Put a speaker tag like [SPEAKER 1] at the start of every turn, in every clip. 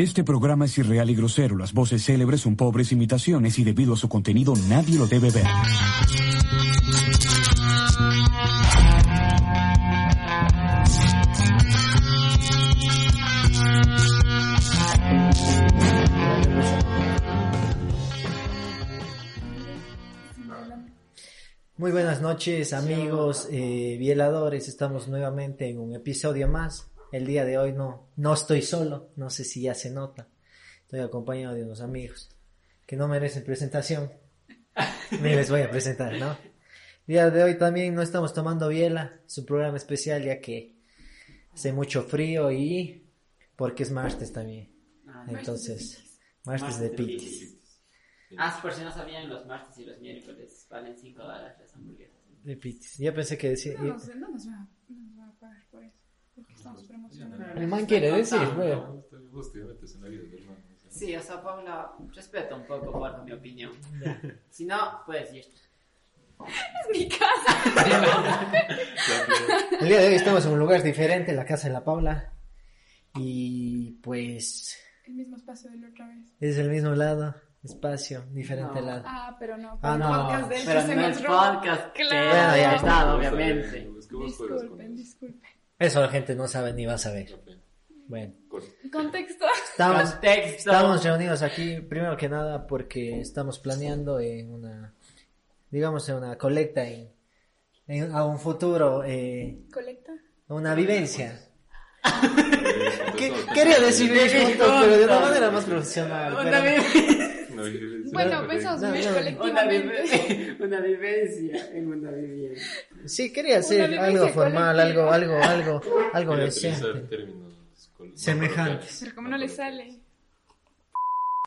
[SPEAKER 1] Este programa es irreal y grosero. Las voces célebres son pobres imitaciones y debido a su contenido nadie lo debe ver.
[SPEAKER 2] Muy buenas noches amigos eh, violadores, estamos nuevamente en un episodio más. El día de hoy no, no estoy solo, no sé si ya se nota. Estoy acompañado de unos amigos que no merecen presentación. Ni les voy a presentar, ¿no? Día de hoy también no estamos tomando biela, su programa especial ya que hace mucho frío y porque es Ah, martes también. Entonces, martes de pitis.
[SPEAKER 3] Ah, sí, por si no sabían, los martes y los miércoles valen 5 dólares las hamburguesas.
[SPEAKER 2] De pitis. Yo pensé que decía...
[SPEAKER 4] No nos, no nos va, no nos va a pagar por eso, porque estamos promocionando.
[SPEAKER 2] El man quiere decir, bueno.
[SPEAKER 3] Sí, o sea, Paula, respeto un poco por mi opinión. Si no, puedes ir.
[SPEAKER 4] Es mi casa.
[SPEAKER 2] El día de hoy estamos en un lugar diferente, en la casa de la Paula. Y pues
[SPEAKER 4] El mismo espacio de la otra vez.
[SPEAKER 2] es el mismo lado, espacio, diferente
[SPEAKER 3] No.
[SPEAKER 2] lado.
[SPEAKER 4] Ah, pero no.
[SPEAKER 2] Ah,
[SPEAKER 4] el
[SPEAKER 2] no,
[SPEAKER 4] podcast de él
[SPEAKER 3] Pero
[SPEAKER 4] se
[SPEAKER 3] no
[SPEAKER 4] nos
[SPEAKER 3] es
[SPEAKER 4] robó.
[SPEAKER 3] podcast que
[SPEAKER 2] Bueno, ya
[SPEAKER 3] he
[SPEAKER 2] está.
[SPEAKER 3] estado, obviamente.
[SPEAKER 4] Disculpen, disculpen.
[SPEAKER 2] Eso la gente no sabe ni va a saber. Bueno,
[SPEAKER 4] Contexto.
[SPEAKER 2] estamos,
[SPEAKER 3] Contexto.
[SPEAKER 2] estamos reunidos aquí primero que nada porque estamos planeando en una, digamos, en una colecta en, en- a un futuro, eh,
[SPEAKER 4] Colecta.
[SPEAKER 2] una vivencia. Que- quería
[SPEAKER 5] Quería
[SPEAKER 2] decir juntos, pero de una manera más profesional.
[SPEAKER 3] Una,
[SPEAKER 2] pero-
[SPEAKER 3] vi-
[SPEAKER 4] Bueno, pensamos
[SPEAKER 2] No,
[SPEAKER 4] vivir
[SPEAKER 2] no, no.
[SPEAKER 3] una,
[SPEAKER 4] colectivamente.
[SPEAKER 3] vi- una vivencia en una vivienda.
[SPEAKER 2] Sí, quería hacer
[SPEAKER 4] vivencia
[SPEAKER 2] algo formal, algo,
[SPEAKER 4] colectiva.
[SPEAKER 2] algo, algo, algo decente. Semejantes.
[SPEAKER 5] Semejantes.
[SPEAKER 4] Pero como no le sale.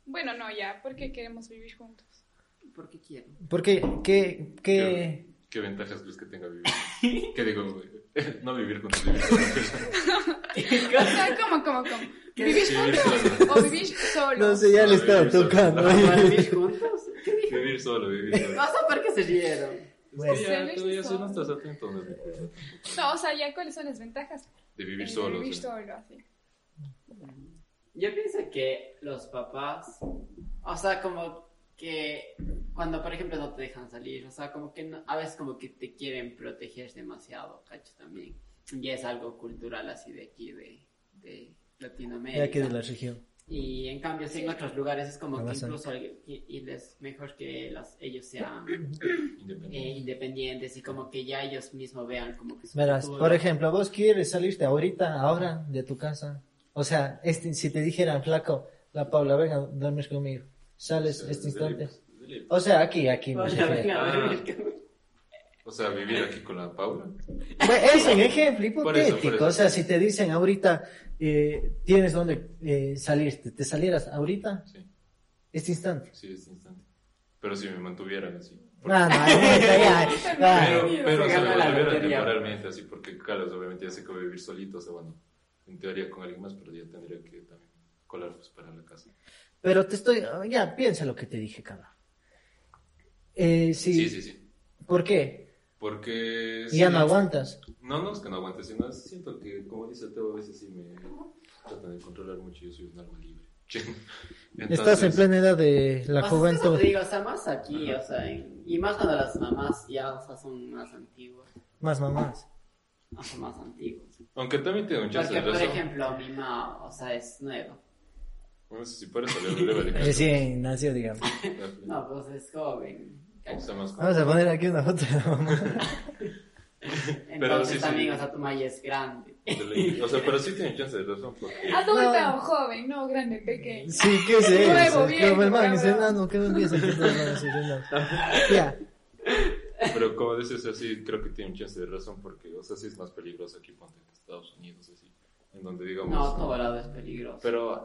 [SPEAKER 4] Bueno, no, ya, porque queremos vivir juntos.
[SPEAKER 3] Porque quiero.
[SPEAKER 2] Porque, ¿qué, qué,
[SPEAKER 5] ¿Qué, ¿Qué ventajas crees que tenga vivir? ¿Qué digo? güey? No vivir con vivir sola.
[SPEAKER 4] O sea, ¿cómo, cómo, cómo? ¿Vivir
[SPEAKER 5] Vivir
[SPEAKER 4] juntos o vivir solo?
[SPEAKER 2] No sé, ya le estaba
[SPEAKER 5] Maravilloso.
[SPEAKER 2] tocando.
[SPEAKER 3] ¿Vivir juntos? ¿Qué dijo?
[SPEAKER 5] Vivir solo, vivir
[SPEAKER 3] No
[SPEAKER 5] solo.
[SPEAKER 3] sé por qué se rieron.
[SPEAKER 2] Bueno,
[SPEAKER 5] Sí, ya,
[SPEAKER 4] Ser
[SPEAKER 5] tú ya sí
[SPEAKER 4] solo.
[SPEAKER 5] no estás atento. ¿no? De
[SPEAKER 4] No, o sea, ya, ¿cuáles son las ventajas?
[SPEAKER 5] vivir
[SPEAKER 4] Eh,
[SPEAKER 5] solo.
[SPEAKER 4] Vivir
[SPEAKER 5] sí.
[SPEAKER 4] solo, así.
[SPEAKER 3] Yo pienso que los papás, o sea, como que cuando, por ejemplo, no te dejan salir, o sea, como que no- a veces como que te quieren proteger demasiado, cacho, también. Y es algo cultural así de aquí, de, de Latinoamérica.
[SPEAKER 2] ya que de la región.
[SPEAKER 3] Y en cambio, sí, en otros lugares es como que
[SPEAKER 2] Abrazan.
[SPEAKER 3] incluso y, y les mejor que las- ellos sean eh,
[SPEAKER 5] Independiente.
[SPEAKER 3] independientes y como que ya ellos mismos vean como que su
[SPEAKER 2] Verás,
[SPEAKER 3] futuro.
[SPEAKER 2] por ejemplo, vos quieres salirte ahorita, ahora, de tu casa. O sea, este, si te dijeran, flaco, la Paula, venga, duermes conmigo. Sales este instante.
[SPEAKER 5] De ley.
[SPEAKER 2] O sea, aquí, aquí. me
[SPEAKER 3] O sea,
[SPEAKER 2] refiero.
[SPEAKER 3] claro,
[SPEAKER 5] Ah. O sea, vivir aquí con la Paula.
[SPEAKER 2] Bueno, es un ejemplo
[SPEAKER 5] Por eso, por
[SPEAKER 2] hipotético.
[SPEAKER 5] eso.
[SPEAKER 2] O sea, si te dicen ahorita, eh, tienes donde eh, salirte, te salieras ahorita,
[SPEAKER 5] Sí,
[SPEAKER 2] este instante.
[SPEAKER 5] sí, este instante. Pero si me mantuvieran así.
[SPEAKER 2] Ah, no, ahorita ya, ya.
[SPEAKER 5] Pero, pero
[SPEAKER 3] se
[SPEAKER 5] se
[SPEAKER 3] gana la
[SPEAKER 5] volvieron
[SPEAKER 3] lotería.
[SPEAKER 5] temporalmente, así porque, claro, obviamente ya sé que voy a vivir solito, o sea, bueno, en teoría con alguien más, pero ya tendría que también colar pues, para la casa.
[SPEAKER 2] Pero te estoy. Ya, piensa lo que te dije, cabrón. Eh, sí,
[SPEAKER 5] Sí, sí, sí.
[SPEAKER 2] ¿Por qué?
[SPEAKER 5] Porque...
[SPEAKER 2] ya
[SPEAKER 5] sí,
[SPEAKER 2] no aguantas.
[SPEAKER 5] No, no es que no aguante, sino es- siento que, como dice Teo, a veces sí me tratan de controlar mucho y yo soy un alma libre.
[SPEAKER 2] Estás en plena edad de la
[SPEAKER 3] O sea, Pues, eso
[SPEAKER 2] juventud.
[SPEAKER 3] te digo, o sea, más aquí, o sea, en- y más cuando las mamás ya, o sea, son más antiguas,
[SPEAKER 2] Más mamás.
[SPEAKER 3] o sea, más antiguas.
[SPEAKER 5] Aunque también tengo un chance
[SPEAKER 3] Porque,
[SPEAKER 5] de
[SPEAKER 3] por
[SPEAKER 5] razón.
[SPEAKER 3] ejemplo, mi mamá, o sea, es nueva.
[SPEAKER 5] No sé si por eso le le vale
[SPEAKER 2] Recién nació, digamos.
[SPEAKER 5] cacho.
[SPEAKER 3] No, pues es joven.
[SPEAKER 5] O sea, más como-
[SPEAKER 2] Vamos a poner aquí una foto de la mamá.
[SPEAKER 5] sí,
[SPEAKER 3] Entonces,
[SPEAKER 5] sí.
[SPEAKER 3] también, o sea, tu maya es grande.
[SPEAKER 5] de ley. O sea, pero sí tiene chance de razón porque...
[SPEAKER 4] Adulta o joven, no, grande, pequeño.
[SPEAKER 2] Sí, ¿qué es eso?
[SPEAKER 4] Nuevo,
[SPEAKER 2] Es
[SPEAKER 4] viejo,
[SPEAKER 2] Como el man dice,
[SPEAKER 4] cabrón.
[SPEAKER 2] ah, no, que no empieza que no, no, sí, no. Ya.
[SPEAKER 5] Pero como dices así, creo que tiene un chance de razón porque, o sea, sí es más peligroso aquí ponte que Estados Unidos, así, en donde digamos...
[SPEAKER 3] No, todo lado es peligroso.
[SPEAKER 5] Pero,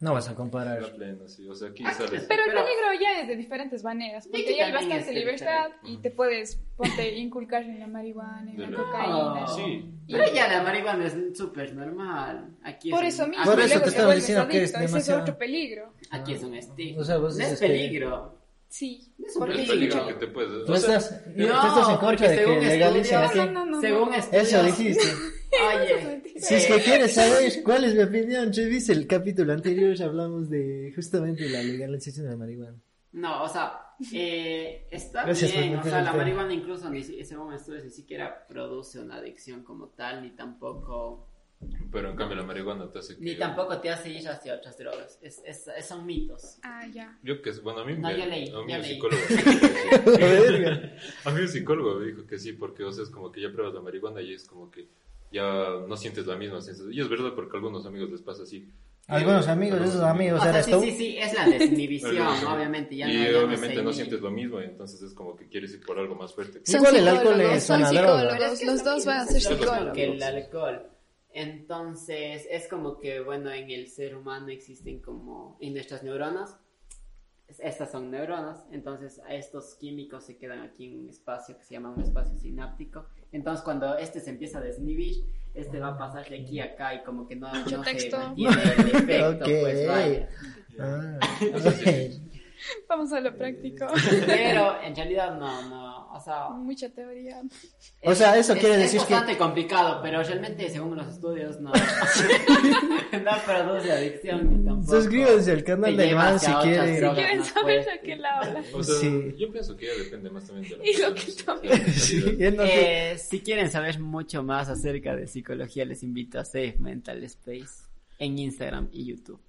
[SPEAKER 2] No vas a comparar.
[SPEAKER 5] La plena, sí. O sea, aquí sales.
[SPEAKER 4] Pero el
[SPEAKER 3] Pero-
[SPEAKER 4] peligro ya es de diferentes maneras, porque
[SPEAKER 3] Sí, Mm.
[SPEAKER 4] ya hay
[SPEAKER 3] también
[SPEAKER 4] bastante
[SPEAKER 3] es
[SPEAKER 4] libertad y
[SPEAKER 5] Ujú.
[SPEAKER 4] te puedes ponte, inculcar en la marihuana, en
[SPEAKER 5] de
[SPEAKER 4] la
[SPEAKER 5] la-
[SPEAKER 4] cocaína.
[SPEAKER 2] Ah,
[SPEAKER 5] Sí.
[SPEAKER 4] Y-
[SPEAKER 3] Pero ya la marihuana es súper normal. Aquí
[SPEAKER 4] Por
[SPEAKER 3] es
[SPEAKER 4] eso
[SPEAKER 3] un-
[SPEAKER 4] mismo,
[SPEAKER 3] Aquí,
[SPEAKER 2] Por
[SPEAKER 4] y
[SPEAKER 2] eso
[SPEAKER 3] es
[SPEAKER 4] luego te
[SPEAKER 3] un-
[SPEAKER 2] estaba
[SPEAKER 4] vuelves
[SPEAKER 2] diciendo que es
[SPEAKER 4] adicto, ese
[SPEAKER 2] demasiado-
[SPEAKER 4] es otro peligro.
[SPEAKER 3] aquí es un estigma.
[SPEAKER 2] O sea, vos
[SPEAKER 3] no es
[SPEAKER 2] dices que-
[SPEAKER 3] peligro.
[SPEAKER 4] Sí.
[SPEAKER 3] No es un
[SPEAKER 4] porque-
[SPEAKER 5] El peligro que te puedes.
[SPEAKER 2] Tú
[SPEAKER 5] O sea,
[SPEAKER 2] estás, tú estás en
[SPEAKER 3] porque
[SPEAKER 2] contra de que
[SPEAKER 3] según
[SPEAKER 2] legalicen
[SPEAKER 3] estudios-
[SPEAKER 2] aquí.
[SPEAKER 4] No, no, no, no.
[SPEAKER 3] Según
[SPEAKER 2] Eso
[SPEAKER 3] estudios-
[SPEAKER 2] dijiste.
[SPEAKER 3] Oye,
[SPEAKER 2] Si es que
[SPEAKER 3] Eh.
[SPEAKER 2] quieres saber cuál es mi opinión, yo viste el capítulo anterior, hablamos de justamente la legalización de la marihuana.
[SPEAKER 3] No, o sea, eh, está
[SPEAKER 2] Gracias por
[SPEAKER 3] bien, o
[SPEAKER 2] meter
[SPEAKER 3] sea,
[SPEAKER 2] el
[SPEAKER 3] la
[SPEAKER 2] tema.
[SPEAKER 3] marihuana incluso ni, si- según estudios ni siquiera produce una adicción como tal, ni tampoco,
[SPEAKER 5] pero en cambio la marihuana te hace que.
[SPEAKER 3] ni tampoco te hace ir hacia otras drogas, es, es- es- son mitos.
[SPEAKER 4] Ah, ya.
[SPEAKER 5] Yo que bueno, a mí
[SPEAKER 3] No,
[SPEAKER 5] me-
[SPEAKER 3] yo leí,
[SPEAKER 5] a mí
[SPEAKER 3] yo
[SPEAKER 5] un
[SPEAKER 3] leí.
[SPEAKER 5] psicólogo.
[SPEAKER 2] Verga.
[SPEAKER 5] a mí un psicólogo me dijo que sí, porque o sea, es como que ya pruebas la marihuana y es como que ya no sientes la misma sensación. Y es verdad porque a algunos amigos les pasa así.
[SPEAKER 2] Algunos
[SPEAKER 5] Eh,
[SPEAKER 2] amigos,
[SPEAKER 5] algunos
[SPEAKER 2] esos amigos,
[SPEAKER 3] O sea,
[SPEAKER 2] eres
[SPEAKER 3] sí,
[SPEAKER 2] tú.
[SPEAKER 3] sí, sí, es la desinhibición,
[SPEAKER 5] Algunos amigos.
[SPEAKER 3] obviamente, ya no,
[SPEAKER 5] y
[SPEAKER 3] ya no
[SPEAKER 5] obviamente
[SPEAKER 3] sé
[SPEAKER 5] no
[SPEAKER 3] ni-
[SPEAKER 5] sientes lo mismo, entonces es como que quieres ir por algo más fuerte.
[SPEAKER 2] Sí. Igual el alcohol es
[SPEAKER 6] son
[SPEAKER 2] una
[SPEAKER 6] psicólogos,
[SPEAKER 2] droga.
[SPEAKER 6] los dos van a ser
[SPEAKER 3] Es lo mismo
[SPEAKER 6] psicólogos.
[SPEAKER 3] que el alcohol. Entonces, es como que, bueno, en el ser humano existen como, en nuestras neuronas, es- estas son neuronas, entonces estos químicos se quedan aquí en un espacio que se llama un espacio sináptico. Entonces, cuando este se empieza a desnivir, este va a pasar de aquí a acá y como que no,
[SPEAKER 4] Mucho
[SPEAKER 3] no se
[SPEAKER 4] texto.
[SPEAKER 3] mantiene el efecto,
[SPEAKER 2] Ok.
[SPEAKER 3] pues vaya.
[SPEAKER 2] Ah,
[SPEAKER 4] Vamos a lo práctico.
[SPEAKER 3] Pero en realidad no, no, o sea...
[SPEAKER 4] Mucha teoría.
[SPEAKER 2] O sea, eso
[SPEAKER 3] es-
[SPEAKER 2] quiere decir
[SPEAKER 3] Es
[SPEAKER 2] que-
[SPEAKER 3] bastante complicado, pero realmente, según los estudios, no, no produce adicción ni tampoco.
[SPEAKER 2] Suscríbanse al canal
[SPEAKER 3] te
[SPEAKER 2] del
[SPEAKER 3] lleva
[SPEAKER 2] man
[SPEAKER 3] hacia
[SPEAKER 2] si
[SPEAKER 3] otras
[SPEAKER 2] quieren.
[SPEAKER 3] drogas
[SPEAKER 4] ¿Quieren
[SPEAKER 3] más
[SPEAKER 4] saber
[SPEAKER 3] fuertes.
[SPEAKER 4] de qué la habla?
[SPEAKER 5] O sea,
[SPEAKER 2] Sí.
[SPEAKER 5] yo pienso que ya depende más también de la
[SPEAKER 4] Y lo
[SPEAKER 5] persona,
[SPEAKER 4] que
[SPEAKER 5] sí,
[SPEAKER 4] tome.
[SPEAKER 5] la mentalidad.
[SPEAKER 2] sí, él no sé.
[SPEAKER 3] Eh, si quieren saber mucho más acerca de psicología, les invito a Safe Mental Space en Instagram y YouTube.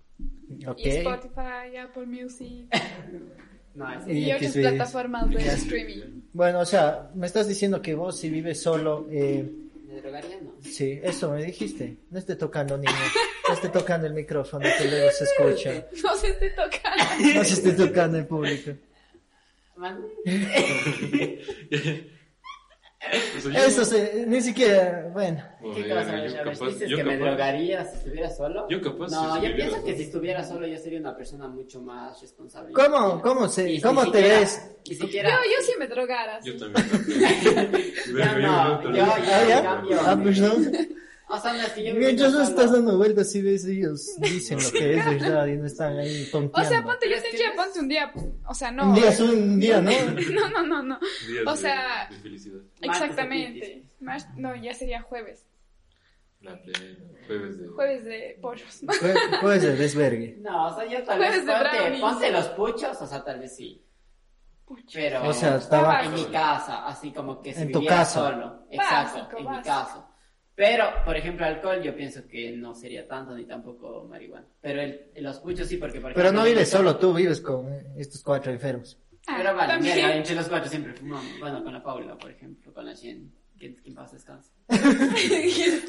[SPEAKER 4] Y
[SPEAKER 2] Ok.
[SPEAKER 4] Spotify, Apple Music
[SPEAKER 3] No, es-
[SPEAKER 4] y,
[SPEAKER 2] Y
[SPEAKER 4] otras
[SPEAKER 2] XVD.
[SPEAKER 4] plataformas de streaming.
[SPEAKER 2] Bueno, o sea, me estás diciendo que vos si vives solo, eh,
[SPEAKER 3] ¿Me drogaría? No.
[SPEAKER 2] sí, eso me dijiste. No esté tocando, niño. No esté tocando el micrófono que luego se escucha.
[SPEAKER 4] No se esté tocando.
[SPEAKER 2] No se esté tocando en público.
[SPEAKER 3] Man,
[SPEAKER 5] O sea, yo-
[SPEAKER 2] Eso se, ni siquiera, bueno.
[SPEAKER 5] Bueno,
[SPEAKER 3] ¿Qué
[SPEAKER 5] yo-
[SPEAKER 3] cosa,
[SPEAKER 5] yo
[SPEAKER 3] Chávez?
[SPEAKER 5] capaz-
[SPEAKER 3] ¿Dices
[SPEAKER 5] yo
[SPEAKER 3] que me
[SPEAKER 5] capaz-
[SPEAKER 3] drogaría si estuviera solo?
[SPEAKER 5] Yo capaz si
[SPEAKER 3] No, yo
[SPEAKER 5] estuviera
[SPEAKER 3] pienso que
[SPEAKER 5] solo.
[SPEAKER 3] si estuviera solo yo sería una persona mucho más responsable.
[SPEAKER 2] ¿Cómo? ¿Cómo se-
[SPEAKER 3] Y
[SPEAKER 2] cómo
[SPEAKER 3] ni
[SPEAKER 2] te
[SPEAKER 3] siquiera-
[SPEAKER 2] ves?
[SPEAKER 3] Ni
[SPEAKER 4] Yo,
[SPEAKER 3] siquiera...
[SPEAKER 4] yo sí me drogara. sí.
[SPEAKER 5] Yo también.
[SPEAKER 3] Ya no,
[SPEAKER 5] Yo-
[SPEAKER 3] ya-
[SPEAKER 5] yo-
[SPEAKER 2] Ah, ya.
[SPEAKER 3] cambio.
[SPEAKER 2] Ah, perdón.
[SPEAKER 3] O sea, no es que yo me
[SPEAKER 2] Mientras
[SPEAKER 3] siento
[SPEAKER 2] vos estás
[SPEAKER 3] solo.
[SPEAKER 2] dando vueltas y ves, ellos dicen lo que es verdad y no están ahí
[SPEAKER 4] O
[SPEAKER 2] tonteando.
[SPEAKER 4] sea, ponte, yo
[SPEAKER 3] Es que
[SPEAKER 4] tendría,
[SPEAKER 3] es-
[SPEAKER 4] ponte un día. O sea, no.
[SPEAKER 2] Un día es un día, ¿no?
[SPEAKER 4] No, no, no, no.
[SPEAKER 5] Días
[SPEAKER 4] O
[SPEAKER 5] de-
[SPEAKER 4] sea-
[SPEAKER 5] de felicidad.
[SPEAKER 3] Martes o
[SPEAKER 4] Exactamente.
[SPEAKER 3] quince.
[SPEAKER 4] Mar- no, ya sería jueves.
[SPEAKER 5] La plena. Jueves de.
[SPEAKER 4] Jueves de pollos.
[SPEAKER 2] Jue- Jueves de desvergue.
[SPEAKER 3] No, o sea, yo tal vez
[SPEAKER 4] Jueves de
[SPEAKER 3] ponte,
[SPEAKER 4] brownies.
[SPEAKER 3] ponte los puchos, o sea, tal vez sí. Pero
[SPEAKER 2] O sea,
[SPEAKER 3] en
[SPEAKER 2] estaba...
[SPEAKER 3] mi casa, así como que si
[SPEAKER 2] En tu
[SPEAKER 3] viviera
[SPEAKER 2] caso.
[SPEAKER 3] solo. Exacto,
[SPEAKER 4] Básico,
[SPEAKER 3] en mi
[SPEAKER 4] básico.
[SPEAKER 3] caso. Pero, por ejemplo, alcohol yo pienso que no sería tanto, ni tampoco marihuana. Pero el, los puchos sí, porque... Por
[SPEAKER 2] Pero
[SPEAKER 3] ejemplo,
[SPEAKER 2] no vives
[SPEAKER 3] yo-
[SPEAKER 2] solo, tú vives con eh, estos cuatro enfermos.
[SPEAKER 4] Ah,
[SPEAKER 3] Pero vale,
[SPEAKER 4] también.
[SPEAKER 3] mierda, entre los cuatro siempre fumamos. Bueno, con la Paula, por ejemplo, con la Jen, que, que en paz descanse.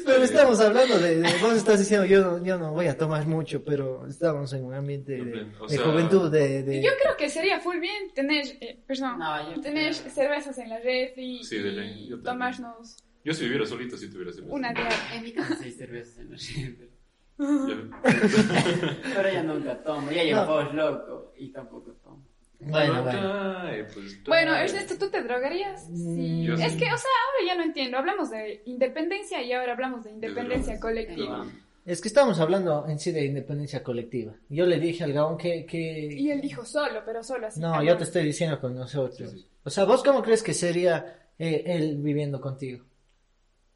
[SPEAKER 2] Pero estamos hablando de, de- vos estás diciendo yo no, yo no voy a tomar mucho, pero estamos en un ambiente de,
[SPEAKER 5] O
[SPEAKER 2] de
[SPEAKER 5] sea-
[SPEAKER 2] juventud, de, de-
[SPEAKER 4] Yo creo que sería full bien tener, eh, perdón,
[SPEAKER 3] No, yo
[SPEAKER 4] tener
[SPEAKER 3] creo-
[SPEAKER 4] cervezas en la refri
[SPEAKER 5] Sí, de ley,
[SPEAKER 4] y
[SPEAKER 5] yo también.
[SPEAKER 4] tomarnos
[SPEAKER 5] Yo si viviera solito, si tuviera cerveza.
[SPEAKER 4] una diaria.
[SPEAKER 3] En mi casa seis cervezas en la Jen, pero...
[SPEAKER 5] Ya.
[SPEAKER 3] Pero ella nunca toma, ella
[SPEAKER 2] No.
[SPEAKER 3] llevó loco y tampoco toma.
[SPEAKER 2] Bueno,
[SPEAKER 5] No
[SPEAKER 2] bueno.
[SPEAKER 5] cae, pues,
[SPEAKER 4] Bueno, este-
[SPEAKER 5] cae.
[SPEAKER 4] Ernesto, ¿tú te drogarías?
[SPEAKER 2] Mm,
[SPEAKER 4] Sí.
[SPEAKER 5] Yo
[SPEAKER 4] Es
[SPEAKER 5] sí.
[SPEAKER 4] que, o sea, ahora ya lo entiendo. Hablamos de independencia y ahora hablamos de independencia
[SPEAKER 5] drogas.
[SPEAKER 4] colectiva.
[SPEAKER 3] No.
[SPEAKER 2] Es que estamos hablando en sí de independencia colectiva. Yo le dije al Gaón que... que...
[SPEAKER 4] Y él dijo solo, pero solo así.
[SPEAKER 2] No,
[SPEAKER 4] calor.
[SPEAKER 2] yo te estoy diciendo con nosotros.
[SPEAKER 5] Sí, sí.
[SPEAKER 2] O sea, ¿vos cómo crees que sería eh, él viviendo contigo?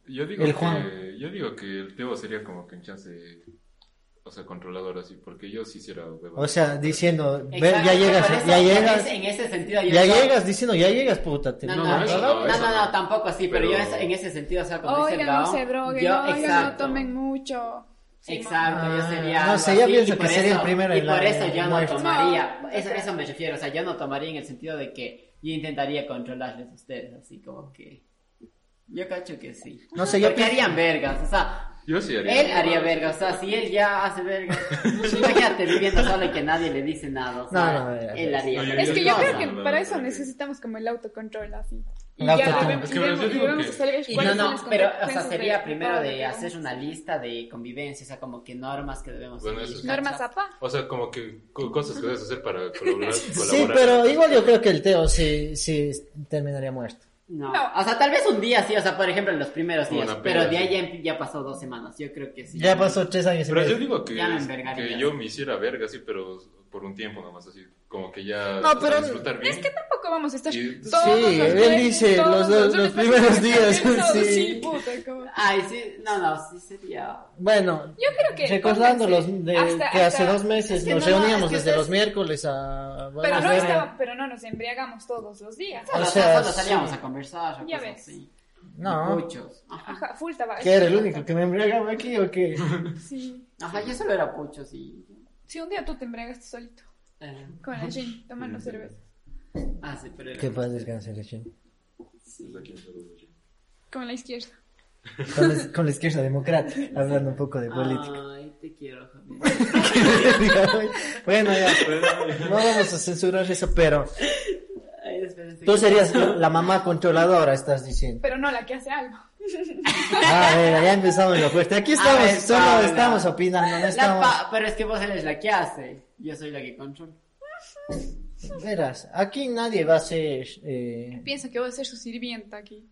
[SPEAKER 5] Yo digo,
[SPEAKER 2] El
[SPEAKER 5] que,
[SPEAKER 2] Juan.
[SPEAKER 5] yo digo que el Teo sería como que un chance. O sea, controlador así, porque yo sí hiciera huevos.
[SPEAKER 2] O sea, diciendo, ve,
[SPEAKER 3] Exacto,
[SPEAKER 2] ya llegas,
[SPEAKER 3] por eso,
[SPEAKER 2] ya
[SPEAKER 3] en
[SPEAKER 2] llegas,
[SPEAKER 3] ese- En ese sentido, yo
[SPEAKER 2] ya
[SPEAKER 3] digo-
[SPEAKER 2] llegas, diciendo, ya llegas, puta. te-
[SPEAKER 3] No, no,
[SPEAKER 5] No,
[SPEAKER 3] no,
[SPEAKER 5] eso
[SPEAKER 3] no,
[SPEAKER 5] no,
[SPEAKER 3] no,
[SPEAKER 5] eso
[SPEAKER 3] no,
[SPEAKER 5] no.
[SPEAKER 3] tampoco sí, pero, yo
[SPEAKER 5] Pero-
[SPEAKER 3] es- en ese sentido, o sea, cuando dice
[SPEAKER 4] Oigan,
[SPEAKER 3] el
[SPEAKER 4] no
[SPEAKER 3] Gao,
[SPEAKER 4] se droguen,
[SPEAKER 3] yo,
[SPEAKER 4] oigan, no
[SPEAKER 3] exacto,
[SPEAKER 4] tomen mucho. Sí,
[SPEAKER 3] Exacto, yo sería.
[SPEAKER 2] Ah,
[SPEAKER 3] algo
[SPEAKER 2] no sé, yo
[SPEAKER 3] así,
[SPEAKER 2] pienso
[SPEAKER 3] y por
[SPEAKER 2] que sería el
[SPEAKER 3] eso-
[SPEAKER 2] primero
[SPEAKER 3] Y
[SPEAKER 2] en la-
[SPEAKER 3] por eso yo no
[SPEAKER 2] muerte.
[SPEAKER 3] tomaría.
[SPEAKER 4] No.
[SPEAKER 3] Eso, eso me refiero, o sea, yo no tomaría en el sentido de que yo intentaría controlarles a ustedes, así como que. Yo cacho que sí.
[SPEAKER 2] No sé, yo
[SPEAKER 3] Porque
[SPEAKER 2] pienso-
[SPEAKER 3] harían vergas, o sea,
[SPEAKER 5] yo sí haría.
[SPEAKER 3] Él haría verga, o sea, si él ya hace verga, imagínate viviendo solo y que nadie le dice nada, o sea,
[SPEAKER 2] No, no, no, no,
[SPEAKER 3] él haría
[SPEAKER 5] no,
[SPEAKER 3] verga.
[SPEAKER 4] Es que yo
[SPEAKER 5] No,
[SPEAKER 4] creo
[SPEAKER 5] no,
[SPEAKER 4] que
[SPEAKER 5] no,
[SPEAKER 4] para
[SPEAKER 5] no,
[SPEAKER 4] eso
[SPEAKER 5] no, no.
[SPEAKER 4] necesitamos como el autocontrol, así. Y
[SPEAKER 2] La
[SPEAKER 4] ya
[SPEAKER 2] autotune.
[SPEAKER 4] debemos,
[SPEAKER 5] Es que, bueno, yo
[SPEAKER 4] debemos-
[SPEAKER 5] digo
[SPEAKER 4] debemos
[SPEAKER 5] que-
[SPEAKER 4] establecer
[SPEAKER 3] Y no,
[SPEAKER 4] cuáles son
[SPEAKER 3] no,
[SPEAKER 4] las
[SPEAKER 3] pero, o sea,
[SPEAKER 4] consecuencias
[SPEAKER 3] sería
[SPEAKER 4] de
[SPEAKER 3] primero
[SPEAKER 4] todo lo
[SPEAKER 3] de
[SPEAKER 4] que
[SPEAKER 3] hacer
[SPEAKER 4] hagamos.
[SPEAKER 3] una lista de convivencia, o sea, como que normas que debemos
[SPEAKER 5] Bueno,
[SPEAKER 3] seguir,
[SPEAKER 5] eso sí.
[SPEAKER 4] Normas
[SPEAKER 3] ¿cachai?
[SPEAKER 4] APA.
[SPEAKER 5] O sea, como que co- cosas que debes hacer para colaborar.
[SPEAKER 2] Sí, pero igual yo creo que el Teo sí, sí terminaría muerto.
[SPEAKER 3] No.
[SPEAKER 4] No.
[SPEAKER 3] o sea, tal vez un día sí, o sea, por ejemplo, en los primeros
[SPEAKER 5] Como
[SPEAKER 3] días,
[SPEAKER 5] una
[SPEAKER 3] pero
[SPEAKER 5] peda,
[SPEAKER 3] de ahí
[SPEAKER 5] sí.
[SPEAKER 3] ya, ya pasó dos semanas, yo creo que sí.
[SPEAKER 2] Ya pasó tres años y
[SPEAKER 5] Pero yo
[SPEAKER 2] medio.
[SPEAKER 5] digo que,
[SPEAKER 3] Ya me envergaría.
[SPEAKER 5] que yo me hiciera verga, sí, pero por un tiempo nomás, así. Como que ya.
[SPEAKER 4] No,
[SPEAKER 5] o sea,
[SPEAKER 4] pero
[SPEAKER 5] disfrutar bien.
[SPEAKER 4] es que tampoco vamos a estar
[SPEAKER 5] Y-
[SPEAKER 4] todos
[SPEAKER 2] Sí,
[SPEAKER 4] los
[SPEAKER 2] él
[SPEAKER 4] jueves,
[SPEAKER 2] dice
[SPEAKER 4] todos
[SPEAKER 2] los dos-
[SPEAKER 4] lunes,
[SPEAKER 2] los primeros días,
[SPEAKER 4] todos,
[SPEAKER 2] sí.
[SPEAKER 4] puta, como-
[SPEAKER 3] Ay, sí, no, no, sí sería.
[SPEAKER 2] Bueno,
[SPEAKER 4] Yo creo que
[SPEAKER 2] recordando los
[SPEAKER 4] pónganse
[SPEAKER 2] de,
[SPEAKER 4] hasta-
[SPEAKER 2] que hace
[SPEAKER 4] hasta-
[SPEAKER 2] dos meses
[SPEAKER 3] es que
[SPEAKER 2] nos
[SPEAKER 3] no, no,
[SPEAKER 2] reuníamos
[SPEAKER 3] es que
[SPEAKER 2] desde
[SPEAKER 3] ustedes-
[SPEAKER 2] los miércoles a...
[SPEAKER 4] Pero
[SPEAKER 2] varias
[SPEAKER 4] no,
[SPEAKER 2] horas.
[SPEAKER 4] estaba, pero no nos embriagamos todos los días.
[SPEAKER 3] O
[SPEAKER 2] sea,
[SPEAKER 3] sea, solo salíamos
[SPEAKER 2] sí.
[SPEAKER 3] a conversar o
[SPEAKER 4] Ya
[SPEAKER 3] cosas
[SPEAKER 4] ves.
[SPEAKER 3] así.
[SPEAKER 2] No,
[SPEAKER 3] Puchos. Ajá.
[SPEAKER 4] Ajá, full tabaco.
[SPEAKER 2] que era el único que me embriagaba aquí o qué.
[SPEAKER 4] Sí.
[SPEAKER 3] Ajá, yo solo era puchos y.
[SPEAKER 4] Sí, un día tú te embriagaste solito
[SPEAKER 3] eh,
[SPEAKER 4] con el gin, tomando cerveza.
[SPEAKER 3] ah, sí, pero era.
[SPEAKER 2] Que paz descanse, Cachín.
[SPEAKER 5] Pues aquí en Perú, sí.
[SPEAKER 4] Con la izquierda.
[SPEAKER 2] Con la, con la izquierda democrática, hablando un poco de política.
[SPEAKER 3] Ay, te quiero, Javier. Ah.
[SPEAKER 2] bueno, ya, no vamos a censurar eso, pero
[SPEAKER 3] Ay, espérense.
[SPEAKER 2] tú serías la mamá controladora, estás diciendo. Ah,
[SPEAKER 4] Pero no la que hace algo.
[SPEAKER 2] A ver, ya empezamos la fuerte. Aquí estamos,
[SPEAKER 3] A ver,
[SPEAKER 2] solo
[SPEAKER 3] Paula.
[SPEAKER 2] estamos opinando, no
[SPEAKER 3] La
[SPEAKER 2] estamos...
[SPEAKER 3] pa- Pero es que vos eres la que hace. Yo soy la que controla.
[SPEAKER 2] Verás, aquí nadie va a ser... eh,
[SPEAKER 4] Piensa que voy a ser su sirvienta aquí.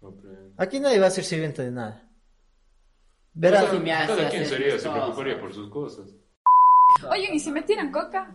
[SPEAKER 5] No, pero-
[SPEAKER 2] aquí nadie va a ser sirviente de nada.
[SPEAKER 3] Yo
[SPEAKER 2] Verás,
[SPEAKER 3] soy mi as-
[SPEAKER 5] Cada
[SPEAKER 3] hacer
[SPEAKER 5] quien sería, se
[SPEAKER 3] cosas.
[SPEAKER 5] preocuparía por sus cosas.
[SPEAKER 4] Oigan, ¿y si me tiran coca?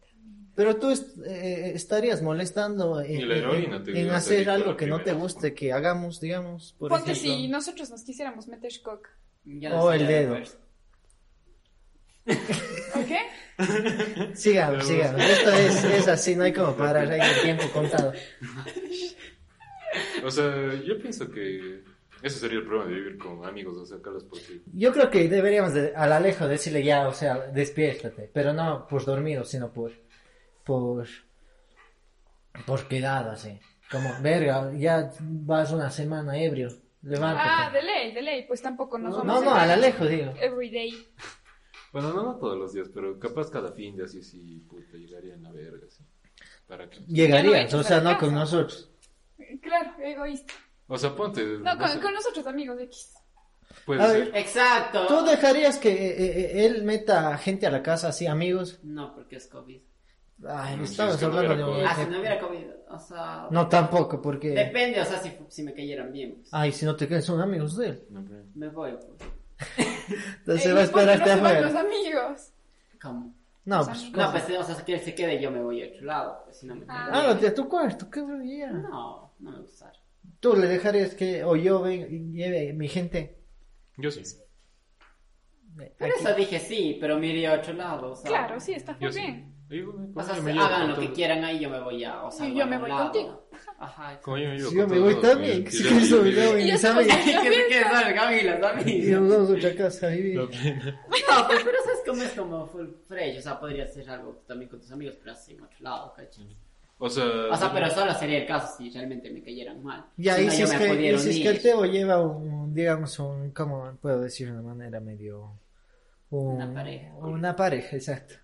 [SPEAKER 2] Pero tú est- eh, estarías molestando en,
[SPEAKER 5] Ni la heroína te
[SPEAKER 2] en
[SPEAKER 5] hace
[SPEAKER 2] hacer
[SPEAKER 5] adicto a la
[SPEAKER 2] algo que no te
[SPEAKER 5] primera.
[SPEAKER 2] guste que hagamos, digamos. Por
[SPEAKER 4] Ponte
[SPEAKER 2] ejemplo.
[SPEAKER 4] si nosotros nos quisiéramos meter coca.
[SPEAKER 3] Ya
[SPEAKER 2] Oh,
[SPEAKER 3] decía
[SPEAKER 2] el dedo.
[SPEAKER 3] Roberto.
[SPEAKER 4] ¿Ok?
[SPEAKER 2] Sigamos, sigamos. Esto es, es así, no hay como parar, hay el tiempo contado.
[SPEAKER 5] O sea, yo pienso que eso sería el problema de vivir con amigos, o sea, Carlos, porque
[SPEAKER 2] Yo creo que deberíamos de- al Alejo decirle ya, o sea, despiértate, pero no por dormido, sino por por por quedado así. Como, verga, ya vas una semana ebrio,
[SPEAKER 4] Ah,
[SPEAKER 2] levántate.
[SPEAKER 4] de ley, de Eh, ley. Pues tampoco nos
[SPEAKER 2] No,
[SPEAKER 4] vamos
[SPEAKER 2] no,
[SPEAKER 4] a
[SPEAKER 2] al Alejo digo.
[SPEAKER 4] Everyday.
[SPEAKER 5] bueno, no, no todos los días, pero capaz cada fin de así, sí, puta, llegaría en la verga, sí. ¿Para qué?
[SPEAKER 2] Llegarías,
[SPEAKER 4] Ya no
[SPEAKER 2] o sea,
[SPEAKER 4] entras a la
[SPEAKER 2] no con
[SPEAKER 4] casa.
[SPEAKER 2] nosotros.
[SPEAKER 4] Claro, egoísta.
[SPEAKER 5] O sea, ponte.
[SPEAKER 4] No, con,
[SPEAKER 5] sé,
[SPEAKER 4] con nosotros amigos X.
[SPEAKER 5] puede
[SPEAKER 2] A
[SPEAKER 5] ser.
[SPEAKER 2] ver.
[SPEAKER 3] Exacto.
[SPEAKER 2] ¿Tú dejarías que eh, eh, él meta gente a la casa así, amigos?
[SPEAKER 3] No, porque es COVID.
[SPEAKER 2] Ay,
[SPEAKER 5] No, si
[SPEAKER 2] estamos
[SPEAKER 5] es que no
[SPEAKER 2] hablando
[SPEAKER 5] hubiera
[SPEAKER 2] de
[SPEAKER 3] Ah,
[SPEAKER 5] COVID.
[SPEAKER 3] si
[SPEAKER 2] un...
[SPEAKER 3] no hubiera COVID, o sea...
[SPEAKER 2] No, Ah. tampoco, porque...
[SPEAKER 3] Depende, o sea, si, si me cayeran bien, pues,
[SPEAKER 2] Ay, si no te quedas, son amigos de
[SPEAKER 3] Eh,
[SPEAKER 2] él.
[SPEAKER 5] No, pero-
[SPEAKER 3] me voy, pues.
[SPEAKER 2] Entonces
[SPEAKER 4] Eh,
[SPEAKER 2] va a
[SPEAKER 4] ¿y por qué
[SPEAKER 2] esperarte
[SPEAKER 4] no se van
[SPEAKER 2] afuera.
[SPEAKER 4] Los amigos.
[SPEAKER 5] Ah.
[SPEAKER 3] ¿Cómo?
[SPEAKER 2] No,
[SPEAKER 4] Los
[SPEAKER 2] pues,
[SPEAKER 4] amigos.
[SPEAKER 2] ¿cómo?
[SPEAKER 3] No, pues, o sea, que él se quede, yo me voy a otro lado, pues, si no me
[SPEAKER 4] Ah.
[SPEAKER 3] cae
[SPEAKER 2] Ah,
[SPEAKER 3] bien.
[SPEAKER 2] no, a tu cuarto, qué maravilla.
[SPEAKER 3] No, no me gustaron.
[SPEAKER 2] Tú le dejarías que, o yo venga y lleve mi gente.
[SPEAKER 5] Yo sí.
[SPEAKER 3] Por eso dije sí, pero me iría a otro lado, o sea...
[SPEAKER 4] Claro, sí, está muy
[SPEAKER 5] Yo sí.
[SPEAKER 4] bien.
[SPEAKER 5] Digo, me-
[SPEAKER 3] O
[SPEAKER 5] como
[SPEAKER 3] sea,
[SPEAKER 5] yo
[SPEAKER 3] si
[SPEAKER 5] me llevo
[SPEAKER 3] hagan
[SPEAKER 5] con
[SPEAKER 3] lo que
[SPEAKER 5] todo-
[SPEAKER 3] quieran ahí, yo me voy a... O sea,
[SPEAKER 4] Y yo me
[SPEAKER 3] a un
[SPEAKER 4] voy
[SPEAKER 3] lado.
[SPEAKER 4] contigo.
[SPEAKER 3] Ajá.
[SPEAKER 5] Como yo me llevo
[SPEAKER 2] Si yo
[SPEAKER 5] con
[SPEAKER 2] me
[SPEAKER 5] todo,
[SPEAKER 2] voy
[SPEAKER 5] pues,
[SPEAKER 2] también,
[SPEAKER 5] y
[SPEAKER 2] si
[SPEAKER 5] ya
[SPEAKER 2] yo me voy
[SPEAKER 5] viví-
[SPEAKER 2] también,
[SPEAKER 4] Y
[SPEAKER 2] mis
[SPEAKER 4] eso
[SPEAKER 2] amigos.
[SPEAKER 3] que se quede solo el Gaby y los amigos.
[SPEAKER 2] Y nos vamos a otra casa a vivir.
[SPEAKER 5] la pena.
[SPEAKER 3] No, pues, pero sabes cómo es como full fresh, o sea, podría hacer algo también con tus amigos, pero así en otro lado, ¿cachai?
[SPEAKER 5] O sea,
[SPEAKER 3] O sea, pero solo sería el caso si realmente me cayeran mal.
[SPEAKER 2] Y ahí
[SPEAKER 3] no,
[SPEAKER 2] si
[SPEAKER 3] yo
[SPEAKER 2] es,
[SPEAKER 3] me
[SPEAKER 2] que, y
[SPEAKER 3] pudiera
[SPEAKER 2] si es
[SPEAKER 3] unir.
[SPEAKER 2] que el Teo lleva un, digamos, un, ¿cómo puedo decir de una manera medio... un-
[SPEAKER 3] Una pareja.
[SPEAKER 2] Una pareja, exacto.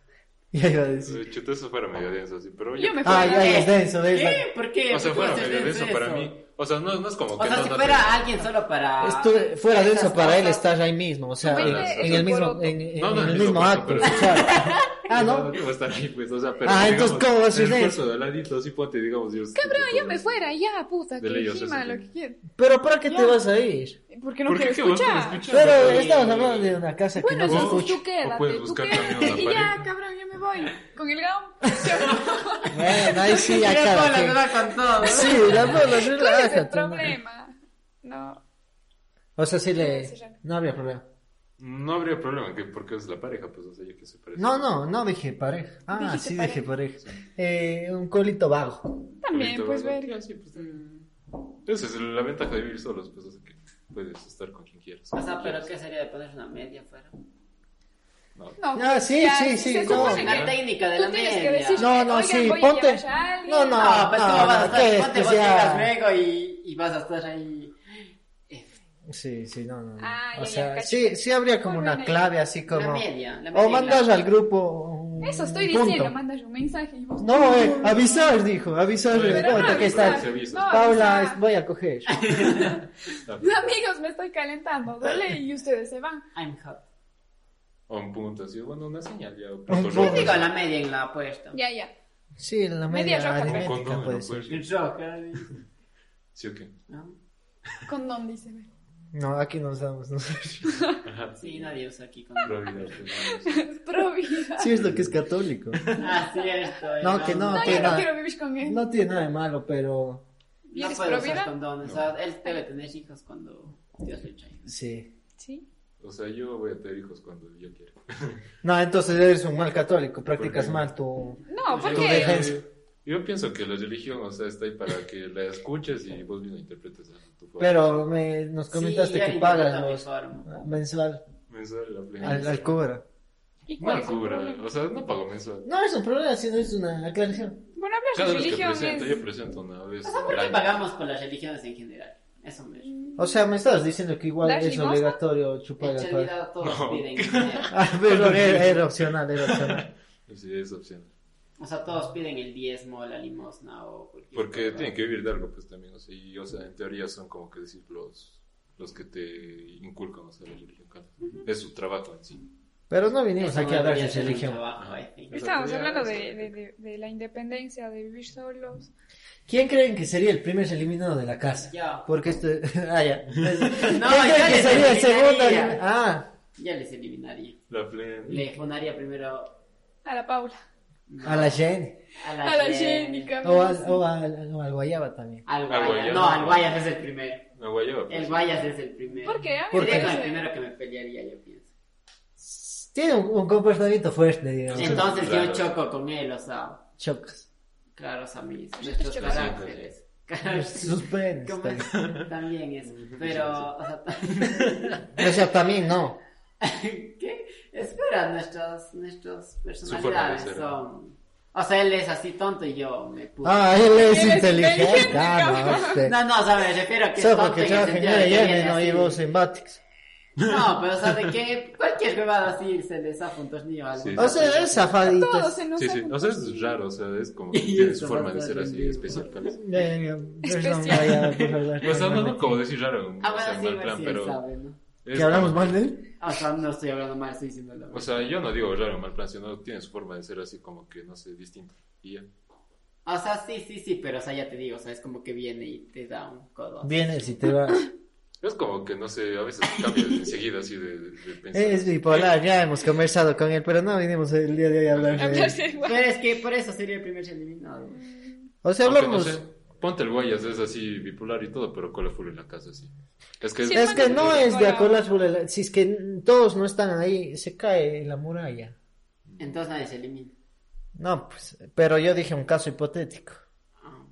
[SPEAKER 2] Ya iba a decir.
[SPEAKER 5] eh, chuta, eso fuera medio denso, sí, pero
[SPEAKER 4] Yo me ¿eh? fui.
[SPEAKER 2] Ah,
[SPEAKER 4] a la-
[SPEAKER 2] ya, ya, es denso, denso.
[SPEAKER 3] ¿Qué? ¿Por qué?
[SPEAKER 5] O sea,
[SPEAKER 3] ¿Por qué
[SPEAKER 5] fuera
[SPEAKER 3] vas a
[SPEAKER 5] medio
[SPEAKER 3] hacer
[SPEAKER 5] denso
[SPEAKER 3] eso?
[SPEAKER 5] para mí. O sea, no, no es como
[SPEAKER 3] O
[SPEAKER 5] que
[SPEAKER 3] sea,
[SPEAKER 5] no
[SPEAKER 3] si
[SPEAKER 5] no te-
[SPEAKER 3] fuera alguien solo para...
[SPEAKER 2] Estuve
[SPEAKER 4] Ah,
[SPEAKER 2] fuera de eso
[SPEAKER 3] esas
[SPEAKER 2] para él
[SPEAKER 3] cosas,
[SPEAKER 2] estar ahí mismo, o sea, en,
[SPEAKER 4] Vende
[SPEAKER 2] en
[SPEAKER 5] eso
[SPEAKER 2] el mismo,
[SPEAKER 4] poroto.
[SPEAKER 2] en, en-
[SPEAKER 5] No,
[SPEAKER 2] en
[SPEAKER 5] no, en
[SPEAKER 2] el
[SPEAKER 5] el
[SPEAKER 2] mismo
[SPEAKER 5] mismo,
[SPEAKER 2] acto.
[SPEAKER 5] pero-
[SPEAKER 2] claro. Ah, no.
[SPEAKER 5] no estar ahí, pues, o sea, pero.
[SPEAKER 2] Ah, entonces,
[SPEAKER 5] digamos,
[SPEAKER 2] ¿cómo va a ser
[SPEAKER 5] En el
[SPEAKER 2] eso?
[SPEAKER 5] curso de al ladito, así ponte, digamos, yo.
[SPEAKER 4] Cabrón, yo me fuera, ya, puta. Que
[SPEAKER 5] De ley, yo sé
[SPEAKER 4] encima
[SPEAKER 5] eso,
[SPEAKER 4] lo
[SPEAKER 5] sí.
[SPEAKER 4] que quiera.
[SPEAKER 2] Pero ¿para qué te
[SPEAKER 4] Ya.
[SPEAKER 2] vas a ir?
[SPEAKER 4] Porque no quiero
[SPEAKER 5] vos no
[SPEAKER 4] escuchar.
[SPEAKER 5] escuchas?
[SPEAKER 2] Pero
[SPEAKER 5] O sea,
[SPEAKER 2] estamos hablando de una casa que no
[SPEAKER 4] Bueno,
[SPEAKER 2] se
[SPEAKER 4] entonces
[SPEAKER 2] escucha.
[SPEAKER 4] tú quédate,
[SPEAKER 5] puedes
[SPEAKER 4] tú
[SPEAKER 5] buscar también
[SPEAKER 4] quédate. Y
[SPEAKER 5] una
[SPEAKER 4] ya,
[SPEAKER 5] pareja.
[SPEAKER 4] cabrón, yo me voy. Con el gao.
[SPEAKER 2] Bueno, ahí sí, ya
[SPEAKER 3] Mira,
[SPEAKER 2] cada
[SPEAKER 3] Paula,
[SPEAKER 2] quien.
[SPEAKER 3] se va con todo.
[SPEAKER 2] Sí, la Paula,
[SPEAKER 4] ¿Cuál es el
[SPEAKER 2] relájate.
[SPEAKER 4] problema? No.
[SPEAKER 2] O sea, sí le...
[SPEAKER 4] Sí, sí, ya.
[SPEAKER 2] No habría problema.
[SPEAKER 5] No habría problema, que porque es la pareja, pues, o sea, yo que se parece.
[SPEAKER 2] No, no, no dije pareja. Ah,
[SPEAKER 4] Dijiste
[SPEAKER 2] sí dije pareja. Eh, un colito vago.
[SPEAKER 4] También,
[SPEAKER 5] Ahorita,
[SPEAKER 4] pues
[SPEAKER 5] ¿verdad? Mm.
[SPEAKER 4] ver.
[SPEAKER 5] Esa es la ventaja de vivir solos, pues, o sea, que. puedes estar con quien quieras.
[SPEAKER 3] O sea,
[SPEAKER 5] Como
[SPEAKER 3] pero
[SPEAKER 5] quieras.
[SPEAKER 3] ¿qué sería de poner una media fuera?
[SPEAKER 5] No,
[SPEAKER 4] No,
[SPEAKER 2] No, sí,
[SPEAKER 4] pues, ya,
[SPEAKER 2] sí, sí,
[SPEAKER 4] Se
[SPEAKER 2] no.
[SPEAKER 4] supone
[SPEAKER 3] La
[SPEAKER 4] que
[SPEAKER 3] técnica de
[SPEAKER 4] tú
[SPEAKER 3] la
[SPEAKER 4] tienes
[SPEAKER 3] media.
[SPEAKER 4] que decir,
[SPEAKER 2] No, no,
[SPEAKER 4] oigan,
[SPEAKER 2] sí,
[SPEAKER 4] voy a
[SPEAKER 2] ponte-
[SPEAKER 4] llevar a alguien.
[SPEAKER 2] no, no.
[SPEAKER 3] No, pues
[SPEAKER 2] no,
[SPEAKER 3] ¿cómo vas a
[SPEAKER 2] no, Ah,
[SPEAKER 3] estar?
[SPEAKER 2] qué
[SPEAKER 3] Ponte vos
[SPEAKER 2] especial.
[SPEAKER 3] llegas luego y, y vas a estar ahí.
[SPEAKER 2] Sí, sí, no, no. no.
[SPEAKER 4] Ah, ya,
[SPEAKER 2] o
[SPEAKER 4] ya,
[SPEAKER 2] sea,
[SPEAKER 4] cacho.
[SPEAKER 2] sí, sí habría como
[SPEAKER 4] Muy
[SPEAKER 2] una
[SPEAKER 4] buena
[SPEAKER 2] clave así como...
[SPEAKER 3] La media. La media
[SPEAKER 2] O mandas
[SPEAKER 3] blanca.
[SPEAKER 2] al grupo un
[SPEAKER 4] Eso estoy
[SPEAKER 2] punto.
[SPEAKER 4] diciendo, mandas un mensaje y vos...
[SPEAKER 2] No, eh, avisar, dijo, avisar.
[SPEAKER 5] Pero
[SPEAKER 4] Pero ah,
[SPEAKER 5] no,
[SPEAKER 2] Ponte,
[SPEAKER 4] no,
[SPEAKER 2] aquí
[SPEAKER 5] avisar.
[SPEAKER 2] estás.
[SPEAKER 4] avisar,
[SPEAKER 5] Se avisa.
[SPEAKER 4] no
[SPEAKER 2] Paula,
[SPEAKER 4] avisar.
[SPEAKER 2] es- voy a coger.
[SPEAKER 5] está bien.
[SPEAKER 4] Amigos, me estoy calentando, duele y ustedes se van.
[SPEAKER 3] I'm hot.
[SPEAKER 5] O un punto así, bueno, una señal ya. Un
[SPEAKER 2] punto.
[SPEAKER 3] Yo digo la media en la apuesta.
[SPEAKER 4] Ya, ya.
[SPEAKER 2] Sí, en la
[SPEAKER 4] Media
[SPEAKER 2] media,
[SPEAKER 4] roja.
[SPEAKER 5] Con pues.
[SPEAKER 2] aritmética
[SPEAKER 5] condón,
[SPEAKER 2] puede
[SPEAKER 5] no
[SPEAKER 2] ser.
[SPEAKER 5] puedes.
[SPEAKER 3] El roja.
[SPEAKER 5] Sí, ok.
[SPEAKER 3] ¿no?
[SPEAKER 4] Condón, dice. ve.
[SPEAKER 2] No, aquí nos damos. ¿no? Sí,
[SPEAKER 5] Ajá.
[SPEAKER 3] Sí, nadie usa aquí con.
[SPEAKER 5] Probabilidad, probabilidad.
[SPEAKER 4] Es pro vida.
[SPEAKER 2] es lo que es católico.
[SPEAKER 3] Ah, cierto. eh,
[SPEAKER 2] No, que no,
[SPEAKER 4] No,
[SPEAKER 2] que
[SPEAKER 4] yo no
[SPEAKER 2] no.
[SPEAKER 4] quiero vivir con él.
[SPEAKER 2] No tiene nada de malo, pero
[SPEAKER 4] ¿Y
[SPEAKER 3] No
[SPEAKER 4] eres
[SPEAKER 3] puede
[SPEAKER 4] pro
[SPEAKER 3] usar
[SPEAKER 4] vida?
[SPEAKER 3] condones. O sea, él debe tener hijos cuando Dios le echa hijos.
[SPEAKER 2] sí.
[SPEAKER 4] Sí.
[SPEAKER 5] O sea, yo voy a tener hijos cuando yo quiera.
[SPEAKER 2] No, entonces eres un mal católico, practicas
[SPEAKER 5] Porque-
[SPEAKER 2] mal tu...
[SPEAKER 4] No,
[SPEAKER 2] Tú
[SPEAKER 4] porque...
[SPEAKER 2] dejas-
[SPEAKER 5] Eh, Yo pienso que la religión, o sea, está ahí para que la escuches y vos mismo interpretes a tu forma.
[SPEAKER 2] Pero me, nos comentaste
[SPEAKER 3] Sí,
[SPEAKER 2] que
[SPEAKER 3] ya
[SPEAKER 2] pagas
[SPEAKER 3] interpreta mi
[SPEAKER 2] los
[SPEAKER 3] forma.
[SPEAKER 2] mensual
[SPEAKER 5] Mensual, la plena.
[SPEAKER 2] al, al cobra.
[SPEAKER 4] ¿Y
[SPEAKER 5] No
[SPEAKER 4] cuál
[SPEAKER 5] al
[SPEAKER 4] es el
[SPEAKER 5] cubra,
[SPEAKER 4] problema?
[SPEAKER 5] o sea, no pago mensual.
[SPEAKER 2] No es un problema, sino es una aclaración.
[SPEAKER 4] Bueno, hablar
[SPEAKER 5] Cada
[SPEAKER 4] de
[SPEAKER 5] vez que
[SPEAKER 4] religión
[SPEAKER 5] presento, yo
[SPEAKER 4] es...
[SPEAKER 5] presento una vez.
[SPEAKER 3] O sea, ¿por
[SPEAKER 5] al
[SPEAKER 3] qué
[SPEAKER 5] año.
[SPEAKER 3] pagamos por las religiones en general? Eso me.
[SPEAKER 2] O sea, me estabas diciendo que igual
[SPEAKER 4] ¿Dar
[SPEAKER 2] es
[SPEAKER 4] limosna?
[SPEAKER 2] obligatorio chupar
[SPEAKER 3] En
[SPEAKER 2] alcohol.
[SPEAKER 3] realidad todos
[SPEAKER 5] No.
[SPEAKER 3] piden dinero.
[SPEAKER 2] Ah, perdón, era, era opcional, era opcional.
[SPEAKER 5] Sí, es opcional.
[SPEAKER 3] O sea, todos piden el diezmo, la limosna o cualquier
[SPEAKER 5] Porque
[SPEAKER 3] cosa.
[SPEAKER 5] tienen que vivir de algo, pues también. O sea, y, o sea, en teoría son como que decir los, los que te inculcan, o sea, la religión. claro. Es su trabajo en sí.
[SPEAKER 2] Pero no vinimos
[SPEAKER 3] Eso
[SPEAKER 2] aquí a hablar
[SPEAKER 3] debería
[SPEAKER 2] de
[SPEAKER 3] ser un
[SPEAKER 2] religión.
[SPEAKER 3] trabajo, I think.
[SPEAKER 4] Estábamos hablando de, de, de- de la independencia, de vivir solos.
[SPEAKER 2] ¿Quién creen que sería el primer eliminado de la casa?
[SPEAKER 3] Ya.
[SPEAKER 2] Porque esto... Ah, ya. ¿Quién
[SPEAKER 3] No,
[SPEAKER 2] creen
[SPEAKER 3] ya
[SPEAKER 2] que
[SPEAKER 3] les
[SPEAKER 2] sería el segundo?
[SPEAKER 3] eliminaría.
[SPEAKER 2] elim- Ah,
[SPEAKER 3] Ya les eliminaría.
[SPEAKER 5] La plena.
[SPEAKER 3] Le funaría primero
[SPEAKER 4] A la Paula.
[SPEAKER 2] a la Jenny.
[SPEAKER 3] a la,
[SPEAKER 4] A la
[SPEAKER 3] Jenny.
[SPEAKER 4] Jenny, Camila.
[SPEAKER 2] O al, o al, o al guayaba también.
[SPEAKER 3] Al
[SPEAKER 5] Al
[SPEAKER 3] Guayas.
[SPEAKER 5] Guayas.
[SPEAKER 3] No, al Guayas es el primero.
[SPEAKER 5] La guayaba, pues.
[SPEAKER 3] El Guayas es el primero.
[SPEAKER 4] ¿Por qué? A mí
[SPEAKER 2] ¿Por
[SPEAKER 4] me
[SPEAKER 2] qué?
[SPEAKER 3] Sería con el
[SPEAKER 4] parece-
[SPEAKER 3] primero que me pelearía, yo pienso.
[SPEAKER 2] Tiene un, un comportamiento fuerte, digamos.
[SPEAKER 3] Entonces
[SPEAKER 5] Claro.
[SPEAKER 3] yo choco con él, o sea,
[SPEAKER 2] Chocas.
[SPEAKER 3] claro, o sea, mis,
[SPEAKER 4] Yo
[SPEAKER 3] nuestros
[SPEAKER 4] te choco.
[SPEAKER 3] caracteres.
[SPEAKER 2] Sus penes.
[SPEAKER 3] Ah, ¿Cómo
[SPEAKER 2] también.
[SPEAKER 3] es? También es. Pero, o sea,
[SPEAKER 2] O sea, también no.
[SPEAKER 3] ¿Qué? Espera, nuestras, nuestras personalidades
[SPEAKER 5] ser.
[SPEAKER 3] son... O sea, él es así tonto y yo me puto.
[SPEAKER 2] Ah, él es
[SPEAKER 4] Eres
[SPEAKER 2] inteligente.
[SPEAKER 4] inteligente,
[SPEAKER 2] Ah, no,
[SPEAKER 4] cabrón.
[SPEAKER 2] este.
[SPEAKER 3] No, no, o sea, me refiero que es
[SPEAKER 2] Solo
[SPEAKER 3] tonto
[SPEAKER 2] porque
[SPEAKER 3] en el
[SPEAKER 2] trabaja en
[SPEAKER 3] sentido
[SPEAKER 2] Nueva
[SPEAKER 3] de que
[SPEAKER 2] York
[SPEAKER 3] viene
[SPEAKER 2] y no
[SPEAKER 3] así.
[SPEAKER 2] y vos en Batix.
[SPEAKER 3] No, pero o sea, de que cualquier huevada así se le zafa un tornillo o algo.
[SPEAKER 5] Sí,
[SPEAKER 2] O sea, es zafadito.
[SPEAKER 4] Todos se nos
[SPEAKER 5] Sí, sí.
[SPEAKER 4] hacen
[SPEAKER 5] O sea, es raro, o sea, es como que
[SPEAKER 3] Y
[SPEAKER 5] tiene
[SPEAKER 3] eso
[SPEAKER 5] su forma de
[SPEAKER 3] bastante
[SPEAKER 5] ser así
[SPEAKER 3] vivo.
[SPEAKER 5] especial, tal vez.
[SPEAKER 2] Eh, Perdón,
[SPEAKER 4] Especial.
[SPEAKER 2] guayaba, por favor.
[SPEAKER 5] O sea, no, Pues, no como decir raro,
[SPEAKER 3] Ah,
[SPEAKER 5] o
[SPEAKER 3] bueno,
[SPEAKER 5] sea,
[SPEAKER 3] sí,
[SPEAKER 5] mal
[SPEAKER 3] igual
[SPEAKER 5] plan,
[SPEAKER 3] sí, él
[SPEAKER 5] pero...
[SPEAKER 3] sabe, ¿no? Ah,
[SPEAKER 5] es
[SPEAKER 2] ¿Que hablamos
[SPEAKER 5] como-
[SPEAKER 2] mal de él?
[SPEAKER 3] O sea, no estoy hablando mal, estoy diciendo la
[SPEAKER 5] O
[SPEAKER 3] verdad.
[SPEAKER 5] sea, yo no digo raro, mal plan, sino tiene su forma de ser así como que, no sé, distinta. Y ya.
[SPEAKER 3] O sea, sí, sí, sí, pero o sea, ya te digo, o sea, es como que viene y te da un codo.
[SPEAKER 2] Vienes y te vas.
[SPEAKER 5] Es como que, no sé, a veces cambia de enseguida así de, de- de pensar.
[SPEAKER 2] Es bipolar, ya hemos conversado con él, pero no vinimos el día de hoy a hablar de
[SPEAKER 4] hablar
[SPEAKER 2] él.
[SPEAKER 4] de igual.
[SPEAKER 3] Pero es que por eso sería el primer eliminado.
[SPEAKER 2] O sea,
[SPEAKER 5] Aunque, no
[SPEAKER 2] hablamos.
[SPEAKER 5] sé, ponte el guayas, es así bipolar y todo, pero con la full en la casa, sí. Es que...
[SPEAKER 4] Sí,
[SPEAKER 2] Es que no es de
[SPEAKER 4] Hola.
[SPEAKER 2] acolátulo, si es que todos no están ahí, se cae la muralla.
[SPEAKER 3] Entonces nadie se elimina.
[SPEAKER 2] No, pues, pero yo dije un caso hipotético.
[SPEAKER 3] Ah.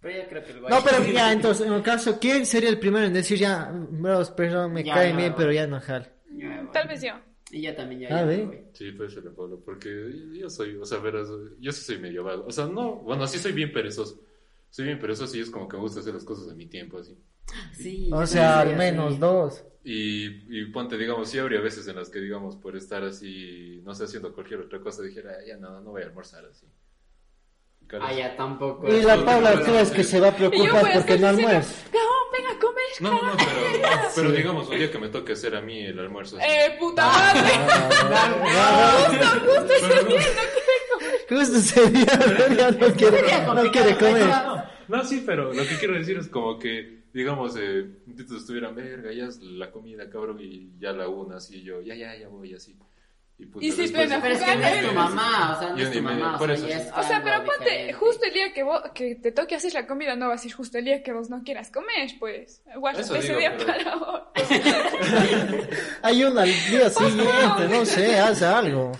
[SPEAKER 3] Pero yo creo que el guay.
[SPEAKER 2] No, pero ya, entonces, en el caso, ¿quién sería el primero en decir ya, bros, perdón, me
[SPEAKER 3] Ya,
[SPEAKER 2] cae
[SPEAKER 3] ya,
[SPEAKER 2] bien,
[SPEAKER 3] ya.
[SPEAKER 2] pero ya no jala?
[SPEAKER 3] Yo me voy.
[SPEAKER 4] Tal vez yo.
[SPEAKER 3] Y yo también ya.
[SPEAKER 2] Ah,
[SPEAKER 3] ya me
[SPEAKER 2] ¿ve?
[SPEAKER 3] voy.
[SPEAKER 5] Sí, puede ser, Pablo, porque yo soy, o sea, verás, yo sí soy medio vago. O sea, no, bueno, sí soy bien perezoso. Soy bien perezoso y es como que me gusta hacer las cosas a mi tiempo, así.
[SPEAKER 3] Sí.
[SPEAKER 2] O sea,
[SPEAKER 3] sí,
[SPEAKER 2] al menos
[SPEAKER 3] sí.
[SPEAKER 2] dos.
[SPEAKER 5] Y, y ponte, digamos, sí habría veces en las que, digamos, por estar así, no sé, haciendo cualquier otra cosa, dijera, "Ah, ya no, no voy a almorzar así. Claro.
[SPEAKER 3] Ah, ya tampoco.
[SPEAKER 2] Y la Paula,
[SPEAKER 5] no,
[SPEAKER 2] ¿tú
[SPEAKER 5] no,
[SPEAKER 2] es
[SPEAKER 5] no,
[SPEAKER 2] que
[SPEAKER 5] no.
[SPEAKER 2] se va a
[SPEAKER 3] pues,
[SPEAKER 4] Y yo pues, voy
[SPEAKER 2] preocupar
[SPEAKER 4] a
[SPEAKER 2] porque
[SPEAKER 4] estar
[SPEAKER 2] no
[SPEAKER 4] diciendo,
[SPEAKER 2] almuerza?
[SPEAKER 4] Gabón, ven a comer,
[SPEAKER 5] No, no, no, pero, pero
[SPEAKER 2] Sí.
[SPEAKER 5] digamos, un día que me toque hacer a mí el almuerzo. así.
[SPEAKER 4] ¡Eh, puta madre!
[SPEAKER 5] Pero no,
[SPEAKER 2] Justo ese día, pero ya no quiere, no quiere comer.
[SPEAKER 5] no, sí, pero lo que quiero decir es como que, digamos, eh, entonces estuvieran, verga, ya es la comida, cabrón, y ya la una, así, yo, ya, ya, ya voy, así. Y, puta,
[SPEAKER 4] Y sí,
[SPEAKER 5] después- eh,
[SPEAKER 4] plena,
[SPEAKER 3] Pero es que no es tu mamá, o sea, no
[SPEAKER 5] Yo
[SPEAKER 3] es
[SPEAKER 5] ni
[SPEAKER 3] tu
[SPEAKER 5] me-
[SPEAKER 3] mamá.
[SPEAKER 5] por
[SPEAKER 3] o
[SPEAKER 5] eso
[SPEAKER 3] sea, ya
[SPEAKER 5] sí.
[SPEAKER 3] es
[SPEAKER 4] O sea,
[SPEAKER 3] algo
[SPEAKER 4] pero ponte,
[SPEAKER 3] Ah, diferente.
[SPEAKER 4] justo el día que, vos, que te toque hacer la comida no va a ser justo el día que vos no quieras comer, pues. Guárdate
[SPEAKER 5] Eso
[SPEAKER 4] ese
[SPEAKER 5] digo,
[SPEAKER 4] día
[SPEAKER 5] pero-
[SPEAKER 4] para vos.
[SPEAKER 2] Hay una al día siguiente, no sé, haz algo.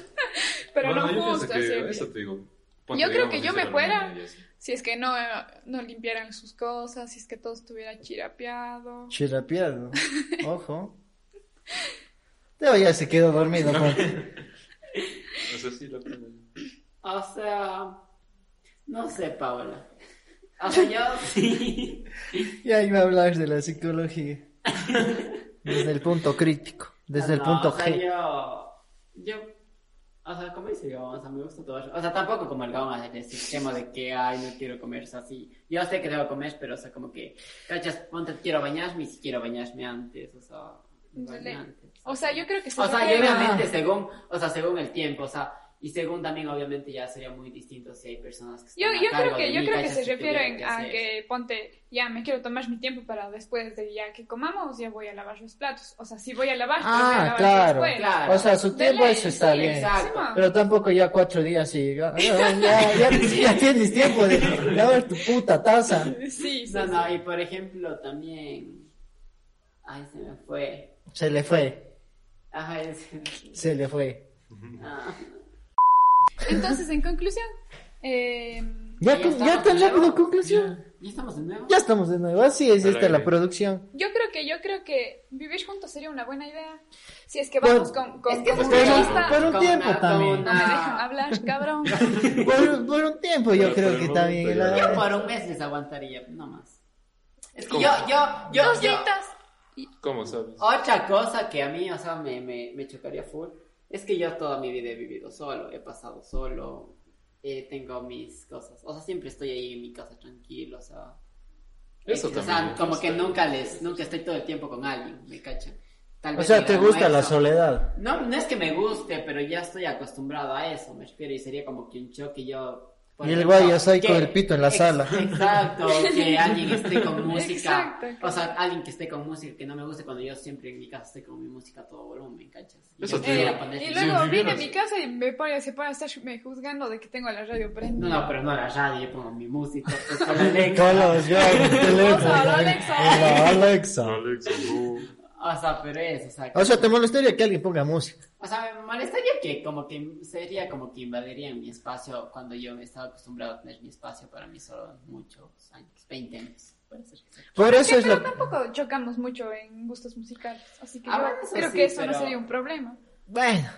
[SPEAKER 4] Pero
[SPEAKER 5] Bueno,
[SPEAKER 4] no
[SPEAKER 5] yo pienso
[SPEAKER 4] justo
[SPEAKER 5] que
[SPEAKER 4] ese día.
[SPEAKER 5] eso te digo.
[SPEAKER 4] Yo creo que
[SPEAKER 5] digamos,
[SPEAKER 4] yo
[SPEAKER 5] hacer
[SPEAKER 4] me
[SPEAKER 5] algo
[SPEAKER 4] fuera.
[SPEAKER 5] y así.
[SPEAKER 4] Si es que no, no limpiaran sus cosas, si es que todo estuviera chirapeado.
[SPEAKER 2] Chirapiado. Ojo. Teo ya se quedó dormido. pa.
[SPEAKER 5] O sea, sí, la pena.
[SPEAKER 3] O sea, no sé, Paola. O sea, yo sí.
[SPEAKER 2] Ya iba a hablar de la psicología. Desde el punto crítico. Desde el
[SPEAKER 3] No,
[SPEAKER 2] punto
[SPEAKER 3] o sea,
[SPEAKER 2] G.
[SPEAKER 3] Yo, yo, o sea, como dice Gabón, o sea, me gusta todo eso. O sea, tampoco como el Gabón hacer el sistema de que, ay, no quiero comer, o sea, sí. Yo sé que debo comer, pero, o sea, como que, cachas, ponte, quiero bañarme y si quiero bañarme antes, o sea,
[SPEAKER 4] Dale.
[SPEAKER 3] bañarme antes.
[SPEAKER 4] O sea, yo creo que se
[SPEAKER 3] O sea, y
[SPEAKER 4] refiere a-
[SPEAKER 3] obviamente según, o sea, según el tiempo, o sea, y según también obviamente ya sería muy distinto si hay personas que
[SPEAKER 4] Yo,
[SPEAKER 3] están a
[SPEAKER 4] yo creo
[SPEAKER 3] cargo
[SPEAKER 4] que,
[SPEAKER 3] de
[SPEAKER 4] yo
[SPEAKER 3] mí,
[SPEAKER 4] creo que
[SPEAKER 3] cachas,
[SPEAKER 4] se
[SPEAKER 3] tuvieran
[SPEAKER 4] refieren
[SPEAKER 3] que
[SPEAKER 4] a
[SPEAKER 3] hacer-
[SPEAKER 4] que ponte, ya me quiero tomar mi tiempo para después de ya que comamos, ya voy a lavar los platos. O sea, si voy a lavar, pero voy a
[SPEAKER 2] Ah,
[SPEAKER 4] lavar
[SPEAKER 2] claro.
[SPEAKER 4] después.
[SPEAKER 3] Claro.
[SPEAKER 2] O sea, su
[SPEAKER 4] De
[SPEAKER 2] tiempo
[SPEAKER 4] ley,
[SPEAKER 2] eso está
[SPEAKER 4] sí,
[SPEAKER 2] bien.
[SPEAKER 3] exacto.
[SPEAKER 2] Pero tampoco ya cuatro días y ya, ya, ya- ya tienes tiempo de lavar tu puta taza.
[SPEAKER 4] Sí, sí,
[SPEAKER 3] No,
[SPEAKER 4] sí.
[SPEAKER 3] no, y por ejemplo también, ay, se me fue.
[SPEAKER 2] Se le fue,
[SPEAKER 3] Ajá, es-
[SPEAKER 2] se le fue.
[SPEAKER 3] Ah.
[SPEAKER 4] Entonces, en conclusión, eh,
[SPEAKER 2] Ya, con- ya tan
[SPEAKER 3] de
[SPEAKER 2] rápido
[SPEAKER 3] nuevo.
[SPEAKER 2] conclusión.
[SPEAKER 3] Ya, ya estamos de nuevo.
[SPEAKER 2] Ya estamos de nuevo. Así es,
[SPEAKER 5] Al
[SPEAKER 2] esta es la
[SPEAKER 5] aire.
[SPEAKER 2] producción.
[SPEAKER 4] yo creo que yo creo que vivir juntos sería una buena idea. Si es Ah. que
[SPEAKER 2] Pero-
[SPEAKER 4] vamos con, con, con
[SPEAKER 2] pero-
[SPEAKER 4] mucha
[SPEAKER 2] pero-
[SPEAKER 4] vista.
[SPEAKER 2] un
[SPEAKER 3] Con
[SPEAKER 2] tiempo
[SPEAKER 3] una- con
[SPEAKER 2] también.
[SPEAKER 4] No
[SPEAKER 3] una-
[SPEAKER 4] me dejan hablar, cabrón.
[SPEAKER 2] Por, por un tiempo yo
[SPEAKER 5] Pero por
[SPEAKER 2] creo
[SPEAKER 5] el
[SPEAKER 2] que
[SPEAKER 5] momento
[SPEAKER 2] también.
[SPEAKER 5] ya
[SPEAKER 2] la-
[SPEAKER 5] no.
[SPEAKER 3] Por un mes les aguantaría, no más. Es que
[SPEAKER 5] ¿Cómo?
[SPEAKER 3] yo, yo, yo,
[SPEAKER 4] Dos
[SPEAKER 3] yo-
[SPEAKER 4] citas.
[SPEAKER 5] ¿Cómo sabes?
[SPEAKER 3] Otra cosa que a mí, o sea, me, me, me chocaría full, es que yo toda mi vida he vivido solo, he pasado solo, eh, tengo mis cosas, o sea, siempre estoy ahí en mi casa tranquilo, o sea,
[SPEAKER 5] Eso
[SPEAKER 3] eh, o
[SPEAKER 5] también.
[SPEAKER 3] sea, como que
[SPEAKER 5] Está bien.
[SPEAKER 3] nunca les, nunca estoy todo el tiempo con alguien, me cachan. Tal
[SPEAKER 2] O
[SPEAKER 3] vez
[SPEAKER 2] sea,
[SPEAKER 3] me
[SPEAKER 2] te
[SPEAKER 3] gano
[SPEAKER 2] gusta la
[SPEAKER 3] eso.
[SPEAKER 2] soledad.
[SPEAKER 3] No, no es que me guste, pero ya estoy acostumbrado a eso, me refiero, y sería como que un choque yo... por
[SPEAKER 2] Y el
[SPEAKER 3] ejemplo,
[SPEAKER 2] guay, yo soy
[SPEAKER 3] que-
[SPEAKER 2] con el pito en la sala.
[SPEAKER 3] Exacto, que alguien esté con música,
[SPEAKER 4] Exacto.
[SPEAKER 3] o sea, alguien que esté con música que no me guste cuando yo siempre en mi casa estoy con mi música a todo volumen, ¿cachas? Y
[SPEAKER 5] Eso
[SPEAKER 3] yo
[SPEAKER 5] te
[SPEAKER 3] quisiera
[SPEAKER 5] digo.
[SPEAKER 3] poner-
[SPEAKER 4] Eh, y
[SPEAKER 5] Sí,
[SPEAKER 4] luego
[SPEAKER 5] sí,
[SPEAKER 4] viene a
[SPEAKER 5] sí.
[SPEAKER 4] mi casa y me pone, se pone a estar me juzgando de que tengo la radio
[SPEAKER 3] No,
[SPEAKER 4] prendida.
[SPEAKER 3] no, pero no la radio, yo pongo mi música, pues con la letra.
[SPEAKER 2] Con los yo, el teléfono.
[SPEAKER 4] Hola, Alexa.
[SPEAKER 2] Hola, Alexa.
[SPEAKER 5] Alex, no.
[SPEAKER 3] O sea, pero es, o sea, que-
[SPEAKER 2] O sea, ¿te molestaría que alguien ponga música?
[SPEAKER 3] o sea, me molestaría que como que sería como que invadirían mi espacio cuando yo estaba acostumbrado a tener mi espacio para mí solo muchos años, 20 años, puede ser que sea.
[SPEAKER 2] Por
[SPEAKER 4] Sí,
[SPEAKER 2] eso es
[SPEAKER 4] pero
[SPEAKER 2] lo...
[SPEAKER 4] tampoco chocamos mucho en gustos musicales, así que
[SPEAKER 3] Ah,
[SPEAKER 4] yo
[SPEAKER 3] bueno, eso
[SPEAKER 4] creo
[SPEAKER 3] sí,
[SPEAKER 4] que eso no
[SPEAKER 3] pero-
[SPEAKER 4] sería un problema.
[SPEAKER 2] Bueno,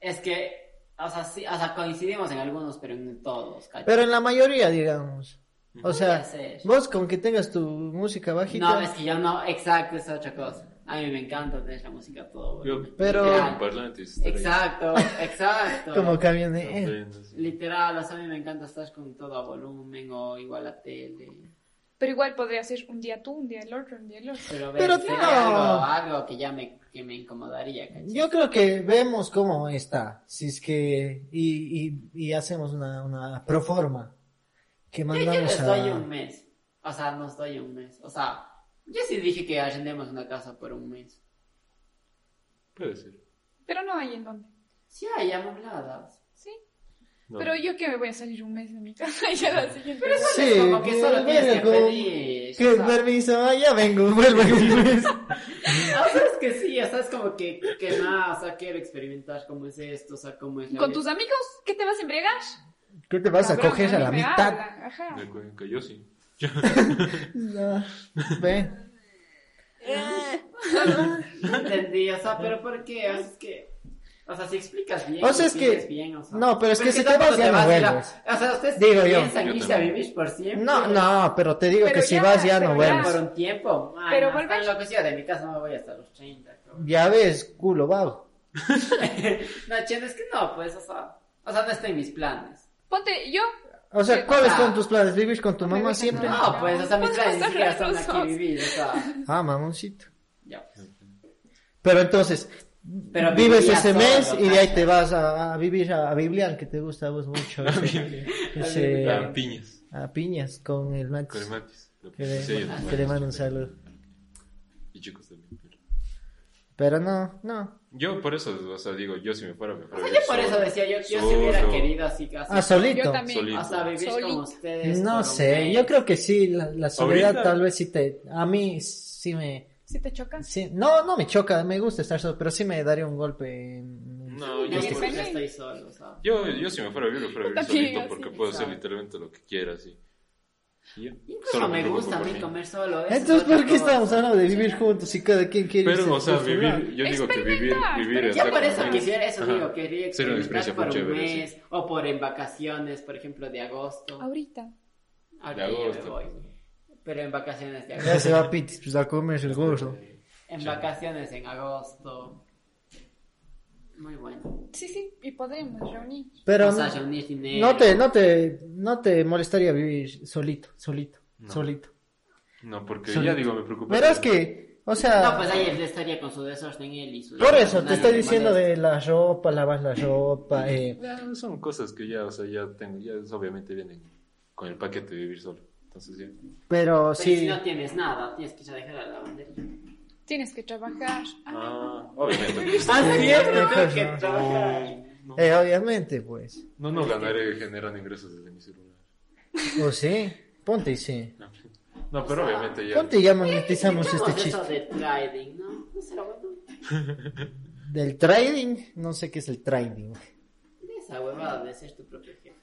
[SPEAKER 3] Es que, o sea, sí, o sea, coincidimos en algunos, pero no en todos, ¿cachas?
[SPEAKER 2] pero en la mayoría, digamos. O sea,
[SPEAKER 3] Podría ser.
[SPEAKER 2] vos con que tengas tu música bajita...
[SPEAKER 3] No, es que yo no, exacto, es otra cosa. A mí me encanta tener la música a todo.
[SPEAKER 5] Yo-
[SPEAKER 3] volumen.
[SPEAKER 2] Pero-
[SPEAKER 5] Con
[SPEAKER 3] Literal.
[SPEAKER 5] parlantes.
[SPEAKER 3] Exacto, exacto.
[SPEAKER 2] Como camionero.
[SPEAKER 5] Apenas.
[SPEAKER 3] Literal, o sea, a mí me encanta estar con todo a volumen o igual a tele.
[SPEAKER 4] Pero igual podría ser un día tú, un día el otro, un día el otro.
[SPEAKER 3] Pero,
[SPEAKER 2] Pero
[SPEAKER 3] ves, sería
[SPEAKER 2] no.
[SPEAKER 3] algo, algo que ya me, que me incomodaría, ¿cachai?
[SPEAKER 2] Yo creo que vemos cómo está. Si es que... Y, y, y hacemos una, una proforma. Que
[SPEAKER 3] Yo, yo
[SPEAKER 2] mandamos
[SPEAKER 3] les doy un
[SPEAKER 2] Pues a...
[SPEAKER 3] mes. O sea, nos doy un mes. O sea, yo sí dije que arrendemos una casa por un mes.
[SPEAKER 5] Puede ser.
[SPEAKER 4] Pero no hay en dónde,
[SPEAKER 3] Sí, hay amobladas.
[SPEAKER 4] ¿sí?
[SPEAKER 5] No.
[SPEAKER 4] Pero yo que me voy a salir un mes de mi casa y a la siguiente. Pero
[SPEAKER 3] Eso es como que solo tienes que
[SPEAKER 2] como-
[SPEAKER 3] pedir.
[SPEAKER 2] Que
[SPEAKER 3] o sea.
[SPEAKER 2] permiso, ah, ya vengo, vuelvo en un mes.
[SPEAKER 3] O sea, es que sí, o sea, es como que, que nada, o sea, quiero experimentar cómo es esto, o sea, cómo es la
[SPEAKER 4] ¿Con
[SPEAKER 3] vida.
[SPEAKER 4] tus amigos? ¿Qué te vas a embriagar?
[SPEAKER 2] ¿Qué te vas a
[SPEAKER 4] Cabrón,
[SPEAKER 2] coger a
[SPEAKER 4] mí
[SPEAKER 2] la
[SPEAKER 4] me
[SPEAKER 2] mitad?
[SPEAKER 4] hablan, ajá.
[SPEAKER 5] De Cuenca, yo sí.
[SPEAKER 2] No. Ven.
[SPEAKER 3] No entendí, o sea, pero ¿por qué? O sea, es que... O sea, si explicas bien,
[SPEAKER 2] O sea, es
[SPEAKER 3] si sigues
[SPEAKER 2] que-
[SPEAKER 3] bien, o sea,
[SPEAKER 2] no, pero es que si te
[SPEAKER 3] tampoco
[SPEAKER 2] vas, ya no
[SPEAKER 3] a ir a-
[SPEAKER 2] vuelves.
[SPEAKER 3] O sea, ustedes
[SPEAKER 2] Digo yo.
[SPEAKER 3] piensan
[SPEAKER 5] Yo
[SPEAKER 3] irse a
[SPEAKER 5] también.
[SPEAKER 3] vivir por siempre.
[SPEAKER 2] No, no, pero te digo
[SPEAKER 4] Pero
[SPEAKER 2] que si
[SPEAKER 4] ya,
[SPEAKER 2] vas ya
[SPEAKER 4] pero
[SPEAKER 2] no
[SPEAKER 4] ya.
[SPEAKER 2] vuelves.
[SPEAKER 3] Por un tiempo. Ay,
[SPEAKER 4] Pero
[SPEAKER 3] no,
[SPEAKER 4] vuelves-
[SPEAKER 3] tan loco, sí, de mi casa no me voy hasta los 30. creo.
[SPEAKER 2] Ya ves, culo vago.
[SPEAKER 3] No, chino, es que no, pues, o sea... O sea, no está en mis planes.
[SPEAKER 4] Ponte, yo.
[SPEAKER 2] O
[SPEAKER 4] Sí,
[SPEAKER 2] sea, ¿cuáles
[SPEAKER 3] ah.
[SPEAKER 2] son tus planes? ¿Vivir con tu
[SPEAKER 4] No me
[SPEAKER 2] mamá
[SPEAKER 4] dejan
[SPEAKER 2] siempre?
[SPEAKER 4] nada.
[SPEAKER 3] No, pues, o sea, mis
[SPEAKER 4] Podemos
[SPEAKER 3] planes ni siquiera
[SPEAKER 4] hacer
[SPEAKER 3] son
[SPEAKER 4] los
[SPEAKER 3] aquí
[SPEAKER 4] dos.
[SPEAKER 3] vivir, o sea...
[SPEAKER 2] Ah, mamoncito.
[SPEAKER 3] Ya, pues.
[SPEAKER 2] Pero entonces,
[SPEAKER 3] Pero
[SPEAKER 2] vives
[SPEAKER 3] viviría
[SPEAKER 2] ese
[SPEAKER 3] solo,
[SPEAKER 2] mes y de ahí
[SPEAKER 3] ¿no?
[SPEAKER 2] te vas a, a vivir a, a Biblian, que te gusta a vos mucho. ese- ese-
[SPEAKER 5] Ah, piñas.
[SPEAKER 2] a piñas con el
[SPEAKER 5] Con el
[SPEAKER 2] Max.
[SPEAKER 5] mantis. Lo
[SPEAKER 2] Que le,
[SPEAKER 5] sí, ellos
[SPEAKER 2] que
[SPEAKER 5] mantis.
[SPEAKER 2] le mando un saludo.
[SPEAKER 5] Y chicos también. pero-
[SPEAKER 2] Pero no, no.
[SPEAKER 5] Yo por eso, o sea, digo, yo si me fuera, me
[SPEAKER 3] O
[SPEAKER 5] fuera.
[SPEAKER 3] sea,
[SPEAKER 5] vivir
[SPEAKER 3] yo por eso
[SPEAKER 5] solo.
[SPEAKER 3] decía, yo, yo si
[SPEAKER 5] Solo.
[SPEAKER 3] hubiera querido así casi.
[SPEAKER 2] Ah,
[SPEAKER 4] Yo
[SPEAKER 2] solito.
[SPEAKER 4] también.
[SPEAKER 5] Solito.
[SPEAKER 3] O sea, vivir
[SPEAKER 4] Solito.
[SPEAKER 3] como ustedes. por
[SPEAKER 2] No
[SPEAKER 3] un
[SPEAKER 2] sé,
[SPEAKER 3] mes.
[SPEAKER 2] yo creo que sí, la, la soledad
[SPEAKER 5] Ahorita-
[SPEAKER 2] tal vez sí te... A mí sí me...
[SPEAKER 4] Si te chocas.
[SPEAKER 2] Sí, no, no me choca, me gusta estar solo, pero sí me daría un golpe en, en
[SPEAKER 5] No,
[SPEAKER 3] Yo
[SPEAKER 5] yo,
[SPEAKER 4] Sí,
[SPEAKER 3] siento que
[SPEAKER 4] sí.
[SPEAKER 3] ya estoy solo, o sea.
[SPEAKER 5] yo, yo si me fuera a vivir, me fuera a vivir
[SPEAKER 4] También,
[SPEAKER 5] solito
[SPEAKER 4] así,
[SPEAKER 5] porque puedo hacer
[SPEAKER 3] exacto.
[SPEAKER 5] literalmente lo que quiera, así. Y ya.
[SPEAKER 3] Incluso
[SPEAKER 5] Solo
[SPEAKER 3] me
[SPEAKER 5] preocupo
[SPEAKER 3] gusta a
[SPEAKER 5] por
[SPEAKER 3] mí
[SPEAKER 5] mí.
[SPEAKER 3] comer solo. eso es
[SPEAKER 2] Entonces, ¿por
[SPEAKER 3] otra
[SPEAKER 2] qué
[SPEAKER 3] cosa.
[SPEAKER 2] estamos hablando de vivir juntos y cada quien quiere irse
[SPEAKER 5] Pero, o
[SPEAKER 2] por
[SPEAKER 5] sea,
[SPEAKER 2] su
[SPEAKER 5] vivir,
[SPEAKER 2] lado?
[SPEAKER 5] yo digo que vivir,
[SPEAKER 4] Experimentar,
[SPEAKER 5] vivir
[SPEAKER 4] pero
[SPEAKER 5] en
[SPEAKER 4] ya
[SPEAKER 3] Yo
[SPEAKER 5] esa
[SPEAKER 3] por eso
[SPEAKER 4] Ajá.
[SPEAKER 5] compañía-
[SPEAKER 3] quisiera, eso
[SPEAKER 5] Ajá.
[SPEAKER 3] digo, quería
[SPEAKER 5] Ser una experiencia
[SPEAKER 3] experimentar por
[SPEAKER 5] muy
[SPEAKER 3] un
[SPEAKER 5] chévere, sí.
[SPEAKER 3] mes o por en vacaciones, por ejemplo, de agosto.
[SPEAKER 4] Ahorita.
[SPEAKER 5] De
[SPEAKER 3] Ahorita ya me
[SPEAKER 5] agosto.
[SPEAKER 3] voy. Pero en vacaciones de
[SPEAKER 2] Ya se
[SPEAKER 3] agosto.
[SPEAKER 2] va Pitis, pues a comerse el gordo.
[SPEAKER 3] En vacaciones en agosto. Muy bueno.
[SPEAKER 4] Sí, sí, y podemos reunir.
[SPEAKER 2] Pero
[SPEAKER 3] o sea, reunir dinero.
[SPEAKER 2] no te, no te, no te molestaría vivir solito, solito,
[SPEAKER 5] No.
[SPEAKER 2] solito.
[SPEAKER 5] No, porque
[SPEAKER 2] Solito.
[SPEAKER 5] ya digo, me preocupa.
[SPEAKER 2] Verás que, o sea,
[SPEAKER 3] No, pues ahí él estaría con su desorden él y su...
[SPEAKER 2] por eso te estoy
[SPEAKER 3] Nadie
[SPEAKER 2] diciendo
[SPEAKER 3] molesta.
[SPEAKER 2] de la ropa, lavar la ropa, eh,
[SPEAKER 5] Ya, son cosas que ya, o sea, ya tengo, ya es- obviamente vienen con el paquete de vivir solo. Entonces, ya.
[SPEAKER 2] pero
[SPEAKER 3] Pero si
[SPEAKER 2] sí.
[SPEAKER 3] no tienes nada, tienes que ya dejar la lavandería.
[SPEAKER 4] Tienes que trabajar.
[SPEAKER 5] Ah, obviamente.
[SPEAKER 3] Ah,
[SPEAKER 2] sí,
[SPEAKER 3] siempre
[SPEAKER 2] pues,
[SPEAKER 3] tengo que
[SPEAKER 2] no.
[SPEAKER 3] trabajar.
[SPEAKER 5] No,
[SPEAKER 2] Eh, obviamente, pues.
[SPEAKER 5] no, no ganaré generando ingresos desde mi celular.
[SPEAKER 2] O sí, ponte y sí.
[SPEAKER 5] No, No, pero obviamente ya.
[SPEAKER 2] Ponte y ya monetizamos este
[SPEAKER 3] Digamos
[SPEAKER 2] chiste.
[SPEAKER 3] eso de trading, ¿no? No será bueno.
[SPEAKER 2] Del trading, no sé qué es el trading.
[SPEAKER 3] Esa huevada de ser tu propio jefe.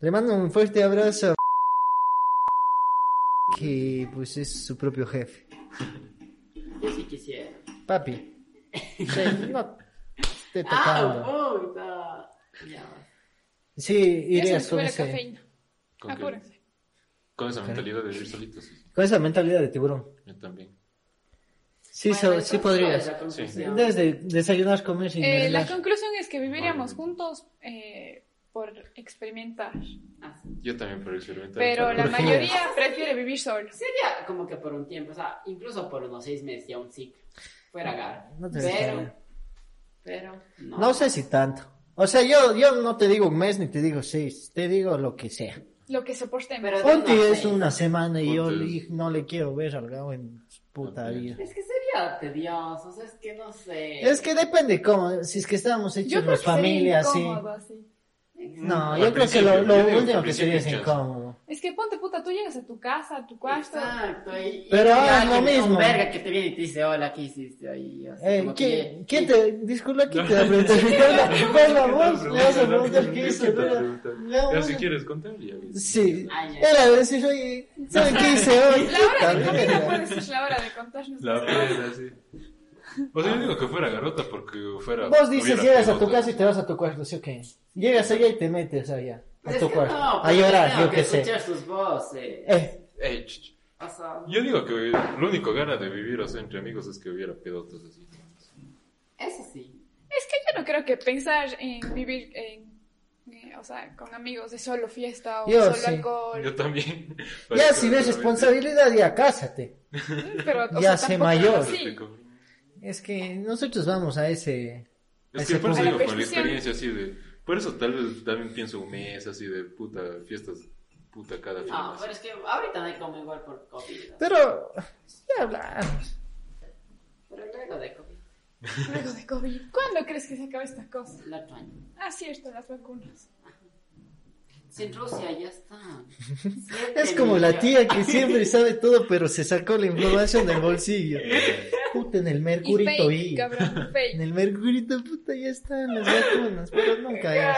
[SPEAKER 2] Le mando un fuerte abrazo a que pues es su propio jefe.
[SPEAKER 3] Yo sí quisiera.
[SPEAKER 2] Papi, sí, no te tocando.
[SPEAKER 3] ¡Ah, puta! Ya.
[SPEAKER 2] Sí,
[SPEAKER 4] Yo oh. se me
[SPEAKER 2] irías
[SPEAKER 4] sube
[SPEAKER 2] con,
[SPEAKER 4] la
[SPEAKER 2] ese-
[SPEAKER 4] cafeína.
[SPEAKER 5] Con, que-
[SPEAKER 4] Apúrense.
[SPEAKER 5] con esa mentalidad de vivir solito, sí.
[SPEAKER 2] con esa mentalidad de tiburón.
[SPEAKER 5] Yo también.
[SPEAKER 2] Sí,
[SPEAKER 3] Bueno,
[SPEAKER 2] so-
[SPEAKER 3] entonces,
[SPEAKER 2] sí podrías.
[SPEAKER 3] ¿cuál es la
[SPEAKER 5] Sí.
[SPEAKER 3] conclusión?
[SPEAKER 2] Debes de desayunar, comer y
[SPEAKER 4] Eh, la
[SPEAKER 2] merendar.
[SPEAKER 4] conclusión es que viviríamos
[SPEAKER 5] Vale.
[SPEAKER 4] juntos eh, por experimentar.
[SPEAKER 3] Ah, sí.
[SPEAKER 5] Yo también por experimentar.
[SPEAKER 4] Pero la
[SPEAKER 2] Por fin.
[SPEAKER 4] mayoría prefiere vivir solo.
[SPEAKER 3] Sería como que por un tiempo, o sea, incluso por unos seis meses ya un ciclo. Fuera gara.
[SPEAKER 2] No te
[SPEAKER 3] pero,
[SPEAKER 2] gusta.
[SPEAKER 3] pero, no.
[SPEAKER 2] No sé si tanto. O sea, yo, yo no te digo un mes ni te digo seis, te digo lo que sea.
[SPEAKER 4] Lo que soportemos.
[SPEAKER 3] Pero-
[SPEAKER 2] Ponte
[SPEAKER 3] No,
[SPEAKER 2] es
[SPEAKER 3] sí.
[SPEAKER 2] una semana y yo
[SPEAKER 5] Ponte.
[SPEAKER 2] le- no le quiero ver al Gabo en su puta
[SPEAKER 5] También.
[SPEAKER 2] vida.
[SPEAKER 3] Es que sería tedioso, o sea, es que no sé.
[SPEAKER 2] Es que depende cómo, si es que estábamos
[SPEAKER 4] Yo
[SPEAKER 2] hechos
[SPEAKER 4] creo
[SPEAKER 2] las
[SPEAKER 4] que sería
[SPEAKER 2] familias, sí.
[SPEAKER 4] incómodo así.
[SPEAKER 2] No,
[SPEAKER 5] Al
[SPEAKER 2] yo creo que lo,
[SPEAKER 5] principio, yo
[SPEAKER 2] lo
[SPEAKER 5] digo que
[SPEAKER 2] último que
[SPEAKER 5] al principio
[SPEAKER 2] sería es
[SPEAKER 5] es chance.
[SPEAKER 2] incómodo.
[SPEAKER 4] Es que ponte puta, tú llegas a tu casa, a tu cuarto.
[SPEAKER 3] Exacto. Y, y
[SPEAKER 2] Pero
[SPEAKER 3] hay
[SPEAKER 2] ahora es lo
[SPEAKER 3] alguien,
[SPEAKER 2] mismo.
[SPEAKER 3] Un verga que te viene y te dice, hola, ¿qué hiciste ahí? Así
[SPEAKER 2] Eh,
[SPEAKER 3] como
[SPEAKER 2] ¿quién,
[SPEAKER 3] que-
[SPEAKER 2] quién te, disculpa, ¿quién te va a preguntar? Hola, vos, le vas a preguntar qué hizo, ¿no? Le
[SPEAKER 5] Ya
[SPEAKER 2] vamos
[SPEAKER 5] si
[SPEAKER 2] a-
[SPEAKER 5] quieres contar, ya.
[SPEAKER 2] Sí,
[SPEAKER 3] Ay, ay.
[SPEAKER 2] era decir, oye, ¿saben qué hice hoy?
[SPEAKER 4] La hora de
[SPEAKER 2] Puta
[SPEAKER 4] cafeína
[SPEAKER 3] pues.
[SPEAKER 2] verga.
[SPEAKER 4] puede ser la hora de contarnos.
[SPEAKER 5] La
[SPEAKER 4] nuestras
[SPEAKER 5] pena, sí. O sea, yo digo que fuera garota porque fuera.
[SPEAKER 2] Vos dices,
[SPEAKER 5] hubiera
[SPEAKER 2] llegas a tu
[SPEAKER 5] pelota.
[SPEAKER 2] casa y te vas a tu cuarto, ¿sí o qué? Llegas allá y te metes allá, a
[SPEAKER 3] Es
[SPEAKER 2] tu
[SPEAKER 3] que
[SPEAKER 2] cuarto,
[SPEAKER 3] no,
[SPEAKER 2] a llorar,
[SPEAKER 3] tengo
[SPEAKER 2] yo
[SPEAKER 3] que
[SPEAKER 2] qué sé.
[SPEAKER 3] escuchar sus voces.
[SPEAKER 2] Eh,
[SPEAKER 5] Ey, ch, ch.
[SPEAKER 3] O sea,
[SPEAKER 5] Yo digo que lo único gana de vivir, o sea, entre amigos es que hubiera pedotas así.
[SPEAKER 3] eso sí.
[SPEAKER 4] Es que yo no creo que pensar en vivir en, eh, o sea, con amigos de solo fiesta o
[SPEAKER 2] Yo
[SPEAKER 4] solo
[SPEAKER 2] sí.
[SPEAKER 4] alcohol.
[SPEAKER 5] Yo también.
[SPEAKER 2] ya si ves responsabilidad, ya cásate.
[SPEAKER 4] Pero, o
[SPEAKER 2] Ya
[SPEAKER 4] sea,
[SPEAKER 2] sé
[SPEAKER 4] tampoco
[SPEAKER 2] mayor.
[SPEAKER 4] así.
[SPEAKER 2] Es que nosotros vamos a ese...
[SPEAKER 5] Es
[SPEAKER 2] Ese
[SPEAKER 5] que por eso
[SPEAKER 4] punto. A la
[SPEAKER 5] digo, por la
[SPEAKER 4] perfección.
[SPEAKER 5] experiencia así de. Por eso tal vez también pienso un mes así de puta, fiestas, puta cada fin.
[SPEAKER 3] No,
[SPEAKER 5] así.
[SPEAKER 3] pero es que ahorita no hay como igual por COVID. ¿no?
[SPEAKER 2] Pero, ya hablamos.
[SPEAKER 3] Pero luego de COVID,
[SPEAKER 4] Luego de COVID. ¿Cuándo crees que se acaba esta cosa?
[SPEAKER 3] el otro año.
[SPEAKER 4] Ah, cierto, las vacunas.
[SPEAKER 3] Sin Rusia ya está. Siete
[SPEAKER 2] Es como la
[SPEAKER 3] millones.
[SPEAKER 2] tía que siempre sabe todo, pero se sacó la información del bolsillo. Puta, en el
[SPEAKER 4] Y
[SPEAKER 2] mercurito
[SPEAKER 4] fake,
[SPEAKER 2] y...
[SPEAKER 4] cabrón,
[SPEAKER 2] En
[SPEAKER 4] fake.
[SPEAKER 2] el mercurito, puta, ya están las vacunas, pero nunca es.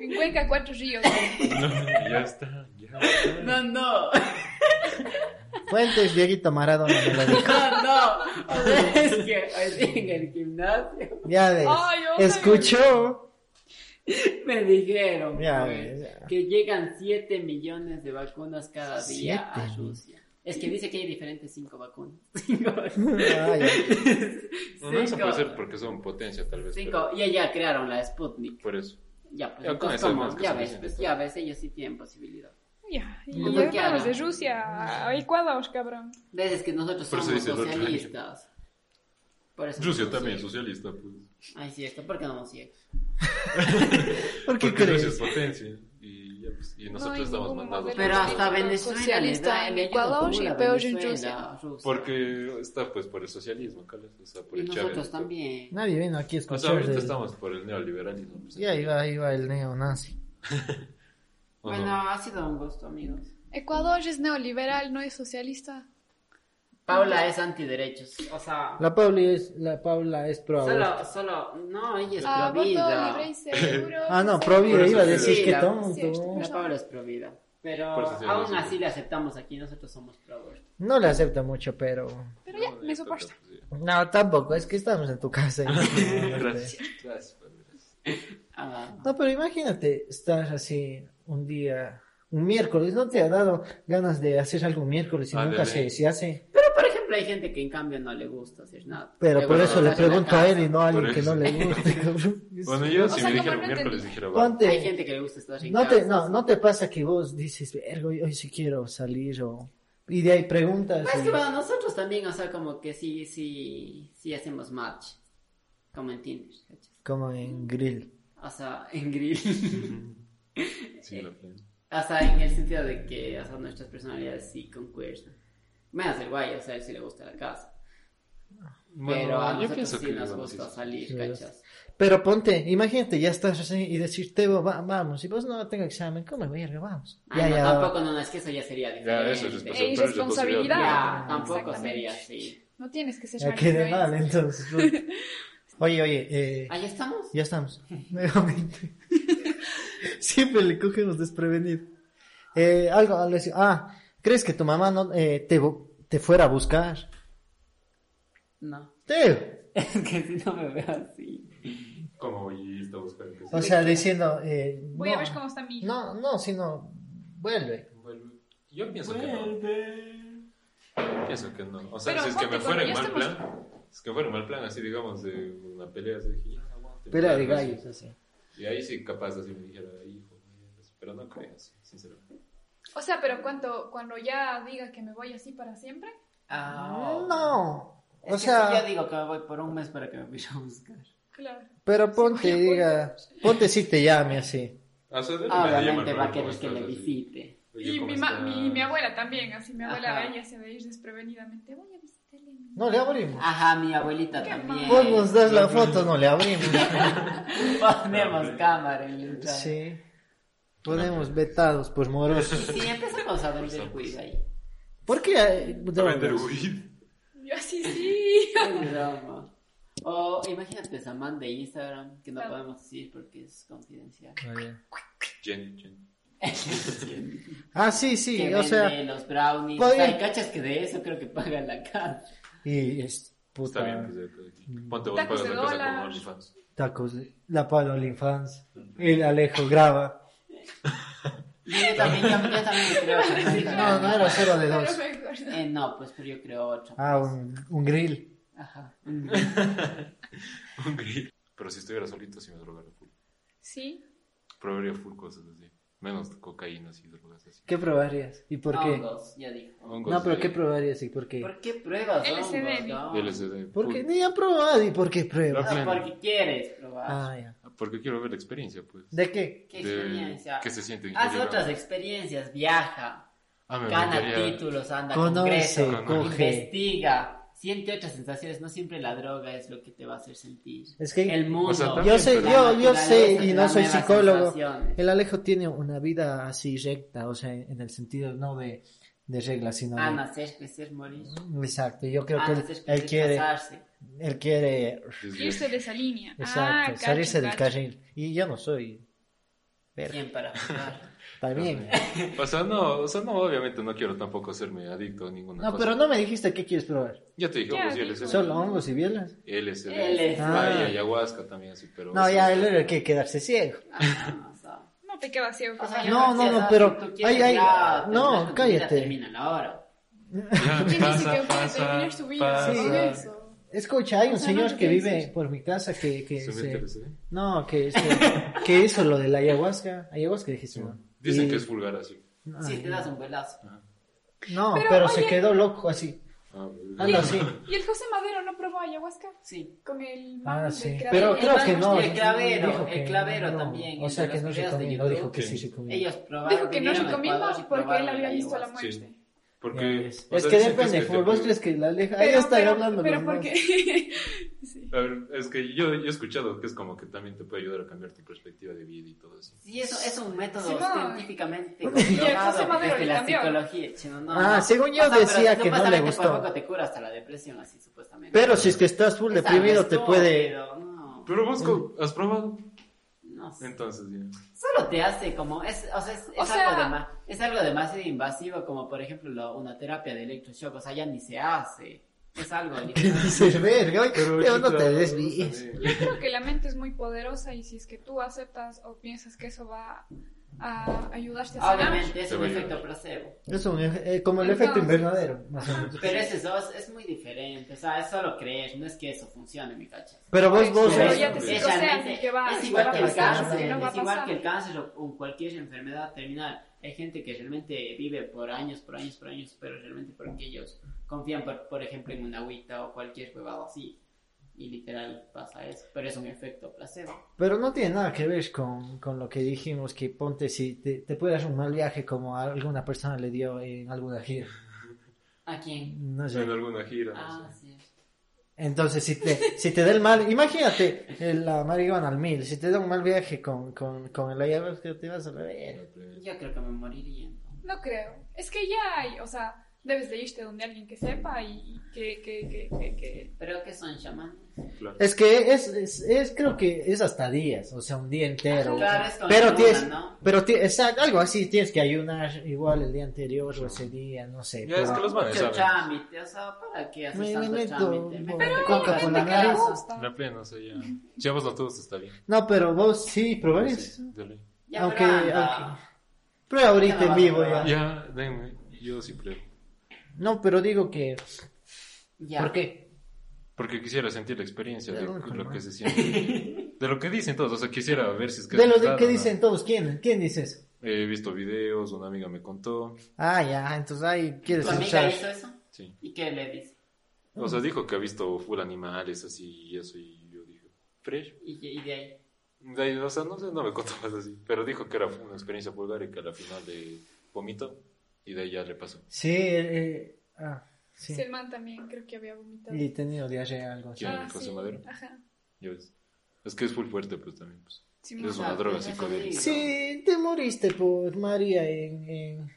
[SPEAKER 4] En Cuenca, cuatro ríos.
[SPEAKER 5] No, ya está, ya está.
[SPEAKER 3] No, no,
[SPEAKER 2] Fuentes, Dieguito Maradona me lo dijo.
[SPEAKER 3] no, no. O sea, es que hoy día en el gimnasio
[SPEAKER 2] Ya ves.
[SPEAKER 4] Ay, ojalá.
[SPEAKER 2] Escuchó.
[SPEAKER 3] me dijeron
[SPEAKER 2] Ya,
[SPEAKER 3] pues,
[SPEAKER 2] ya.
[SPEAKER 3] que llegan 7 millones de vacunas cada día
[SPEAKER 2] Siete.
[SPEAKER 3] a Rusia. Es que dice que hay diferentes 5 vacunas. 5
[SPEAKER 2] Ay,
[SPEAKER 5] No, no, eso puede ser porque son potencia, tal vez. pero
[SPEAKER 3] Y ya crearon la Sputnik.
[SPEAKER 5] Por eso.
[SPEAKER 3] Ya, pues,
[SPEAKER 5] Ya, con
[SPEAKER 3] entonces,
[SPEAKER 5] eso es
[SPEAKER 3] ¿cómo?
[SPEAKER 5] más que
[SPEAKER 3] ya ves,
[SPEAKER 5] suficiente,
[SPEAKER 3] pues,
[SPEAKER 5] está
[SPEAKER 3] ya
[SPEAKER 5] bien.
[SPEAKER 3] ves, ellos sí tienen posibilidad.
[SPEAKER 4] Ya, y
[SPEAKER 3] Como
[SPEAKER 4] los
[SPEAKER 3] que
[SPEAKER 4] hermanos de
[SPEAKER 3] ahora.
[SPEAKER 4] Rusia a Ecuador, cabrón.
[SPEAKER 3] Ves, es que nosotros
[SPEAKER 5] Por eso
[SPEAKER 3] somos
[SPEAKER 5] dice el otro año.
[SPEAKER 3] socialistas. Por eso
[SPEAKER 5] Rusia
[SPEAKER 3] somos
[SPEAKER 5] también,
[SPEAKER 3] ciegos.
[SPEAKER 5] socialista, pues.
[SPEAKER 3] Ay, sí, esto, ¿por qué no vamos ciegos?
[SPEAKER 2] ¿Por qué
[SPEAKER 5] Porque Rusia es
[SPEAKER 2] crees?
[SPEAKER 5] potencia. Y, ya, pues, y nosotros
[SPEAKER 4] hay
[SPEAKER 5] estamos
[SPEAKER 4] ningún
[SPEAKER 5] mandados.
[SPEAKER 4] modelo
[SPEAKER 3] Pero
[SPEAKER 4] Sí,
[SPEAKER 3] hasta
[SPEAKER 4] los
[SPEAKER 3] Venezuela le
[SPEAKER 4] socialistas
[SPEAKER 3] da
[SPEAKER 4] en
[SPEAKER 3] le ayuda
[SPEAKER 4] Ecuador
[SPEAKER 3] como
[SPEAKER 4] y
[SPEAKER 3] la
[SPEAKER 4] peor en
[SPEAKER 3] Venezuela, Rusia.
[SPEAKER 5] Porque está pues por el socialismo, Carlos. O sea, por
[SPEAKER 3] y
[SPEAKER 5] el Chávez.
[SPEAKER 3] nosotros también.
[SPEAKER 2] Nadie vino aquí a
[SPEAKER 5] O sea,
[SPEAKER 2] escuchar.
[SPEAKER 5] ahorita
[SPEAKER 2] de-
[SPEAKER 5] estamos por el neoliberalismo. pues,
[SPEAKER 2] Ya iba, iba el neonazi.
[SPEAKER 5] ¿o
[SPEAKER 3] Bueno,
[SPEAKER 5] no?
[SPEAKER 3] ha sido un gusto, amigos.
[SPEAKER 4] Ecuador es neoliberal, no es socialista.
[SPEAKER 3] Paula es antiderechos. O sea,
[SPEAKER 2] La Paula es, la Paula es pro aborto.
[SPEAKER 3] solo, solo, no, ella es
[SPEAKER 4] Ah, voto
[SPEAKER 3] provida.
[SPEAKER 4] libre y seguro.
[SPEAKER 2] Ah, no,
[SPEAKER 4] Sí.
[SPEAKER 2] pro
[SPEAKER 5] Por
[SPEAKER 2] vida
[SPEAKER 5] eso
[SPEAKER 2] iba a
[SPEAKER 5] sí.
[SPEAKER 2] decir
[SPEAKER 3] Sí,
[SPEAKER 2] que
[SPEAKER 3] la-
[SPEAKER 2] tonto.
[SPEAKER 3] La Paula es provida. Pero
[SPEAKER 5] Por eso se llama
[SPEAKER 3] aún
[SPEAKER 5] así.
[SPEAKER 3] así la aceptamos aquí, nosotros somos pro aborto.
[SPEAKER 2] No le acepta mucho, pero.
[SPEAKER 4] Pero ya, me soporta.
[SPEAKER 2] No, tampoco, es que estamos en tu casa. y-
[SPEAKER 5] Ah, Gracias. Gracias, padre.
[SPEAKER 3] Ah,
[SPEAKER 2] No, pero imagínate estar así un día, un miércoles, ¿no te ha dado ganas de hacer algo un miércoles y
[SPEAKER 5] Ah,
[SPEAKER 2] nunca se,
[SPEAKER 5] bebé.
[SPEAKER 2] se hace?
[SPEAKER 3] Pero por ejemplo hay gente que en cambio no le gusta hacer nada.
[SPEAKER 2] Pero por
[SPEAKER 3] gusta
[SPEAKER 2] eso le
[SPEAKER 3] estar en la
[SPEAKER 2] pregunto a
[SPEAKER 3] casa.
[SPEAKER 2] él y no a alguien
[SPEAKER 5] Por
[SPEAKER 2] que no
[SPEAKER 5] eso.
[SPEAKER 2] le guste. cabrón.
[SPEAKER 5] Bueno, yo
[SPEAKER 4] O
[SPEAKER 5] si
[SPEAKER 4] sea,
[SPEAKER 5] me
[SPEAKER 4] como
[SPEAKER 5] dijeron
[SPEAKER 4] no
[SPEAKER 5] miércoles,
[SPEAKER 4] entendí.
[SPEAKER 5] dijera, va.
[SPEAKER 2] Ponte-
[SPEAKER 3] Hay gente que le gusta estar en
[SPEAKER 2] no,
[SPEAKER 3] casa.
[SPEAKER 2] te, no, no te pasa que vos dices, vergo, hoy sí quiero salir o... Y de ahí preguntas.
[SPEAKER 3] Más
[SPEAKER 2] y-
[SPEAKER 3] Pues que bueno, nosotros también, o sea, como que sí, sí, sí hacemos match. Como en Tinder, ¿cachas?
[SPEAKER 2] Como en grill.
[SPEAKER 3] O sea, en grill.
[SPEAKER 5] Sí,
[SPEAKER 4] Eh,
[SPEAKER 5] la plena.
[SPEAKER 3] o sea, en el sentido de que, o sea, nuestras personalidades sí concuerdan. Menos el guay, o sea, a él sí le gusta la casa. Pero a
[SPEAKER 5] Bueno, yo
[SPEAKER 3] nosotros
[SPEAKER 5] pienso
[SPEAKER 3] sí
[SPEAKER 5] que
[SPEAKER 3] nos
[SPEAKER 5] bueno,
[SPEAKER 3] gusta
[SPEAKER 5] sí.
[SPEAKER 3] salir,
[SPEAKER 2] Sí,
[SPEAKER 3] ¿cachas?
[SPEAKER 2] Pero ponte, imagínate, ya estás así y decirte, "Va- va- vamos, y vos no tengo examen, come verga, vamos.
[SPEAKER 3] Ah, no, tampoco, no, no, es que eso ya sería
[SPEAKER 5] Ya,
[SPEAKER 3] diferente.
[SPEAKER 5] eso es
[SPEAKER 4] E
[SPEAKER 5] responsabilidad.
[SPEAKER 4] irresponsabilidad.
[SPEAKER 3] Ya, tampoco
[SPEAKER 4] Exactamente.
[SPEAKER 3] sería así.
[SPEAKER 4] No tienes que ser ¿eh?
[SPEAKER 2] Ya quedé
[SPEAKER 4] microinfluencer.
[SPEAKER 2] mal, entonces. Oye, oye, eh,
[SPEAKER 3] Ahí estamos.
[SPEAKER 2] ya estamos, nuevamente. Siempre le cogemos desprevenido. Eh, algo, algo así. Ah, ¿crees que tu mamá no eh, te, bu- te fuera a buscar?
[SPEAKER 3] No.
[SPEAKER 2] Te.
[SPEAKER 3] Es que si no me veo así.
[SPEAKER 5] Como y está buscando que
[SPEAKER 2] O
[SPEAKER 5] sí.
[SPEAKER 2] sea, diciendo... Eh,
[SPEAKER 4] Voy
[SPEAKER 2] no,
[SPEAKER 4] a ver cómo está mi hijo.
[SPEAKER 2] No, no, sino... Vuelve.
[SPEAKER 5] Bueno, yo pienso que no. Pienso que no. O sea,
[SPEAKER 4] Pero
[SPEAKER 5] si es que
[SPEAKER 4] ponte,
[SPEAKER 5] me fuera en mal
[SPEAKER 4] cuando ya
[SPEAKER 5] plan, si es que fuera en mal plan, así digamos, de una pelea, así dije, ya, aguante,
[SPEAKER 2] Pelea de
[SPEAKER 5] claro,
[SPEAKER 2] gallos,
[SPEAKER 5] así.
[SPEAKER 2] así.
[SPEAKER 5] Y ahí sí, capaz, así me dijera, hijo, pero no creo, sí, sinceramente.
[SPEAKER 4] O sea, pero cuánto, cuando ya diga que me voy así para siempre,
[SPEAKER 3] Ah,
[SPEAKER 2] No.
[SPEAKER 3] Es
[SPEAKER 2] O
[SPEAKER 3] que
[SPEAKER 2] sea...
[SPEAKER 3] si yo digo que me voy por un mes para que me vaya a buscar.
[SPEAKER 4] claro.
[SPEAKER 2] Pero ponte, diga, ponte si te llame así.
[SPEAKER 5] Ah, O sea, de repente
[SPEAKER 3] Ah, Obviamente
[SPEAKER 5] llaman,
[SPEAKER 3] va a
[SPEAKER 5] ¿no?
[SPEAKER 3] querer
[SPEAKER 5] ¿Cómo
[SPEAKER 3] que me
[SPEAKER 5] estás? Así,
[SPEAKER 3] visite.
[SPEAKER 5] "Oye,
[SPEAKER 4] Y
[SPEAKER 5] ¿cómo
[SPEAKER 4] mi, ma-
[SPEAKER 5] estás?".
[SPEAKER 4] mi, mi abuela también, así, mi abuela,
[SPEAKER 3] Ajá.
[SPEAKER 4] ella se ve ir desprevenidamente. Voy a visitarle a mi
[SPEAKER 2] No le abrimos.
[SPEAKER 3] Ajá, mi abuelita
[SPEAKER 4] Qué
[SPEAKER 3] también.
[SPEAKER 2] Vos nos das la foto, no le abrimos.
[SPEAKER 3] Ponemos cámara en el chat.
[SPEAKER 2] Sí. Ponemos vetados por morosos.
[SPEAKER 3] Sí, empezamos a vender cuida ahí.
[SPEAKER 2] ¿Por qué? hay
[SPEAKER 5] A vender
[SPEAKER 2] drogas?
[SPEAKER 5] weed.
[SPEAKER 4] Yo así, sí.
[SPEAKER 3] Qué drama. O imagínate esa man de Instagram que no
[SPEAKER 4] Claro.
[SPEAKER 3] podemos decir porque es confidencial.
[SPEAKER 5] Jen, Jen.
[SPEAKER 2] Ah, sí, sí,
[SPEAKER 3] que
[SPEAKER 2] o
[SPEAKER 3] vende
[SPEAKER 2] sea,
[SPEAKER 3] los brownies.
[SPEAKER 2] podía-
[SPEAKER 3] Ay, cachas que de eso creo que paga la casa.
[SPEAKER 2] y es
[SPEAKER 5] Está
[SPEAKER 2] puta
[SPEAKER 5] bien, pues, ya, todo aquí. Ponte vos,
[SPEAKER 4] Tacos
[SPEAKER 5] pagas
[SPEAKER 4] de
[SPEAKER 5] la casa
[SPEAKER 4] dólar.
[SPEAKER 5] con OnlyFans.
[SPEAKER 2] tacos, de- la palo al infancia, el Alejo graba.
[SPEAKER 3] Yo también, yo, yo también creo que no,
[SPEAKER 4] Sí,
[SPEAKER 2] No, no era cero de dos.
[SPEAKER 4] Pero me acuerdo.
[SPEAKER 3] Eh, no, pues pero yo creo otro.
[SPEAKER 2] Ah, un, un grill.
[SPEAKER 3] Ajá.
[SPEAKER 5] Un grill. Pero si estuviera solito, sí me drogara full.
[SPEAKER 4] Sí.
[SPEAKER 5] Probaría full cosas así. Menos cocaína, y drogas así.
[SPEAKER 2] ¿Qué probarías? ¿Y por qué?
[SPEAKER 3] Hongos, ya dijo.
[SPEAKER 5] Hongos
[SPEAKER 2] No, pero
[SPEAKER 5] de-
[SPEAKER 2] ¿qué probarías y por qué?
[SPEAKER 3] Ah, ¿Por qué pruebas hongos?
[SPEAKER 4] LSD,
[SPEAKER 3] no?
[SPEAKER 5] LSD.
[SPEAKER 2] ¿Por qué? Ni ha probado y por qué pruebas.
[SPEAKER 5] La-
[SPEAKER 3] No, porque quieres probar.
[SPEAKER 2] Ah, ya.
[SPEAKER 5] Porque quiero ver la experiencia, pues.
[SPEAKER 2] ¿De qué?
[SPEAKER 3] ¿Qué
[SPEAKER 5] de-
[SPEAKER 3] experiencia?
[SPEAKER 5] que se siente
[SPEAKER 3] Haz
[SPEAKER 5] ingeniería.
[SPEAKER 3] otras experiencias, viaja,
[SPEAKER 5] Ah, me
[SPEAKER 3] gana
[SPEAKER 5] gustaría-
[SPEAKER 3] títulos, anda a
[SPEAKER 2] Conoce,
[SPEAKER 3] congresos,
[SPEAKER 5] conoce.
[SPEAKER 3] investiga, siente otras sensaciones. No siempre la droga es lo que te va a hacer sentir.
[SPEAKER 2] Es que
[SPEAKER 3] El mundo.
[SPEAKER 5] O sea, también,
[SPEAKER 2] Yo sé,
[SPEAKER 5] pero-
[SPEAKER 2] yo, yo
[SPEAKER 3] La
[SPEAKER 2] sé
[SPEAKER 3] naturaleza
[SPEAKER 2] y
[SPEAKER 3] te
[SPEAKER 2] no
[SPEAKER 3] da
[SPEAKER 2] soy
[SPEAKER 3] nuevas
[SPEAKER 2] psicólogo.
[SPEAKER 3] sensaciones.
[SPEAKER 2] El Alejo tiene una vida así recta, o sea, en el sentido no de, de reglas, sino
[SPEAKER 3] A
[SPEAKER 2] de...
[SPEAKER 3] nacer, crecer, morir.
[SPEAKER 2] Exacto, yo creo
[SPEAKER 3] A
[SPEAKER 2] que él,
[SPEAKER 3] nacer,
[SPEAKER 2] él
[SPEAKER 3] crecer,
[SPEAKER 2] quiere,
[SPEAKER 3] casarse.
[SPEAKER 2] él quiere,
[SPEAKER 3] Ah,
[SPEAKER 4] Irse de esa línea.
[SPEAKER 2] exacto,
[SPEAKER 4] ah,
[SPEAKER 2] salirse del
[SPEAKER 4] cacho.
[SPEAKER 2] carril. Y yo no soy, verga,
[SPEAKER 3] ¿Quién para juzgar?
[SPEAKER 2] también.
[SPEAKER 5] O sea, no, o sea, no, obviamente no quiero tampoco hacerme adicto a ninguna
[SPEAKER 2] No,
[SPEAKER 5] cosa.
[SPEAKER 2] pero no me dijiste qué quieres probar.
[SPEAKER 5] Ya te dije,
[SPEAKER 4] Ya
[SPEAKER 5] pues,
[SPEAKER 4] dijo.
[SPEAKER 5] LSD.
[SPEAKER 2] Solo hongos y bielas.
[SPEAKER 5] LSD.
[SPEAKER 3] LSD.
[SPEAKER 5] Ah, y
[SPEAKER 2] Ah.
[SPEAKER 5] ayahuasca también, así, pero...
[SPEAKER 2] No, ya él era el que quedarse ciego.
[SPEAKER 3] Ah, o sea.
[SPEAKER 4] No te quedas ciego.
[SPEAKER 3] O sea,
[SPEAKER 4] compañero.
[SPEAKER 2] No,
[SPEAKER 3] ya,
[SPEAKER 2] no,
[SPEAKER 3] si
[SPEAKER 2] no,
[SPEAKER 3] es
[SPEAKER 2] pero-
[SPEAKER 3] así, tú quieres
[SPEAKER 2] ay, ay,
[SPEAKER 3] ya
[SPEAKER 2] no,
[SPEAKER 3] terminar con tu vida,
[SPEAKER 2] cállate.
[SPEAKER 3] Termínala ahora.
[SPEAKER 5] Ya,
[SPEAKER 4] ¿Quién dice
[SPEAKER 5] pasa,
[SPEAKER 4] que puede
[SPEAKER 5] pasa,
[SPEAKER 4] terminar su vida?
[SPEAKER 5] pasa.
[SPEAKER 4] con
[SPEAKER 2] Sí.
[SPEAKER 4] eso?
[SPEAKER 2] Escucha, hay un
[SPEAKER 4] O sea, no
[SPEAKER 2] señor
[SPEAKER 4] te
[SPEAKER 2] que vive
[SPEAKER 4] pienses.
[SPEAKER 2] por mi casa que, que
[SPEAKER 5] ¿Se
[SPEAKER 2] se-
[SPEAKER 5] mete LSD?
[SPEAKER 2] No, que, este- que hizo lo de la ayahuasca. Ayahuasca dijiste, ¿no?
[SPEAKER 5] Dicen
[SPEAKER 2] Y-
[SPEAKER 5] que es vulgar así.
[SPEAKER 2] Ah,
[SPEAKER 3] Si te das un velazo.
[SPEAKER 2] No, pero,
[SPEAKER 4] Pero,
[SPEAKER 2] se
[SPEAKER 4] oye.
[SPEAKER 2] quedó loco así.
[SPEAKER 5] Ah,
[SPEAKER 2] Anda así.
[SPEAKER 4] ¿Y el José Madero no probó ayahuasca?
[SPEAKER 3] Sí.
[SPEAKER 4] Con el man
[SPEAKER 2] Ah,
[SPEAKER 4] del
[SPEAKER 2] sí.
[SPEAKER 4] clavero.
[SPEAKER 2] Pero
[SPEAKER 3] El
[SPEAKER 2] creo que
[SPEAKER 3] man
[SPEAKER 2] no.
[SPEAKER 3] del clavero,
[SPEAKER 2] dijo
[SPEAKER 3] el
[SPEAKER 2] que
[SPEAKER 3] clavero también,
[SPEAKER 2] O
[SPEAKER 3] el
[SPEAKER 2] sea
[SPEAKER 3] de
[SPEAKER 2] que
[SPEAKER 3] los
[SPEAKER 2] no se
[SPEAKER 3] videos de
[SPEAKER 2] comió. Dijo
[SPEAKER 3] YouTube.
[SPEAKER 2] que sí
[SPEAKER 5] Sí.
[SPEAKER 2] se comió.
[SPEAKER 3] Ellos probaron.
[SPEAKER 4] Dijo que no
[SPEAKER 3] vinieron a
[SPEAKER 4] recomienda
[SPEAKER 3] Ecuador y
[SPEAKER 4] porque
[SPEAKER 3] probaron
[SPEAKER 4] él había
[SPEAKER 3] la
[SPEAKER 4] visto la
[SPEAKER 3] ayahuasca.
[SPEAKER 4] muerte.
[SPEAKER 5] Sí.
[SPEAKER 2] Ya
[SPEAKER 5] Porque.
[SPEAKER 2] ves.
[SPEAKER 5] o
[SPEAKER 2] Eh, es
[SPEAKER 5] sea,
[SPEAKER 2] que
[SPEAKER 5] dicen
[SPEAKER 2] depende,
[SPEAKER 5] es que
[SPEAKER 2] full. ¿Vos
[SPEAKER 5] te-
[SPEAKER 2] crees que la aleja? Ahí están hablando
[SPEAKER 4] pero
[SPEAKER 2] los más.
[SPEAKER 4] porque... sí.
[SPEAKER 5] A ver, es que yo, yo he escuchado que es como que también te puede ayudar a cambiar tu perspectiva de vida y todo eso.
[SPEAKER 3] Sí, eso es un método
[SPEAKER 4] Simón.
[SPEAKER 3] científicamente
[SPEAKER 4] José
[SPEAKER 3] comprobado
[SPEAKER 4] Madero
[SPEAKER 3] desde
[SPEAKER 4] le
[SPEAKER 3] la
[SPEAKER 4] cambió.
[SPEAKER 3] psicología. chino, no,
[SPEAKER 2] Ah,
[SPEAKER 3] no.
[SPEAKER 2] según yo
[SPEAKER 3] pero
[SPEAKER 2] decía que no le
[SPEAKER 3] supuestamente
[SPEAKER 2] gustó.
[SPEAKER 3] Por poco te cura hasta la depresión, así supuestamente.
[SPEAKER 2] Pero si es que estás full
[SPEAKER 3] Está
[SPEAKER 2] deprimido, te puede.
[SPEAKER 3] estúpido, No,
[SPEAKER 5] Pero vos co- has probado.
[SPEAKER 3] no sé.
[SPEAKER 5] Entonces, ya.
[SPEAKER 3] Solo te hace como. Es, o sea, es,
[SPEAKER 4] O
[SPEAKER 3] es
[SPEAKER 4] sea-
[SPEAKER 3] algo de más, es algo demasiado invasivo, como por ejemplo lo- una terapia de electroshock. O sea, ya ni se hace. Es algo.
[SPEAKER 2] Dices, verga, oye,
[SPEAKER 5] Pero,
[SPEAKER 2] pero no
[SPEAKER 5] chica,
[SPEAKER 2] te
[SPEAKER 5] vos
[SPEAKER 2] desvíes.
[SPEAKER 5] también.
[SPEAKER 4] Yo creo que la mente es muy poderosa y si es que tú aceptas o piensas que eso va a ayudarte a sanar,
[SPEAKER 3] Obviamente, es
[SPEAKER 5] Se
[SPEAKER 3] un
[SPEAKER 5] va a
[SPEAKER 3] efecto
[SPEAKER 5] ayudar.
[SPEAKER 3] placebo.
[SPEAKER 2] Es un, eh, como el
[SPEAKER 4] Entonces-
[SPEAKER 2] efecto invernadero, más o menos.
[SPEAKER 3] Pero ese dos es muy diferente. O sea, es solo creer, no es que eso funcione, mi cachas.
[SPEAKER 2] Pero vos, vos.
[SPEAKER 4] Pero
[SPEAKER 2] sos-
[SPEAKER 4] ya te siento, o sea,
[SPEAKER 3] realmente-
[SPEAKER 4] que va-
[SPEAKER 3] es
[SPEAKER 4] que
[SPEAKER 3] igual
[SPEAKER 4] va
[SPEAKER 3] que
[SPEAKER 4] a
[SPEAKER 3] el
[SPEAKER 4] pasar,
[SPEAKER 3] cáncer,
[SPEAKER 4] que no va a
[SPEAKER 3] es igual
[SPEAKER 4] pasar.
[SPEAKER 3] que el cáncer o, o cualquier enfermedad terminal. Hay gente que realmente vive por años, por años, por años, pero realmente porque ellos confían, por, por ejemplo, en una agüita o cualquier huevado así. Y literal pasa eso, pero es un efecto placebo.
[SPEAKER 2] Pero no tiene nada que ver con, con lo que dijimos, que ponte si te, te puede dar un mal viaje como a alguna persona le dio en alguna gira.
[SPEAKER 3] ¿A quién?
[SPEAKER 2] No sé.
[SPEAKER 5] En alguna gira. no
[SPEAKER 3] Ah,
[SPEAKER 5] sé.
[SPEAKER 3] sí.
[SPEAKER 2] Entonces, si te, si te da el mal, imagínate eh, la marihuana al mil, si te da un mal viaje con, con, con el ayahuasca, te vas a la verga.
[SPEAKER 3] Yo creo que me moriría entonces.
[SPEAKER 4] no creo. Es que ya hay, o sea, debes de irte donde alguien que sepa y que... que, que, que, que-
[SPEAKER 3] Pero que son chamanes.
[SPEAKER 5] Claro.
[SPEAKER 2] Es que es, es, es- creo que es hasta días, o sea, un día entero.
[SPEAKER 3] Ah, Claro, es con
[SPEAKER 2] pero
[SPEAKER 3] ayuda,
[SPEAKER 2] tienes,
[SPEAKER 3] ¿no?
[SPEAKER 2] pero ti- exacto, algo así, tienes que ayunar igual el día anterior o ese día, no sé.
[SPEAKER 5] Ya, es que los manes
[SPEAKER 3] Mucho
[SPEAKER 5] saben.
[SPEAKER 3] Chámite, o sea, ¿para qué haces
[SPEAKER 2] Me
[SPEAKER 3] tanto
[SPEAKER 2] meto
[SPEAKER 3] chámite?
[SPEAKER 2] un
[SPEAKER 3] Métete
[SPEAKER 2] poco
[SPEAKER 3] coca
[SPEAKER 2] de
[SPEAKER 3] por
[SPEAKER 4] Gente
[SPEAKER 3] la
[SPEAKER 4] que le
[SPEAKER 3] nariz.
[SPEAKER 4] gusta.
[SPEAKER 5] La plena, o sea, ya. Ya vos lo todos está bien.
[SPEAKER 2] No, pero vos sí, probarías.
[SPEAKER 5] Sí, dale.
[SPEAKER 3] Ya,
[SPEAKER 2] Aunque-
[SPEAKER 3] pero anda.
[SPEAKER 2] aunque- Prueba ahorita
[SPEAKER 3] Ya no
[SPEAKER 2] en vivo
[SPEAKER 3] vas a
[SPEAKER 2] ya.
[SPEAKER 3] probar.
[SPEAKER 5] Ya, denme. Yo sí pruebo.
[SPEAKER 2] No, pero digo que...
[SPEAKER 3] Ya.
[SPEAKER 2] ¿Por qué?
[SPEAKER 5] Porque quisiera sentir la experiencia de
[SPEAKER 2] Ya, no,
[SPEAKER 5] lo,
[SPEAKER 2] calma.
[SPEAKER 5] que se siente. De lo que dicen todos, o sea, quisiera ver si es que.
[SPEAKER 2] De
[SPEAKER 5] es
[SPEAKER 2] lo de-
[SPEAKER 5] verdad
[SPEAKER 2] que
[SPEAKER 5] o no.
[SPEAKER 2] dicen todos, ¿quién? ¿Quién dice eso?
[SPEAKER 5] He visto videos, una amiga me contó.
[SPEAKER 2] Ah, ya, entonces ahí quieres
[SPEAKER 3] ¿Tu amiga
[SPEAKER 2] escuchar.
[SPEAKER 3] hizo eso?
[SPEAKER 5] Sí.
[SPEAKER 3] ¿Y qué le dice?
[SPEAKER 5] O sea, dijo que ha visto full animales así y eso, y yo dije, fresh.
[SPEAKER 3] ¿Y, qué- y de ahí?
[SPEAKER 5] De ahí, o sea, no sé, no me contó más así. Pero dijo que era una experiencia vulgar y que a la final de vomito y de ahí ya le pasó.
[SPEAKER 2] Sí, eh, ah, sí.
[SPEAKER 4] Sí, el man también creo que había vomitado.
[SPEAKER 2] Y he tenido diarrea algo así.
[SPEAKER 5] ¿Quién?
[SPEAKER 4] Ah,
[SPEAKER 5] José
[SPEAKER 4] sí,
[SPEAKER 5] Madero?
[SPEAKER 4] Ajá.
[SPEAKER 5] Yo es, es que es full fuerte, pues también. Pues.
[SPEAKER 4] Sí,
[SPEAKER 5] Es
[SPEAKER 4] man.
[SPEAKER 5] una droga
[SPEAKER 3] Eso sí.
[SPEAKER 5] psicodélica.
[SPEAKER 2] Sí, te moriste por María en, en,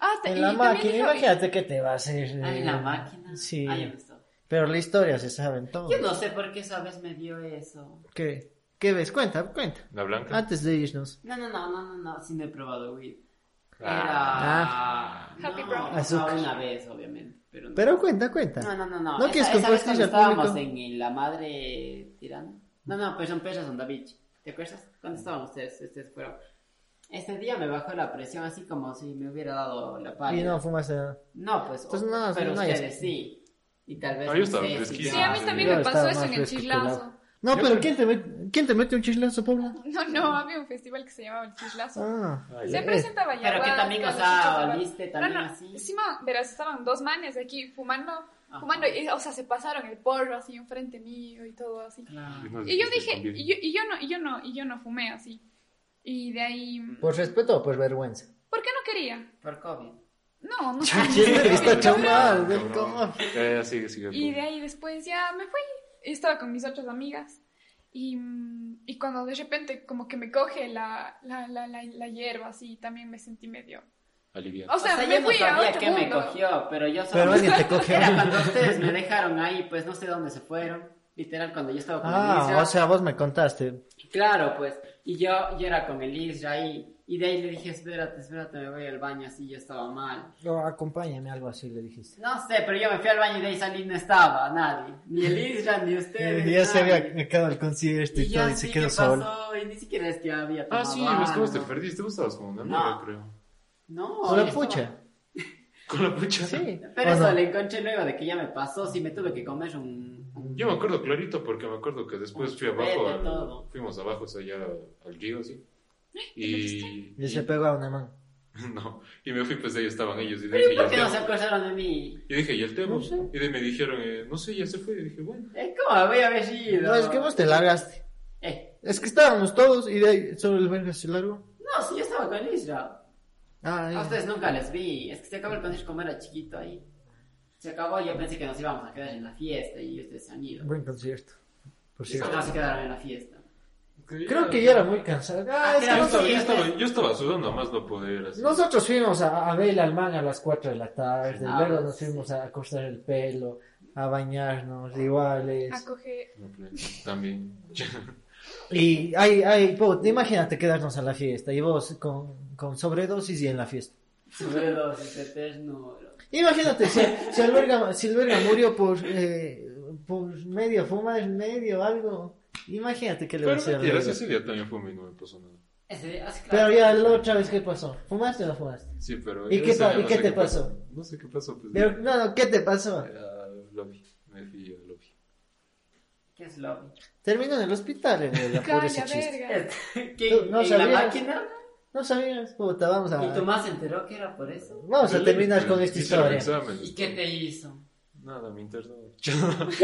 [SPEAKER 4] Ah, te-
[SPEAKER 2] en
[SPEAKER 4] y
[SPEAKER 2] la
[SPEAKER 4] también
[SPEAKER 2] máquina.
[SPEAKER 4] dijo-
[SPEAKER 2] Imagínate que te va a hacer.
[SPEAKER 3] Ah, en la
[SPEAKER 2] eh,
[SPEAKER 3] máquina.
[SPEAKER 2] Sí. Oh.
[SPEAKER 3] Ah, ya me estaba.
[SPEAKER 2] Pero la historia se sabe en todo.
[SPEAKER 3] Yo no sé por qué esa vez me dio eso.
[SPEAKER 2] ¿Qué? ¿Qué ves? Cuenta, cuenta.
[SPEAKER 5] La blanca.
[SPEAKER 2] Antes de irnos.
[SPEAKER 3] No, no, no, no, no, no. Sí, no he probado weed.
[SPEAKER 2] Ah.
[SPEAKER 5] Ah.
[SPEAKER 3] Era. No,
[SPEAKER 4] Happy Brown.
[SPEAKER 3] no,
[SPEAKER 2] Azúcar.
[SPEAKER 3] una vez, obviamente. Pero, no.
[SPEAKER 2] Pero cuenta, cuenta.
[SPEAKER 3] No, no, no, no.
[SPEAKER 2] ¿No
[SPEAKER 3] Esa-
[SPEAKER 2] quieres
[SPEAKER 3] esa vez
[SPEAKER 2] compartir
[SPEAKER 3] cuando
[SPEAKER 2] al
[SPEAKER 3] estábamos
[SPEAKER 2] público?
[SPEAKER 3] en la madre tirana. No, no, pues son pesas onda beach. ¿Te acuerdas? ¿Cuándo estaban ustedes? Ustedes fueron. Este día me bajó la presión así como si me hubiera dado la
[SPEAKER 2] Y
[SPEAKER 3] pálida.
[SPEAKER 2] no fumaste nada.
[SPEAKER 3] No, pues,
[SPEAKER 2] Entonces,
[SPEAKER 3] o-
[SPEAKER 2] no,
[SPEAKER 3] pero
[SPEAKER 2] no hay
[SPEAKER 3] ustedes
[SPEAKER 2] eso.
[SPEAKER 3] sí. Y tal vez.
[SPEAKER 5] Ah, yo
[SPEAKER 3] no
[SPEAKER 5] estaba
[SPEAKER 3] sé,
[SPEAKER 5] fresquísimo.
[SPEAKER 4] Sí, a mí también
[SPEAKER 2] Yo
[SPEAKER 4] me
[SPEAKER 2] estaba
[SPEAKER 4] pasó eso
[SPEAKER 2] más
[SPEAKER 4] en el
[SPEAKER 2] fresco que el
[SPEAKER 4] chislazo.
[SPEAKER 2] agua. No,
[SPEAKER 5] Yo
[SPEAKER 2] pero
[SPEAKER 5] creo-
[SPEAKER 2] ¿quién te, met- ¿quién te mete un chislazo, Paula?
[SPEAKER 4] No, no, había un festival que se llamaba el chislazo.
[SPEAKER 2] Ah,
[SPEAKER 5] Ay,
[SPEAKER 4] Se
[SPEAKER 2] eh,
[SPEAKER 4] presentaba ya.
[SPEAKER 3] Pero que también, o sea, oliste también así.
[SPEAKER 4] Encima, verás, estaban dos manes aquí fumando,
[SPEAKER 3] Ajá.
[SPEAKER 4] fumando, y, o sea, se pasaron el porro así enfrente mío y todo así.
[SPEAKER 3] Claro.
[SPEAKER 5] no,
[SPEAKER 4] Y yo
[SPEAKER 5] Ah, sí,
[SPEAKER 4] dije,
[SPEAKER 5] también.
[SPEAKER 4] y yo, y yo no, y yo no, y yo no fumé así. Y de ahí,
[SPEAKER 2] ¿Por respeto o por vergüenza?
[SPEAKER 4] ¿por qué no quería?
[SPEAKER 3] Por COVID.
[SPEAKER 4] No, no
[SPEAKER 2] Chiste, está chaval,
[SPEAKER 5] Cabrón.
[SPEAKER 2] ¿cómo?
[SPEAKER 5] Ya, ya, sigue, sigue.
[SPEAKER 4] Y de ahí después ya me fui. Estaba con mis otras amigas. Y, mm, y cuando de repente como que me coge la, la, la, la, la hierba, así también me sentí medio...
[SPEAKER 5] Aliviado.
[SPEAKER 4] O sea,
[SPEAKER 3] yo
[SPEAKER 4] me
[SPEAKER 3] no
[SPEAKER 4] fui a
[SPEAKER 3] sabía
[SPEAKER 4] otro
[SPEAKER 3] qué me
[SPEAKER 4] mundo.
[SPEAKER 3] cogió, pero yo solo...
[SPEAKER 2] Pero alguien te coge.
[SPEAKER 3] Era cuando ustedes me dejaron ahí, pues no sé dónde se fueron. Literal, cuando yo estaba con el
[SPEAKER 2] Ah,
[SPEAKER 3] Isra.
[SPEAKER 2] o sea, vos me contaste.
[SPEAKER 3] Claro, pues. Y yo, yo era con el Isra ahí. Y de ahí le dije, espérate, espérate, me voy al baño, así yo estaba mal.
[SPEAKER 2] No, acompáñame, algo así le dijiste.
[SPEAKER 3] No sé, pero yo me fui al baño y de ahí salí no estaba nadie. Ni el Isra, ni ustedes.
[SPEAKER 2] Y ya se
[SPEAKER 3] nadie.
[SPEAKER 2] había acabado el concierto y,
[SPEAKER 3] Y yo
[SPEAKER 2] todo, y
[SPEAKER 3] así,
[SPEAKER 2] se quedó
[SPEAKER 3] ¿qué
[SPEAKER 2] solo.
[SPEAKER 3] pasó? Y ni siquiera es que había
[SPEAKER 5] Ah,
[SPEAKER 3] tomado
[SPEAKER 5] sí, ves cómo te
[SPEAKER 3] algo.
[SPEAKER 5] perdiste. Vos estabas con una amiga,
[SPEAKER 3] No.
[SPEAKER 5] creo.
[SPEAKER 3] No.
[SPEAKER 2] Con la
[SPEAKER 3] yo estaba-
[SPEAKER 2] pucha.
[SPEAKER 5] Con la pucha.
[SPEAKER 2] Sí.
[SPEAKER 3] Pero
[SPEAKER 2] ¿O
[SPEAKER 3] eso
[SPEAKER 2] no?
[SPEAKER 3] le encontré luego de que ya me pasó, sí me tuve que comer un... un-
[SPEAKER 5] Yo me acuerdo clarito porque me acuerdo que después fui abajo,
[SPEAKER 3] Vete
[SPEAKER 5] al-
[SPEAKER 3] todo.
[SPEAKER 5] fuimos abajo, o sea, ya al Gio, sí. Y,
[SPEAKER 2] Y se pegó a una mano.
[SPEAKER 5] no, y me fui, pues ahí estaban ellos. Y
[SPEAKER 3] Pero
[SPEAKER 5] dije,
[SPEAKER 3] ¿y
[SPEAKER 5] ¿y el
[SPEAKER 3] por qué no se
[SPEAKER 5] Tebo?
[SPEAKER 3] acordaron de mí?
[SPEAKER 5] Y dije, ¿y el Tebo?
[SPEAKER 2] No sé.
[SPEAKER 5] Y de- me dijeron, eh, no sé, ya se fue. Y dije, bueno.
[SPEAKER 3] Es como me voy a haber ido.
[SPEAKER 2] No, es que vos te largaste.
[SPEAKER 3] Eh,
[SPEAKER 2] Es que estábamos todos y de ahí solo el verga se largó.
[SPEAKER 3] no, si yo estaba con Isra.
[SPEAKER 2] Ah,
[SPEAKER 3] A
[SPEAKER 2] ya.
[SPEAKER 3] ustedes nunca les vi. Es que se acabó el concierto como era chiquito ahí. Se acabó y yo pensé que nos íbamos a quedar en la fiesta y ustedes se han ido.
[SPEAKER 2] Buen concierto. Por
[SPEAKER 3] Y
[SPEAKER 2] cierto.
[SPEAKER 3] No se quedaron en la fiesta.
[SPEAKER 2] Creo que yo era muy cansado. Ah, es que
[SPEAKER 3] Ah,
[SPEAKER 5] Yo
[SPEAKER 2] no
[SPEAKER 5] estaba,
[SPEAKER 3] sí,
[SPEAKER 2] sabía.
[SPEAKER 5] yo, estaba, yo estaba sudando a más no poder. Así.
[SPEAKER 2] Nosotros fuimos a, a ver al man a las 4 de la tarde,
[SPEAKER 3] Ah,
[SPEAKER 2] luego nos
[SPEAKER 3] sí.
[SPEAKER 2] fuimos a cortar el pelo, a bañarnos, iguales.
[SPEAKER 3] Ah,
[SPEAKER 4] A coger.
[SPEAKER 5] pues, También.
[SPEAKER 2] Y ay, ay, po, imagínate quedarnos a la fiesta y vos con, con sobredosis y en la fiesta.
[SPEAKER 3] Sobre dos, es eterno. bro.
[SPEAKER 2] Imagínate, si, si, Alberga, si Alberga murió por, eh, por medio fumar, medio algo. Imagínate que le va a
[SPEAKER 5] Pero
[SPEAKER 2] hacer. a
[SPEAKER 5] mentiras,
[SPEAKER 2] Alberga.
[SPEAKER 5] ese día también fumé y no me pasó nada.
[SPEAKER 3] Ese, así claro.
[SPEAKER 2] Pero ya la otra vez, ¿qué pasó? ¿Fumaste o no fumaste?
[SPEAKER 5] Sí, pero.
[SPEAKER 2] ¿Y
[SPEAKER 5] ese
[SPEAKER 2] qué pa-
[SPEAKER 5] día
[SPEAKER 2] y
[SPEAKER 5] no
[SPEAKER 2] qué
[SPEAKER 5] sé
[SPEAKER 2] te pasó?
[SPEAKER 5] No sé qué pasó. Pues,
[SPEAKER 2] Pero, no, no, ¿qué te pasó?
[SPEAKER 5] eh, al lobby. Me fui al lobby.
[SPEAKER 3] ¿Qué es lobby?
[SPEAKER 2] Terminó en el hospital, Alberga, por ese
[SPEAKER 4] Calla,
[SPEAKER 2] chiste.
[SPEAKER 4] verga.
[SPEAKER 3] ¿Qué,
[SPEAKER 2] No
[SPEAKER 3] ¿En
[SPEAKER 2] sabías. Ah.
[SPEAKER 3] la máquina?
[SPEAKER 2] No sabías, puta, vamos a...
[SPEAKER 3] ¿Y Tomás se enteró que era por eso?
[SPEAKER 2] Vamos a
[SPEAKER 5] Pero-
[SPEAKER 2] terminar con
[SPEAKER 5] pero
[SPEAKER 2] esta
[SPEAKER 5] hicieron
[SPEAKER 2] historia.
[SPEAKER 5] exámenes.
[SPEAKER 3] ¿Y qué te hizo?
[SPEAKER 5] Nada, me internó.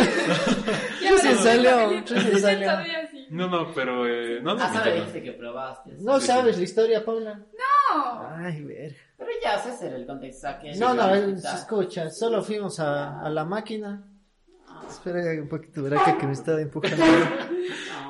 [SPEAKER 4] Ya,
[SPEAKER 2] Recién
[SPEAKER 4] pero-
[SPEAKER 2] salió,
[SPEAKER 4] recién
[SPEAKER 2] recién salió.
[SPEAKER 4] sabía, sí.
[SPEAKER 5] No, no, pero. Eh, no, no,
[SPEAKER 3] Ah,
[SPEAKER 5] me
[SPEAKER 3] solo le
[SPEAKER 5] internó.
[SPEAKER 3] dijiste que probaste. así.
[SPEAKER 2] No sabes la historia, Paula.
[SPEAKER 4] No.
[SPEAKER 2] Ay, ver.
[SPEAKER 3] Pero ya, o sea, ese era el contexto. ¿a qué
[SPEAKER 2] No, no,
[SPEAKER 3] se
[SPEAKER 2] él se
[SPEAKER 3] necesitaba?
[SPEAKER 2] escucha. Solo fuimos a, a la máquina. Espera un poquito, verá que, que me está empujando.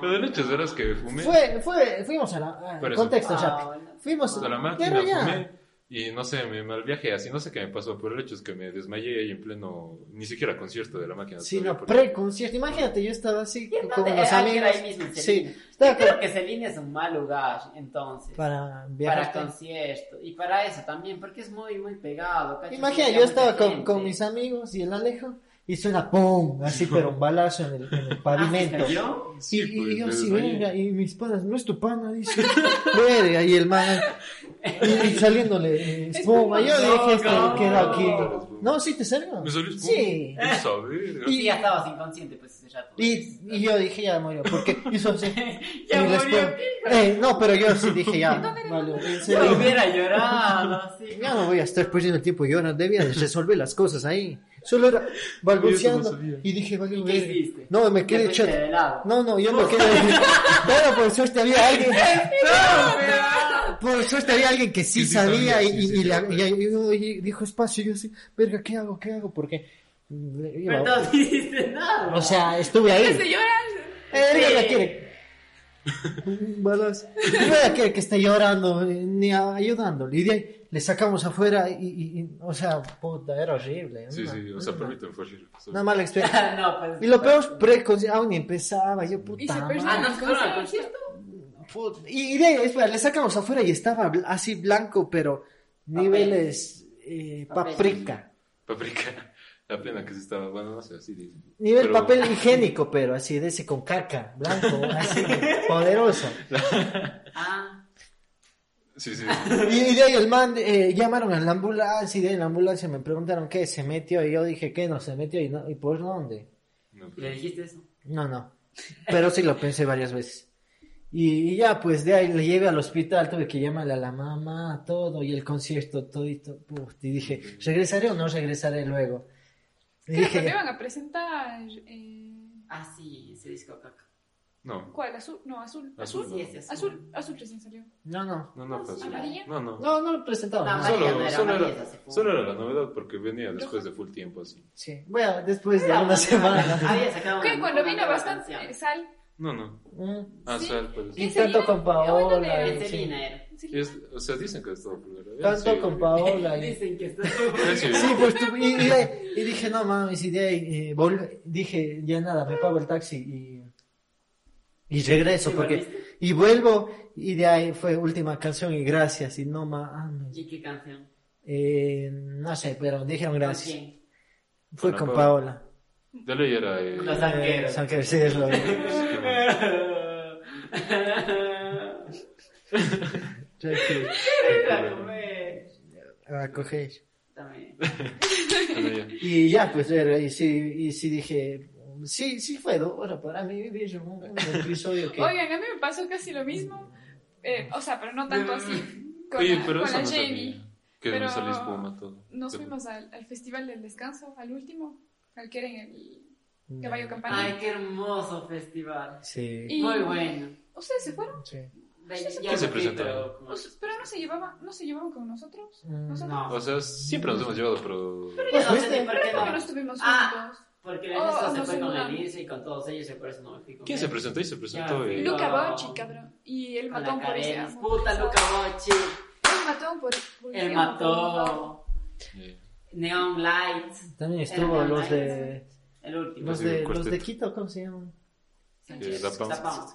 [SPEAKER 5] Lo del hecho es que fumé.
[SPEAKER 2] fue, fue, fuimos a la.
[SPEAKER 5] Por
[SPEAKER 2] ah,
[SPEAKER 5] eso.
[SPEAKER 2] contexto,
[SPEAKER 3] Ah,
[SPEAKER 2] Chapi.
[SPEAKER 3] bueno.
[SPEAKER 2] Fuimos
[SPEAKER 5] a la
[SPEAKER 2] Pero
[SPEAKER 5] máquina,
[SPEAKER 2] ya.
[SPEAKER 5] fumé. Y no sé, me malviajé así, no sé qué me pasó, pero el hecho es que me desmayé ahí en pleno, ni siquiera concierto de la máquina.
[SPEAKER 2] Sí,
[SPEAKER 5] todavía,
[SPEAKER 2] no,
[SPEAKER 5] porque-
[SPEAKER 2] pre-concierto. Imagínate, yo estaba así
[SPEAKER 3] ¿Y en
[SPEAKER 2] con
[SPEAKER 3] dónde?
[SPEAKER 2] los
[SPEAKER 3] Ah, que era
[SPEAKER 2] amigos.
[SPEAKER 3] ahí mismo, en Celine.
[SPEAKER 2] sí, estaba
[SPEAKER 3] Creo
[SPEAKER 2] con-
[SPEAKER 3] que Celine es un mal lugar, entonces.
[SPEAKER 2] para
[SPEAKER 3] para
[SPEAKER 2] viajar.
[SPEAKER 3] conciertos y para eso también, porque es muy, muy pegado. ¿cachai?
[SPEAKER 2] Imagínate,
[SPEAKER 3] Llega
[SPEAKER 2] yo
[SPEAKER 3] mucha
[SPEAKER 2] estaba con,
[SPEAKER 3] gente. Ah,
[SPEAKER 2] con mis amigos y el Alejo. Hice una pum, así, pero un balazo en el, en el
[SPEAKER 3] Ah, ¿se
[SPEAKER 2] pavimento.
[SPEAKER 3] cayó?
[SPEAKER 5] Sí,
[SPEAKER 2] y, y
[SPEAKER 5] pues,
[SPEAKER 2] yo
[SPEAKER 5] me
[SPEAKER 2] sí,
[SPEAKER 5] desmayé.
[SPEAKER 2] verga, y mis panas, no es tu pana, dice. verga, y el man, y, y saliéndole eh, espuma. Yo
[SPEAKER 3] Espuma,
[SPEAKER 2] dije, este
[SPEAKER 3] no,
[SPEAKER 2] queda
[SPEAKER 3] no.
[SPEAKER 2] aquí. No, sí, te salió.
[SPEAKER 5] ¿Me salió espuma?
[SPEAKER 2] Sí.
[SPEAKER 5] No sabía.
[SPEAKER 3] Sí, ya estabas inconsciente, pues ese rato.
[SPEAKER 2] Y, y yo dije, ya murió, porque hizo así.
[SPEAKER 3] Ya
[SPEAKER 2] y
[SPEAKER 3] murió,
[SPEAKER 2] después-
[SPEAKER 3] pico.
[SPEAKER 2] eh, no, pero yo sí dije, ya, vale, en
[SPEAKER 3] Yo
[SPEAKER 2] serio.
[SPEAKER 3] hubiera llorado, así.
[SPEAKER 2] Ya no voy a estar perdiendo el tiempo llorando, debía de resolver las cosas ahí. Solo era
[SPEAKER 5] Y eso
[SPEAKER 2] balbuceando
[SPEAKER 5] no sabía.
[SPEAKER 2] y dije, vale,
[SPEAKER 3] ¿Y qué
[SPEAKER 2] verga.
[SPEAKER 3] hiciste?
[SPEAKER 2] No, me
[SPEAKER 3] Te
[SPEAKER 2] quedé
[SPEAKER 3] fuiste
[SPEAKER 2] chato.
[SPEAKER 3] de lado.
[SPEAKER 2] No, no, yo me quedé. Pero por suerte había alguien.
[SPEAKER 3] ah,
[SPEAKER 2] Por suerte había alguien que sí,
[SPEAKER 5] Que sí
[SPEAKER 2] sabía,
[SPEAKER 5] sabía,
[SPEAKER 2] y,
[SPEAKER 5] sí, sí,
[SPEAKER 2] y- y
[SPEAKER 5] sí,
[SPEAKER 2] la-
[SPEAKER 5] sabía.
[SPEAKER 2] y- y- y dijo espacio. Y yo así, verga, ¿qué hago? ¿Qué hago? Porque. le- iba-
[SPEAKER 3] Pero no hiciste nada.
[SPEAKER 2] o sea, estuve ahí.
[SPEAKER 4] Desde llorar.
[SPEAKER 2] Eh,
[SPEAKER 3] Sí.
[SPEAKER 2] no la quiere. Un balazo. No la quiere que esté llorando eh, ni a- ayudándole. Y de ahí le sacamos afuera y, y- y- o sea, puta, era horrible.
[SPEAKER 5] Sí,
[SPEAKER 2] una-
[SPEAKER 5] sí, o sea,
[SPEAKER 2] una-
[SPEAKER 5] permíteme, fue horrible.
[SPEAKER 2] Una mala experiencia.
[SPEAKER 3] no, pues.
[SPEAKER 2] Y lo peor es preconcierto. Aún ni empezaba. Yo, puta.
[SPEAKER 4] Y se
[SPEAKER 2] madre.
[SPEAKER 4] perdió
[SPEAKER 3] Ah, no,
[SPEAKER 4] el
[SPEAKER 3] fueron al
[SPEAKER 4] concierto.
[SPEAKER 2] Put- Y, y de ahí, espera, le sacamos afuera y estaba bl- así blanco, pero niveles eh,
[SPEAKER 3] Papel.
[SPEAKER 2] paprika.
[SPEAKER 5] Paprika, la plena que se estaba, bueno, no sé, así dice.
[SPEAKER 2] Nivel
[SPEAKER 5] Pero-
[SPEAKER 2] papel higiénico, pero así de ese con caca, blanco, así poderoso.
[SPEAKER 3] Ah,
[SPEAKER 5] Sí, sí,
[SPEAKER 2] Y, y de ahí el man, eh, llamaron a la ambulancia y de ahí en la ambulancia me preguntaron qué, se metió y yo dije que no, se metió y, pues, no, y por dónde.
[SPEAKER 5] no, pero-
[SPEAKER 3] le dijiste eso.
[SPEAKER 2] No, no. Pero sí lo pensé varias veces. Y, y ya, pues de ahí le llevé al hospital, tuve que llamarle a la mamá, todo, y el concierto, todito. Puf, y dije, ¿regresaré o no regresaré luego? Y
[SPEAKER 4] Creo que
[SPEAKER 2] dije,
[SPEAKER 4] me iban a presentar. eh,
[SPEAKER 3] Ah, sí, ese disco caca.
[SPEAKER 5] no,
[SPEAKER 4] ¿Cuál? ¿Azul? No, azul.
[SPEAKER 5] Azul.
[SPEAKER 4] Azul.
[SPEAKER 3] Sí, ese azul.
[SPEAKER 4] Azul, azul recién salió.
[SPEAKER 2] no, no.
[SPEAKER 5] no, no, pasó.
[SPEAKER 4] ¿Amarilla?
[SPEAKER 5] no, no.
[SPEAKER 2] No, no lo presentaron.
[SPEAKER 3] No,
[SPEAKER 2] no.
[SPEAKER 3] Amarilla
[SPEAKER 5] Solo,
[SPEAKER 3] no era,
[SPEAKER 5] solo,
[SPEAKER 3] amarilla
[SPEAKER 5] era,
[SPEAKER 3] se fue.
[SPEAKER 5] solo era la novedad porque venía después de full tiempo así.
[SPEAKER 2] Sí. Bueno, después de una semana.
[SPEAKER 3] Había sacado
[SPEAKER 4] Que
[SPEAKER 3] una-
[SPEAKER 4] cuando
[SPEAKER 3] una
[SPEAKER 4] vino
[SPEAKER 3] Ah, nueva
[SPEAKER 4] bastante eh,
[SPEAKER 3] canción.
[SPEAKER 4] sal.
[SPEAKER 5] No, no.
[SPEAKER 2] Mm.
[SPEAKER 5] Ah,
[SPEAKER 4] Sí.
[SPEAKER 5] sal, pues.
[SPEAKER 2] Y
[SPEAKER 4] Ese
[SPEAKER 2] tanto
[SPEAKER 4] libro,
[SPEAKER 2] con
[SPEAKER 4] bueno, de-
[SPEAKER 2] Paola, sí.
[SPEAKER 4] ese libro.
[SPEAKER 3] Celina Este, era.
[SPEAKER 4] Sí.
[SPEAKER 5] Es- o sea, dicen que estuvo primero.
[SPEAKER 2] Tanto con Paola. Y...
[SPEAKER 3] Dicen que está.
[SPEAKER 5] Sí,
[SPEAKER 2] Sí, pues tú- y, y de- y dije, no mames, y de ahí, eh, vol- dije, ya nada, me pago el taxi y, y regreso,
[SPEAKER 3] ¿Y
[SPEAKER 2] porque,
[SPEAKER 3] volviste?
[SPEAKER 2] y vuelvo, y de ahí fue última canción y gracias, y no mames,
[SPEAKER 3] ¿Y qué canción?
[SPEAKER 2] eh, no sé, pero dijeron gracias,
[SPEAKER 3] ¿Con quién?
[SPEAKER 2] fue
[SPEAKER 5] Con
[SPEAKER 2] con
[SPEAKER 5] Paola.
[SPEAKER 2] Paola.
[SPEAKER 5] Dale, ya era. eh,
[SPEAKER 3] Los Anqueros.
[SPEAKER 2] Eh, San Quer- sí, es lo Tranquilo,
[SPEAKER 3] Era comer.
[SPEAKER 2] a coger.
[SPEAKER 3] También.
[SPEAKER 5] dale ya.
[SPEAKER 2] Y ya, pues, verga, y sí, y sí dije, sí, sí fue duro para mí vivir un, un episodio que...
[SPEAKER 4] Oigan, a mí me pasó casi lo mismo. Eh, o sea, pero no tanto así. Con
[SPEAKER 5] Oye,
[SPEAKER 4] la,
[SPEAKER 5] pero
[SPEAKER 4] con
[SPEAKER 5] eso
[SPEAKER 4] la
[SPEAKER 5] no
[SPEAKER 4] Jenny.
[SPEAKER 5] sabía. Que
[SPEAKER 4] Pero
[SPEAKER 5] no salí espuma todo.
[SPEAKER 4] Nos
[SPEAKER 5] Pero-
[SPEAKER 4] fuimos al, al Festival del Descanso, al último, al que era en el Caballo
[SPEAKER 3] Ay,
[SPEAKER 4] Campana.
[SPEAKER 3] qué hermoso festival.
[SPEAKER 2] Sí,
[SPEAKER 4] Y-
[SPEAKER 3] Muy bueno.
[SPEAKER 4] ¿Ustedes se fueron?
[SPEAKER 2] sí.
[SPEAKER 3] Ve- ya
[SPEAKER 5] ¿Qué se
[SPEAKER 3] lo
[SPEAKER 5] presenta?
[SPEAKER 3] grito, como-
[SPEAKER 4] O sea, pero no se llevaban, no se llevaban con nosotros.
[SPEAKER 2] Mm,
[SPEAKER 4] ¿Nosotros?
[SPEAKER 3] No.
[SPEAKER 5] O sea, siempre nos hemos llevado, pero...
[SPEAKER 3] Yo no sé
[SPEAKER 2] ¿Fuiste?
[SPEAKER 3] ni por qué
[SPEAKER 4] Pero
[SPEAKER 3] no.
[SPEAKER 4] no estuvimos
[SPEAKER 3] Ah.
[SPEAKER 4] juntos.
[SPEAKER 3] Porque
[SPEAKER 4] Oh,
[SPEAKER 3] Ernesto se
[SPEAKER 4] no
[SPEAKER 3] fue
[SPEAKER 4] sé,
[SPEAKER 3] con
[SPEAKER 4] no.
[SPEAKER 3] Elise y con todos ellos y por eso no me fui con
[SPEAKER 5] ¿Quién
[SPEAKER 3] él.
[SPEAKER 5] se presentó? Y se presentó...
[SPEAKER 3] Ya,
[SPEAKER 5] eh,
[SPEAKER 3] Luca.
[SPEAKER 4] Luca
[SPEAKER 3] No.
[SPEAKER 4] Bocci, cabrón. Y él
[SPEAKER 3] Con
[SPEAKER 4] mató
[SPEAKER 3] la
[SPEAKER 4] un policía.
[SPEAKER 3] cadena. Puta Luca Mochi.
[SPEAKER 4] Él mató un policía.
[SPEAKER 3] Él mató
[SPEAKER 5] eh,
[SPEAKER 3] Neon Lights.
[SPEAKER 2] También estuvo
[SPEAKER 3] Eran
[SPEAKER 2] los de,
[SPEAKER 3] nice. El último.
[SPEAKER 2] los
[SPEAKER 5] Sí, un
[SPEAKER 2] de, los
[SPEAKER 5] cuarteto.
[SPEAKER 2] de Quito, ¿cómo se llaman?
[SPEAKER 5] eh, la Pam.
[SPEAKER 3] Tapamos.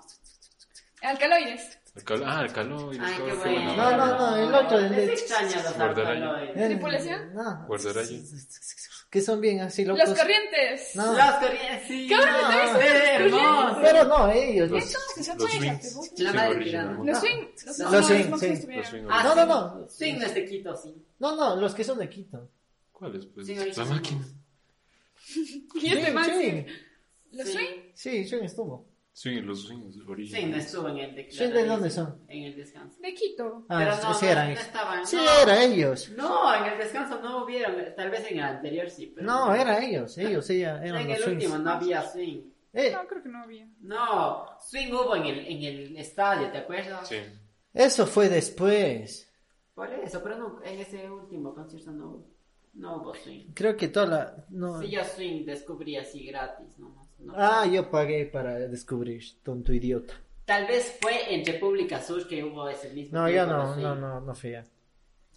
[SPEAKER 4] Alcaloides.
[SPEAKER 5] El cal- Ah, el caló. y los
[SPEAKER 3] Ay, qué
[SPEAKER 5] cabros, qué
[SPEAKER 3] bueno.
[SPEAKER 5] buena
[SPEAKER 2] No, no,
[SPEAKER 5] onda.
[SPEAKER 2] no, el otro, el de-
[SPEAKER 3] Les extraño a los
[SPEAKER 5] Guardarayo.
[SPEAKER 3] alcaloides.
[SPEAKER 4] ¿Tripulación?
[SPEAKER 2] Eh, No.
[SPEAKER 5] Guardaraya.
[SPEAKER 2] Que son bien así locos.
[SPEAKER 4] Los corrientes.
[SPEAKER 2] No.
[SPEAKER 3] Los corrientes, sí.
[SPEAKER 4] ¿Qué ahora me
[SPEAKER 2] No,
[SPEAKER 4] traes a los corrientes?
[SPEAKER 2] Pero no, ellos.
[SPEAKER 5] Los-
[SPEAKER 4] Estos que son
[SPEAKER 5] los
[SPEAKER 4] chayas,
[SPEAKER 5] swings.
[SPEAKER 4] pues,
[SPEAKER 5] Sí,
[SPEAKER 3] La madre
[SPEAKER 5] original.
[SPEAKER 3] tirana.
[SPEAKER 4] Los swing. Los
[SPEAKER 3] Los
[SPEAKER 4] no, los
[SPEAKER 2] swing,
[SPEAKER 4] monjes
[SPEAKER 2] sí.
[SPEAKER 4] estuvieron.
[SPEAKER 5] Los swing
[SPEAKER 3] Ah,
[SPEAKER 2] No, no, no.
[SPEAKER 3] Swing es de Quito, sí.
[SPEAKER 2] No, no, los que son de Quito.
[SPEAKER 5] ¿Cuáles? Pues?
[SPEAKER 3] Sí,
[SPEAKER 5] la
[SPEAKER 3] original.
[SPEAKER 5] máquina.
[SPEAKER 4] Y este
[SPEAKER 2] Sí,
[SPEAKER 4] man,
[SPEAKER 2] sí.
[SPEAKER 4] sí. Los
[SPEAKER 3] Sí.
[SPEAKER 4] swing.
[SPEAKER 2] Sí, Shun estuvo.
[SPEAKER 5] Sí, los swings
[SPEAKER 3] Sí, no
[SPEAKER 5] originales.
[SPEAKER 3] estuvo en el de
[SPEAKER 2] Sí, ¿de dónde son?
[SPEAKER 3] En el descanso.
[SPEAKER 4] De Quito.
[SPEAKER 2] Ah,
[SPEAKER 3] Pero
[SPEAKER 2] sí,
[SPEAKER 3] no,
[SPEAKER 2] sí
[SPEAKER 3] no,
[SPEAKER 2] eran
[SPEAKER 3] no
[SPEAKER 2] ellos.
[SPEAKER 3] estaban,
[SPEAKER 2] Sí,
[SPEAKER 3] no.
[SPEAKER 2] era ellos.
[SPEAKER 3] No, en el descanso no hubieron. Tal vez en el anterior sí, pero.
[SPEAKER 2] No, era ellos, ellos, ella, eran
[SPEAKER 3] En
[SPEAKER 2] los
[SPEAKER 3] el
[SPEAKER 2] Shuns.
[SPEAKER 3] último no había swing.
[SPEAKER 2] Eh,
[SPEAKER 4] No, creo que no había.
[SPEAKER 3] No, swing hubo en el, en el estadio, ¿te acuerdas?
[SPEAKER 5] Sí.
[SPEAKER 2] eso fue después.
[SPEAKER 3] Por eso, pero no, en ese último concierto no hubo, no hubo swing.
[SPEAKER 2] Creo que toda la... No.
[SPEAKER 3] Sí, yo swing descubrí así gratis nomás. no.
[SPEAKER 2] Ah, yo pagué para descubrir, tonto idiota.
[SPEAKER 3] Tal vez fue en República Sur que hubo ese mismo.
[SPEAKER 2] No, yo
[SPEAKER 3] tipo de
[SPEAKER 2] no,
[SPEAKER 3] swing.
[SPEAKER 2] no, no, no fui ya.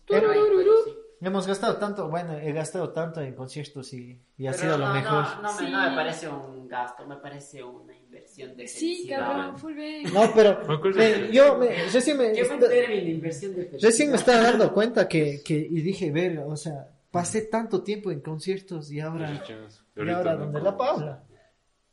[SPEAKER 3] Pero ahí fue el swing.
[SPEAKER 2] Hemos gastado tanto, bueno, he gastado tanto en conciertos y, y ha
[SPEAKER 3] Pero
[SPEAKER 2] sido
[SPEAKER 3] no,
[SPEAKER 2] lo
[SPEAKER 3] no,
[SPEAKER 2] mejor.
[SPEAKER 3] No, me,
[SPEAKER 4] Sí.
[SPEAKER 3] no me parece un gasto, me parece una inversión de
[SPEAKER 4] Sí,
[SPEAKER 3] felicidad.
[SPEAKER 4] cabrón, full bien.
[SPEAKER 2] No, pero
[SPEAKER 5] Me acuerdo
[SPEAKER 2] me-
[SPEAKER 5] que-
[SPEAKER 2] yo me, recién me...
[SPEAKER 3] ¿Qué fue el término de inversión de felicidad?
[SPEAKER 2] Recién me estaba dando cuenta que, que y dije, verga, o sea, pasé tanto tiempo en conciertos y ahora, y
[SPEAKER 5] Ahorita
[SPEAKER 2] ahora
[SPEAKER 5] no,
[SPEAKER 2] donde
[SPEAKER 5] como-
[SPEAKER 2] la Paula.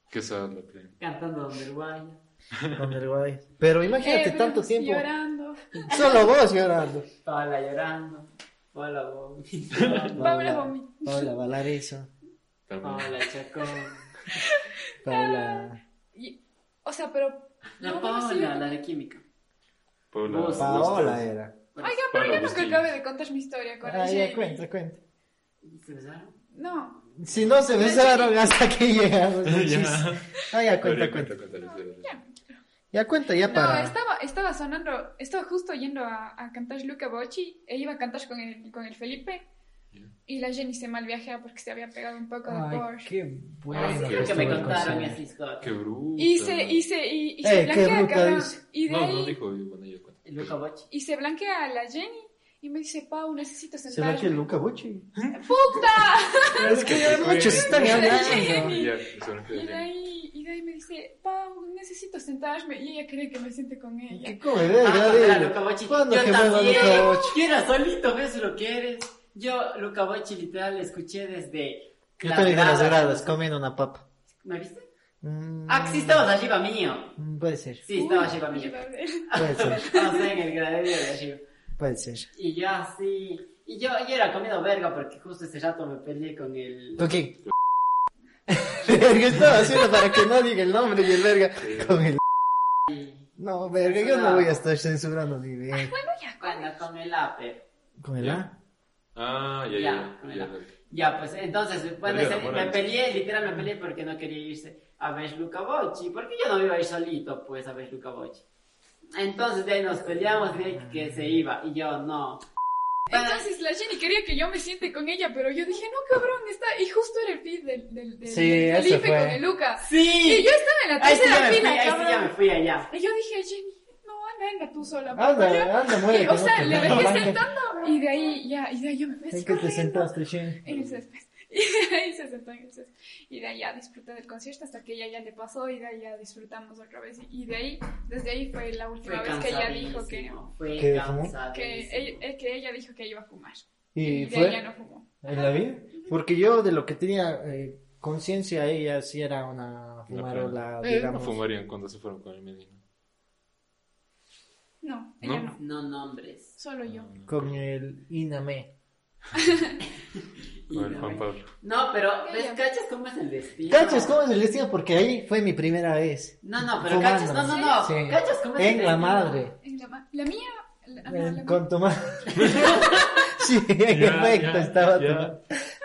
[SPEAKER 5] Qué sad la plena.
[SPEAKER 3] Cantando Underwire.
[SPEAKER 2] Donde el guay. Pero imagínate
[SPEAKER 4] Eh,
[SPEAKER 2] tanto
[SPEAKER 4] sí,
[SPEAKER 2] tiempo,
[SPEAKER 4] Llorando.
[SPEAKER 2] solo vos llorando.
[SPEAKER 3] Paola llorando. Paola Bomi.
[SPEAKER 4] Paula
[SPEAKER 2] Paula-
[SPEAKER 4] Bomi.
[SPEAKER 2] Paula Valarizo,
[SPEAKER 5] También.
[SPEAKER 3] Paola Chacón.
[SPEAKER 2] Paula,
[SPEAKER 4] Y- O sea, pero.
[SPEAKER 3] La
[SPEAKER 4] no, no,
[SPEAKER 3] Paola,
[SPEAKER 4] sí.
[SPEAKER 3] la de química.
[SPEAKER 5] Paula.
[SPEAKER 3] Vos.
[SPEAKER 2] Paola era.
[SPEAKER 4] Oiga, pero
[SPEAKER 5] Paula
[SPEAKER 4] yo nunca
[SPEAKER 5] Bustillo.
[SPEAKER 4] acabé de contar mi historia con
[SPEAKER 2] Ah,
[SPEAKER 4] ella
[SPEAKER 2] ya,
[SPEAKER 4] y-
[SPEAKER 2] cuenta, cuenta.
[SPEAKER 3] ¿Y se besaron?
[SPEAKER 4] No,
[SPEAKER 2] Si no se besaron hasta que llegaron.
[SPEAKER 5] Ya.
[SPEAKER 2] Ah, ya
[SPEAKER 5] Ahorita
[SPEAKER 2] cuenta, cuenta.
[SPEAKER 5] cuenta,
[SPEAKER 4] no,
[SPEAKER 5] cuenta, cuenta.
[SPEAKER 4] ya.
[SPEAKER 2] Ya cuenta, ya
[SPEAKER 4] No,
[SPEAKER 2] para.
[SPEAKER 4] estaba, estaba sonando, estaba justo yendo a, a cantar Luca Bocci e iba a cantar con el, con el Felipe.
[SPEAKER 5] Ya.
[SPEAKER 4] Y la Jenny se malviajea porque se había pegado un poco de
[SPEAKER 2] Ay,
[SPEAKER 4] Porsche.
[SPEAKER 2] qué bueno.
[SPEAKER 3] Ay, sí,
[SPEAKER 5] que
[SPEAKER 3] creo que
[SPEAKER 2] estuvo
[SPEAKER 3] me
[SPEAKER 2] el
[SPEAKER 3] contaron
[SPEAKER 2] concierto.
[SPEAKER 3] esa historia.
[SPEAKER 5] Qué bruta.
[SPEAKER 4] Y se, y se, y, y se
[SPEAKER 2] Eh, qué
[SPEAKER 4] blanquea,
[SPEAKER 2] bruta
[SPEAKER 4] cabrón.
[SPEAKER 2] dice.
[SPEAKER 4] Y de
[SPEAKER 5] No,
[SPEAKER 4] ahí,
[SPEAKER 5] no dijo, y bueno, ella cuenta.
[SPEAKER 3] El Luca Bochi.
[SPEAKER 4] y se blanquea a la Jenny y me dice, Pau, necesito
[SPEAKER 2] ¿Será
[SPEAKER 4] sentarme.
[SPEAKER 2] que Luca Bucci?
[SPEAKER 4] ¡Puta!
[SPEAKER 2] Es que ya muchos están hablando.
[SPEAKER 5] Ya, eso no queda
[SPEAKER 4] Y de
[SPEAKER 5] bien.
[SPEAKER 4] ahí, y de ahí me dice, Pau, necesito sentarme. Y ella cree que me siente con ella.
[SPEAKER 2] ¿Qué come? Ve,
[SPEAKER 3] Ah,
[SPEAKER 2] ya
[SPEAKER 3] cuando era
[SPEAKER 2] dile.
[SPEAKER 3] Luca Bocci.
[SPEAKER 2] ¿Cuándo
[SPEAKER 3] Yo
[SPEAKER 2] que vuelva
[SPEAKER 3] también.
[SPEAKER 2] Luca Bocci?
[SPEAKER 3] Que era solito, ves lo que eres. Yo, Luca Bochi, literal, escuché desde.
[SPEAKER 2] Yo
[SPEAKER 3] la
[SPEAKER 2] también de las
[SPEAKER 3] grada.
[SPEAKER 2] gradas, comiendo una papa.
[SPEAKER 3] ¿Me viste?
[SPEAKER 2] Mm,
[SPEAKER 3] Ah, que sí, estabas arriba mío.
[SPEAKER 2] mm, Puede ser,
[SPEAKER 3] Sí,
[SPEAKER 4] Uy,
[SPEAKER 3] estaba arriba mío.
[SPEAKER 4] ayúdame.
[SPEAKER 2] puede ser,
[SPEAKER 3] O sea, en el gradero de arriba.
[SPEAKER 2] puede ser.
[SPEAKER 3] Y yo así. Y yo, yo era comido verga porque justo ese rato me peleé con el.
[SPEAKER 2] ¿Con quién? Verga, estaba haciendo para que no diga el nombre y el verga con el... No, verga, yo no voy a estar censurando ni bien.
[SPEAKER 4] Bueno, ya,
[SPEAKER 3] Bueno, con el Aper.
[SPEAKER 2] ¿Con el A?
[SPEAKER 5] Ah,
[SPEAKER 3] Ya,
[SPEAKER 5] ya, ya. ya,
[SPEAKER 3] ya. Ya, pues entonces, bueno,
[SPEAKER 5] Verga,
[SPEAKER 3] ese- me
[SPEAKER 5] enamorado.
[SPEAKER 3] peleé, literal me peleé porque no quería irse a ver Luca Bocci, porque yo no me iba a ir solito, pues, a ver Luca Bocci. Entonces de ahí nos peleamos de ahí que se iba, y yo no.
[SPEAKER 4] Entonces la Jenny quería que yo me siente con ella, pero yo dije, no, cabrón, está. Y justo era el feed del, del, del-
[SPEAKER 2] Sí,
[SPEAKER 4] del
[SPEAKER 2] ese
[SPEAKER 4] Felipe
[SPEAKER 2] fue.
[SPEAKER 4] con el Luca. Y
[SPEAKER 3] ¡Sí!
[SPEAKER 4] yo estaba en la
[SPEAKER 3] Ahí sí ya
[SPEAKER 4] tercera
[SPEAKER 3] me fui,
[SPEAKER 4] fila,
[SPEAKER 3] ahí sí ya me
[SPEAKER 4] cabrón.
[SPEAKER 3] fui allá.
[SPEAKER 4] Y yo dije, Jenny, no, anda, anda tú sola. papá".
[SPEAKER 2] Anda, anda, muere.
[SPEAKER 4] Y, o sea, le dejé sentando y de ahí ya, y de ahí yo me fui así
[SPEAKER 2] ¿En qué te
[SPEAKER 4] corriendo
[SPEAKER 2] sentaste, Shin?
[SPEAKER 4] En el césped. Y de ahí se sentó en el césped. Y de ahí ya disfruté del concierto hasta que ella ya le pasó y de ahí ya disfrutamos otra vez. Y de ahí, desde ahí fue la
[SPEAKER 3] Fue
[SPEAKER 4] última vez que ella dijo que,
[SPEAKER 3] cansadísimo, fue
[SPEAKER 2] ¿Qué fumó?
[SPEAKER 3] cansadísimo.
[SPEAKER 4] que, ella, eh, que ella dijo que iba a fumar.
[SPEAKER 2] ¿Y
[SPEAKER 4] de ahí
[SPEAKER 2] fue?
[SPEAKER 4] ya no fumó.
[SPEAKER 2] ¿En la vida? Porque yo de lo que tenía eh, conciencia, ella sí era una fumarola,
[SPEAKER 5] Eh, no
[SPEAKER 2] digamos.
[SPEAKER 5] fumarían cuando se fueron con el Medina.
[SPEAKER 4] No,
[SPEAKER 5] ¿No?
[SPEAKER 4] ella no.
[SPEAKER 3] No nombres.
[SPEAKER 4] Solo yo.
[SPEAKER 2] Con el Iname.
[SPEAKER 3] Y
[SPEAKER 5] Con el
[SPEAKER 3] no
[SPEAKER 5] Juan
[SPEAKER 3] me-
[SPEAKER 5] Pablo.
[SPEAKER 3] No, pero, ¿ves,
[SPEAKER 4] Ella.
[SPEAKER 3] cachas cómo es el destino?
[SPEAKER 2] ¿Cachas cómo es el destino? Porque ahí fue mi primera vez.
[SPEAKER 3] No, no, pero
[SPEAKER 2] Fumando.
[SPEAKER 3] cachas, no, no, no.
[SPEAKER 2] Sí.
[SPEAKER 3] Cachas cómo es el
[SPEAKER 2] En la
[SPEAKER 3] destino. Ah.
[SPEAKER 2] madre.
[SPEAKER 4] En La, ma- la mía. La, ajá,
[SPEAKER 2] Eh,
[SPEAKER 4] la
[SPEAKER 2] Con
[SPEAKER 4] mía.
[SPEAKER 2] tu madre. sí, en
[SPEAKER 5] Ya,
[SPEAKER 2] efecto
[SPEAKER 5] ya,
[SPEAKER 2] estaba tu
[SPEAKER 5] ya.
[SPEAKER 2] madre.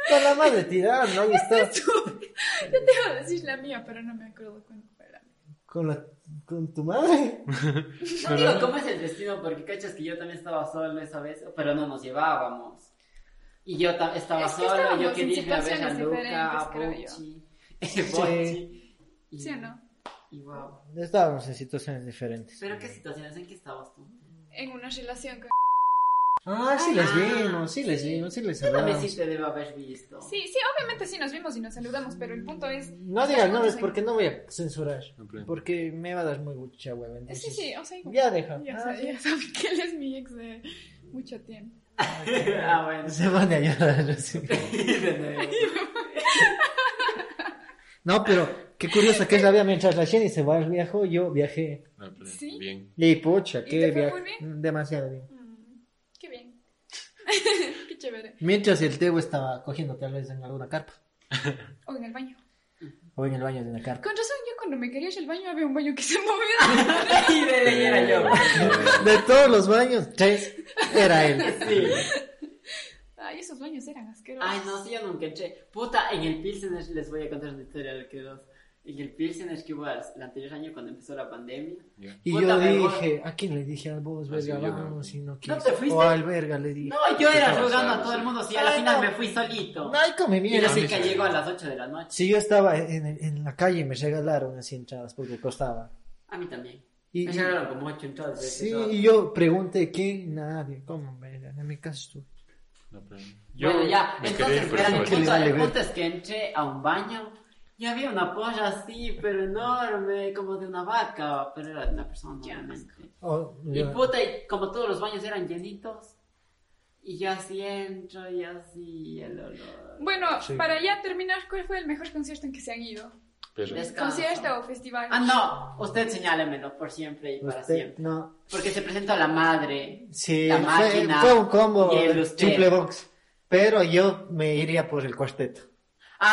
[SPEAKER 2] Con la madre tirando, ahí está.
[SPEAKER 4] Yo te iba a decir la mía, pero no me acuerdo cuándo fue la mía.
[SPEAKER 2] con, la, con tu madre.
[SPEAKER 3] No digo cómo es el destino, porque cachas que yo también estaba solo esa vez, pero no nos llevábamos. Y yo ta- estaba
[SPEAKER 4] Es que
[SPEAKER 3] solo, yo
[SPEAKER 4] estábamos en
[SPEAKER 3] quería ir a ver a
[SPEAKER 4] situaciones
[SPEAKER 3] Luca, a
[SPEAKER 4] diferentes,
[SPEAKER 3] Bochi, Bochi. Y-
[SPEAKER 4] ¿Sí o no?
[SPEAKER 3] Y wow.
[SPEAKER 2] Estábamos en situaciones diferentes.
[SPEAKER 3] Pero qué situaciones, ¿en qué estabas tú?
[SPEAKER 4] En una relación con...
[SPEAKER 2] Ah, sí les vimos, sí les vimos, sí les
[SPEAKER 3] También
[SPEAKER 2] hablamos.
[SPEAKER 3] sí te debo haber visto.
[SPEAKER 4] Sí, sí, obviamente sí nos vimos y nos saludamos, pero el punto es...
[SPEAKER 2] No digas nombres porque no voy a censurar.
[SPEAKER 5] En plan.
[SPEAKER 2] Porque me va a dar muy mucha hueva.
[SPEAKER 4] Sí,
[SPEAKER 2] entonces-
[SPEAKER 4] sí, o sea, igual.
[SPEAKER 2] Ya deja.
[SPEAKER 4] Ya,
[SPEAKER 2] Ah,
[SPEAKER 4] sabe- ya sabe que él es mi ex de mucho tiempo.
[SPEAKER 3] ah, bueno.
[SPEAKER 2] Se van a llorar. así.
[SPEAKER 3] De nuevo.
[SPEAKER 2] No, pero qué curioso que es la vida. Mientras la Jenny se va al viajo, yo viajé.
[SPEAKER 5] En plan,
[SPEAKER 4] Sí.
[SPEAKER 5] Bien.
[SPEAKER 2] Y pucha,
[SPEAKER 4] ¿Y
[SPEAKER 2] qué
[SPEAKER 4] te fue
[SPEAKER 2] viaje.
[SPEAKER 4] muy bien?
[SPEAKER 2] Demasiado bien.
[SPEAKER 4] Mm, qué bien. qué chévere.
[SPEAKER 2] Mientras el Tebo estaba cogiendo tal vez en alguna carpa.
[SPEAKER 4] O en el baño.
[SPEAKER 2] O en el baño de una carpa.
[SPEAKER 4] Con razón, yo cuando me quería ir al baño había un baño que se movía.
[SPEAKER 3] Y de ley era yo.
[SPEAKER 2] De todos los baños, tres era él.
[SPEAKER 3] Sí.
[SPEAKER 4] Ay, esos baños eran asquerosos.
[SPEAKER 3] Ay, no, sí, yo nunca eché. Puta, en el Pilsener les voy a contar una historia de que dos. En el Pilsener que hubo el anterior año cuando empezó la pandemia.
[SPEAKER 5] Ya.
[SPEAKER 2] Y
[SPEAKER 3] Puta,
[SPEAKER 2] yo
[SPEAKER 3] me voy.
[SPEAKER 2] dije, ¿a quién le dije a vos,
[SPEAKER 5] Ah, sí,
[SPEAKER 2] verga?
[SPEAKER 5] yo no.
[SPEAKER 2] vamos, si no
[SPEAKER 3] te
[SPEAKER 2] quise.
[SPEAKER 3] fuiste?
[SPEAKER 2] o al verga le dije.
[SPEAKER 3] No, yo era
[SPEAKER 5] Estaba
[SPEAKER 3] jugando a
[SPEAKER 5] sano,
[SPEAKER 3] todo el
[SPEAKER 5] sí.
[SPEAKER 3] mundo, sí, a la
[SPEAKER 2] Ay,
[SPEAKER 3] final
[SPEAKER 2] no.
[SPEAKER 3] me fui solito.
[SPEAKER 2] Ay, come
[SPEAKER 3] Y
[SPEAKER 2] mierda.
[SPEAKER 3] la
[SPEAKER 5] a mí
[SPEAKER 3] chica
[SPEAKER 5] sí.
[SPEAKER 3] llegó a las 8 de la noche.
[SPEAKER 2] Si yo estaba en, el- en la calle y me regalaron así entradas porque costaba.
[SPEAKER 3] A mí también.
[SPEAKER 2] Y,
[SPEAKER 3] Me
[SPEAKER 2] y-
[SPEAKER 3] llegaron como 8 entradas. de
[SPEAKER 2] sí,
[SPEAKER 3] ese todo.
[SPEAKER 2] y yo pregunté, ¿quién? Nadie. ¿Cómo, verga? En mi casa estuve.
[SPEAKER 5] En plan,
[SPEAKER 3] bueno, ya,
[SPEAKER 5] me quería
[SPEAKER 3] entonces,
[SPEAKER 5] ir, pero
[SPEAKER 3] verán,
[SPEAKER 5] estaba
[SPEAKER 3] el
[SPEAKER 2] ¿qué le
[SPEAKER 5] chido.
[SPEAKER 3] punto,
[SPEAKER 2] vale
[SPEAKER 3] el
[SPEAKER 2] ver?
[SPEAKER 3] punto es que entré a un baño y había una polla así, pero enorme, como de una vaca, pero era de una persona,
[SPEAKER 4] Qué asco.
[SPEAKER 3] obviamente.
[SPEAKER 2] Oh,
[SPEAKER 3] Y
[SPEAKER 2] yo-
[SPEAKER 3] puta, y como todos los baños eran llenitos, y yo así entro, y así el olor.
[SPEAKER 4] Bueno,
[SPEAKER 2] Sí.
[SPEAKER 4] para ya terminar, ¿cuál fue el mejor concierto en que se han ido?
[SPEAKER 5] Pero-
[SPEAKER 3] Descanso.
[SPEAKER 4] ¿Concierto o festival?
[SPEAKER 3] Ah, no, usted señálemelo por siempre y para
[SPEAKER 2] usted,
[SPEAKER 3] siempre.
[SPEAKER 2] no.
[SPEAKER 3] Porque se presentó la madre.
[SPEAKER 2] Sí,
[SPEAKER 3] La
[SPEAKER 2] fue,
[SPEAKER 3] máquina
[SPEAKER 2] fue un combo
[SPEAKER 3] y el
[SPEAKER 2] de
[SPEAKER 3] usted.
[SPEAKER 2] triple box. Pero yo me iría por el cuarteto.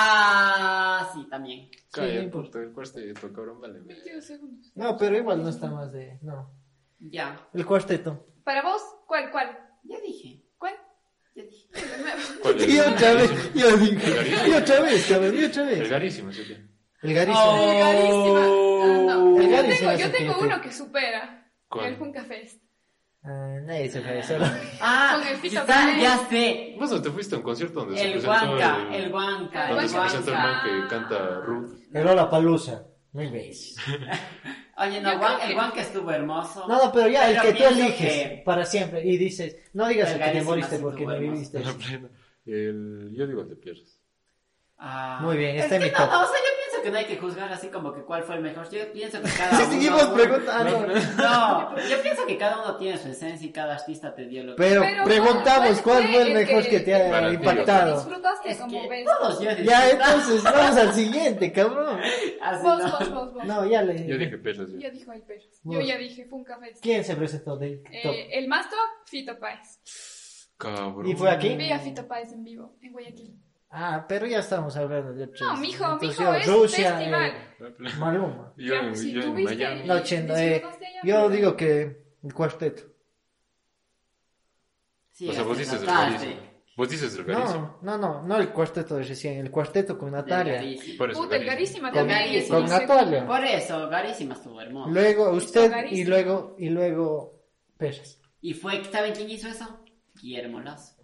[SPEAKER 3] Ah, sí, también.
[SPEAKER 5] Calla,
[SPEAKER 2] Sí, por-
[SPEAKER 5] puta, el cuarteto, cabrón, vale. verga.
[SPEAKER 4] 22 segundos.
[SPEAKER 2] No, pero igual no está más de. No.
[SPEAKER 3] Ya,
[SPEAKER 2] El cuarteto.
[SPEAKER 4] Para vos, ¿cuál, cuál?
[SPEAKER 3] ya dije,
[SPEAKER 4] ¿Cuál?
[SPEAKER 3] ya dije.
[SPEAKER 4] De nuevo.
[SPEAKER 5] ¿Cuál es?
[SPEAKER 2] Y otra vez, yo
[SPEAKER 5] Clarísimo.
[SPEAKER 2] dije. Y otra vez, cabrón, y otra
[SPEAKER 5] Es
[SPEAKER 2] vez.
[SPEAKER 5] rarísimo, ¿sí? que-
[SPEAKER 2] El Gary se-
[SPEAKER 3] Oh.
[SPEAKER 4] Vulgarísima. Ah, no.
[SPEAKER 2] El Gary
[SPEAKER 4] Yo
[SPEAKER 2] se
[SPEAKER 4] tengo,
[SPEAKER 2] hace
[SPEAKER 4] yo tengo
[SPEAKER 2] fíjate.
[SPEAKER 4] uno que supera.
[SPEAKER 5] ¿Cuál?
[SPEAKER 4] El Junca Fest.
[SPEAKER 2] Ah, nadie se fue solo.
[SPEAKER 3] Ah,
[SPEAKER 4] Con el pito
[SPEAKER 3] está-
[SPEAKER 4] cae.
[SPEAKER 3] ya sé.
[SPEAKER 5] ¿Vos no te fuiste a un concierto donde se
[SPEAKER 3] El
[SPEAKER 5] presentó
[SPEAKER 3] guanca, el
[SPEAKER 5] el-
[SPEAKER 3] guanca,
[SPEAKER 5] Cuando
[SPEAKER 4] Pues
[SPEAKER 3] el
[SPEAKER 5] se presentó el
[SPEAKER 3] guanca.
[SPEAKER 5] man que canta Ruth.
[SPEAKER 2] El Ola Palusa. Mil veces.
[SPEAKER 3] Oye,
[SPEAKER 4] Yo
[SPEAKER 3] no, guan-
[SPEAKER 4] creo que-
[SPEAKER 3] el guanca estuvo hermoso.
[SPEAKER 2] No, no, pero ya, el
[SPEAKER 3] Pero
[SPEAKER 2] que tú
[SPEAKER 3] pienso
[SPEAKER 2] eliges
[SPEAKER 3] que-
[SPEAKER 2] para siempre. Y dices, no digas el que te
[SPEAKER 3] Vulgarísima,
[SPEAKER 2] moriste
[SPEAKER 3] sí,
[SPEAKER 2] porque no
[SPEAKER 3] bueno.
[SPEAKER 2] viviste.
[SPEAKER 5] En la plena. El, yo digo el de Pierres.
[SPEAKER 3] Ah.
[SPEAKER 2] Muy bien,
[SPEAKER 3] Es
[SPEAKER 2] este
[SPEAKER 3] que
[SPEAKER 2] es mi
[SPEAKER 3] no,
[SPEAKER 2] top.
[SPEAKER 3] no, o sea, yo pienso que no hay que juzgar así como que cuál fue el mejor. Yo pienso que cada
[SPEAKER 2] Si
[SPEAKER 3] uno.
[SPEAKER 2] seguimos preguntando.
[SPEAKER 3] pues, No, yo pienso que cada uno tiene su esencia y cada artista te dio lo que.
[SPEAKER 2] Pero,
[SPEAKER 4] Pero
[SPEAKER 2] preguntamos
[SPEAKER 4] ¿cuál
[SPEAKER 2] cuál
[SPEAKER 4] fue
[SPEAKER 2] fue el
[SPEAKER 4] el
[SPEAKER 2] mejor
[SPEAKER 4] que-
[SPEAKER 2] que te ha
[SPEAKER 5] Para ti,
[SPEAKER 2] impactado.
[SPEAKER 4] Disfrutaste
[SPEAKER 3] Es
[SPEAKER 4] como
[SPEAKER 3] que
[SPEAKER 4] ves.
[SPEAKER 3] todos yo
[SPEAKER 2] Ya,
[SPEAKER 3] disfruté.
[SPEAKER 2] entonces vamos al siguiente, cabrón.
[SPEAKER 3] Así
[SPEAKER 4] Vos,
[SPEAKER 3] no.
[SPEAKER 4] vos, vos, vos.
[SPEAKER 2] No, ya le.
[SPEAKER 5] Yo dije Pierres. yo.
[SPEAKER 4] Ya dijo hay perros. Yo
[SPEAKER 2] Vos.
[SPEAKER 4] ya dije Funka Fest.
[SPEAKER 2] ¿Quién se presentó de top?
[SPEAKER 4] Eh, el más top, Fito Páez.
[SPEAKER 5] Cabrón.
[SPEAKER 2] ¿Y fue aquí?
[SPEAKER 4] Vi a Fito Páez en vivo, en Guayaquil.
[SPEAKER 2] Ah, pero ya estamos hablando de otros.
[SPEAKER 4] No, mijo,
[SPEAKER 2] Entonces,
[SPEAKER 4] mijo,
[SPEAKER 2] yo,
[SPEAKER 4] es festival.
[SPEAKER 5] La plena.
[SPEAKER 2] eh, Maluma.
[SPEAKER 5] Yo,
[SPEAKER 4] Claro, si
[SPEAKER 5] yo
[SPEAKER 4] tú
[SPEAKER 5] en
[SPEAKER 4] viste
[SPEAKER 5] Miami.
[SPEAKER 4] el-
[SPEAKER 2] No, chendo,
[SPEAKER 4] ¿Disfrutaste
[SPEAKER 2] eh,
[SPEAKER 4] allá?
[SPEAKER 2] yo digo que el cuarteto.
[SPEAKER 3] Sí,
[SPEAKER 5] o sea, vos
[SPEAKER 3] así
[SPEAKER 5] dices el
[SPEAKER 3] notaste.
[SPEAKER 5] Garísimo. Vos dices el Garísimo.
[SPEAKER 2] Ah, No, no, no, no el cuarteto de recién, el cuarteto con Natalia.
[SPEAKER 3] Garísimo.
[SPEAKER 5] Por eso,
[SPEAKER 4] Puta, el
[SPEAKER 5] Garísimo.
[SPEAKER 4] carísima
[SPEAKER 3] Con-
[SPEAKER 4] también.
[SPEAKER 3] con
[SPEAKER 4] es un
[SPEAKER 2] Natalia.
[SPEAKER 4] segundo.
[SPEAKER 3] Por eso, Garísima estuvo hermoso.
[SPEAKER 2] Luego usted y
[SPEAKER 4] Carísimo.
[SPEAKER 2] luego, y luego Pérez.
[SPEAKER 3] Y fue, ¿saben quién hizo eso? Guillermo Lazo.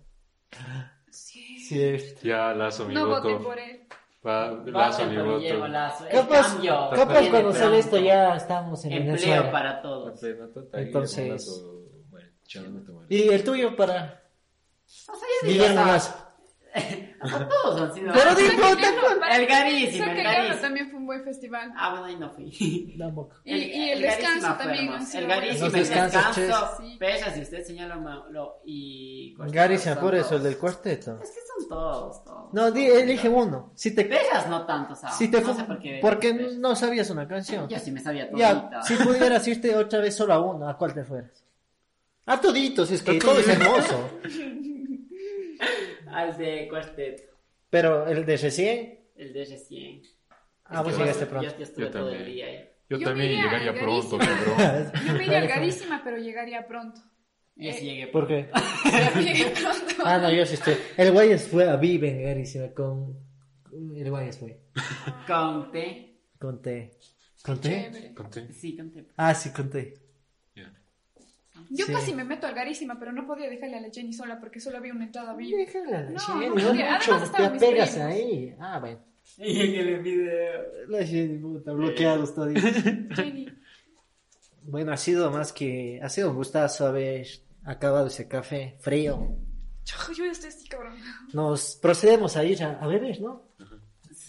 [SPEAKER 4] Sí.
[SPEAKER 2] Cierto.
[SPEAKER 5] Ya, lazo mi
[SPEAKER 4] No voté
[SPEAKER 5] voto.
[SPEAKER 4] por él.
[SPEAKER 5] Va, lazo
[SPEAKER 3] Vayan
[SPEAKER 5] mi
[SPEAKER 3] por Guillermo
[SPEAKER 5] voto.
[SPEAKER 3] Lazo. El
[SPEAKER 2] Capaz,
[SPEAKER 3] cambio
[SPEAKER 2] capaz
[SPEAKER 3] viene
[SPEAKER 2] cuando sale
[SPEAKER 3] pronto.
[SPEAKER 2] esto ya estamos en
[SPEAKER 3] Empleo
[SPEAKER 2] Venezuela.
[SPEAKER 3] para
[SPEAKER 5] La
[SPEAKER 3] todos.
[SPEAKER 5] plena, total,
[SPEAKER 2] Entonces-
[SPEAKER 5] Guillermo Lazo, bueno, chao, no te mueres.
[SPEAKER 2] Y el tuyo para
[SPEAKER 3] O sea, yo digo,
[SPEAKER 2] Guillermo
[SPEAKER 3] o sea,
[SPEAKER 2] Lazo.
[SPEAKER 3] o sea, todos han sido.
[SPEAKER 2] Pero
[SPEAKER 4] Soca
[SPEAKER 2] disfruta
[SPEAKER 4] Diablo,
[SPEAKER 2] con-
[SPEAKER 4] para-
[SPEAKER 3] El Garísimo,
[SPEAKER 4] Soca
[SPEAKER 3] el
[SPEAKER 4] Diablo
[SPEAKER 3] Garísimo.
[SPEAKER 4] también fue un buen festival.
[SPEAKER 3] Ah, bueno, ahí no fui.
[SPEAKER 2] Tampoco.
[SPEAKER 4] Y, y el,
[SPEAKER 3] Garísima
[SPEAKER 4] descanso
[SPEAKER 3] fue
[SPEAKER 4] también.
[SPEAKER 3] hermoso.
[SPEAKER 4] ha sido
[SPEAKER 3] El
[SPEAKER 4] bueno.
[SPEAKER 3] garísimo,
[SPEAKER 2] Los
[SPEAKER 3] el
[SPEAKER 2] descansos,
[SPEAKER 3] descanso.
[SPEAKER 4] ches.
[SPEAKER 3] Pesa, si usted señala lo, lo- y.
[SPEAKER 2] Garisa,
[SPEAKER 3] son
[SPEAKER 2] por eso, el
[SPEAKER 3] todos.
[SPEAKER 2] del cuarteto.
[SPEAKER 3] Es que son todos, todos.
[SPEAKER 2] No, di, elige uno. Si te
[SPEAKER 3] Pesas no tanto, ¿sabes?
[SPEAKER 2] si te
[SPEAKER 3] no
[SPEAKER 2] fu-
[SPEAKER 3] sé por qué.
[SPEAKER 2] porque
[SPEAKER 3] Pesas.
[SPEAKER 2] no sabías una canción.
[SPEAKER 3] Yo sí me sabía
[SPEAKER 2] Ya,
[SPEAKER 3] todita.
[SPEAKER 2] si pudieras irte otra vez solo a uno, ¿a cuál te fueras? A toditos, es que
[SPEAKER 5] A
[SPEAKER 2] todo es
[SPEAKER 5] toditos.
[SPEAKER 2] hermoso.
[SPEAKER 3] Al Ah, de cuarteto.
[SPEAKER 2] Pero el de recién,
[SPEAKER 3] El de recién.
[SPEAKER 2] ah, vos
[SPEAKER 5] que
[SPEAKER 2] llegaste
[SPEAKER 3] Yo-
[SPEAKER 2] pronto.
[SPEAKER 3] Yo, estuve
[SPEAKER 5] Yo
[SPEAKER 3] todo el
[SPEAKER 5] también.
[SPEAKER 3] día ahí.
[SPEAKER 5] Yo
[SPEAKER 4] Yo
[SPEAKER 5] también
[SPEAKER 4] diría
[SPEAKER 5] llegaría pronto,
[SPEAKER 4] Garísimo.
[SPEAKER 5] cabrón.
[SPEAKER 4] Yo me iría garísima, pero llegaría pronto. Eh,
[SPEAKER 3] Y así llegué.
[SPEAKER 2] ¿Por qué?
[SPEAKER 4] Llegué pronto.
[SPEAKER 2] Ah, no, yo sí estoy. El Guayas fue a Viven, Garísima, con. El Guayas fue.
[SPEAKER 3] Con té.
[SPEAKER 2] Con T. ¿Conté?
[SPEAKER 4] Chévere.
[SPEAKER 5] Conté.
[SPEAKER 3] Sí, conté.
[SPEAKER 2] Ah, sí, conté.
[SPEAKER 5] Ya.
[SPEAKER 4] Yo
[SPEAKER 2] Sí.
[SPEAKER 4] casi me meto algarísima, pero no podía dejarle a la Jenny sola porque solo había una entrada viva.
[SPEAKER 2] Déjala, la
[SPEAKER 4] No,
[SPEAKER 2] Jenny, no
[SPEAKER 4] no podía. Además
[SPEAKER 2] mucho, te
[SPEAKER 4] estaban mis
[SPEAKER 2] apegas
[SPEAKER 4] primos.
[SPEAKER 2] ahí. Ah, bueno.
[SPEAKER 3] Y en el video.
[SPEAKER 2] La Jenny, puta, bloqueados todavía.
[SPEAKER 4] Jenny,
[SPEAKER 2] Bueno, ha sido más que. Ha sido un gustazo haber acabado ese café frío.
[SPEAKER 4] chao, yo ya estoy así, cabrón.
[SPEAKER 2] Nos procedemos a ir a, a beber, ¿no?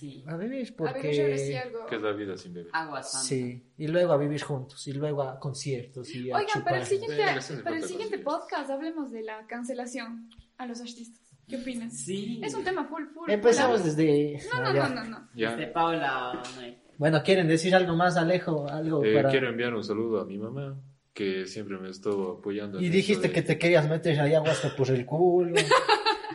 [SPEAKER 3] Sí.
[SPEAKER 2] A beber
[SPEAKER 4] A ver, yo
[SPEAKER 2] porque.
[SPEAKER 4] sí algo.
[SPEAKER 5] ¿Qué es la vida sin bebé?
[SPEAKER 3] Agua santa.
[SPEAKER 2] sí, y luego a vivir juntos, y luego a conciertos. Y a
[SPEAKER 4] Oigan, para el
[SPEAKER 2] chupar.
[SPEAKER 4] siguiente,
[SPEAKER 5] Venga, hacen el
[SPEAKER 4] para el
[SPEAKER 5] protocolo,
[SPEAKER 4] siguiente
[SPEAKER 5] sí.
[SPEAKER 4] podcast hablemos de la cancelación a los artistas. ¿Qué opinas?
[SPEAKER 3] Sí.
[SPEAKER 4] Es un tema full, full.
[SPEAKER 2] Empezamos Ah,
[SPEAKER 4] full.
[SPEAKER 2] desde.
[SPEAKER 4] No, no,
[SPEAKER 2] allá.
[SPEAKER 4] no, no, no.
[SPEAKER 5] Ya.
[SPEAKER 3] De Paula. no hay.
[SPEAKER 2] Bueno, ¿quieren decir algo más, Alejo? Algo
[SPEAKER 5] Eh,
[SPEAKER 2] para.
[SPEAKER 5] Quiero enviar un saludo a mi mamá, que siempre me estuvo apoyando. en
[SPEAKER 2] Y
[SPEAKER 5] esto
[SPEAKER 2] dijiste
[SPEAKER 5] de-
[SPEAKER 2] que te querías meter ahí aguasca por el culo.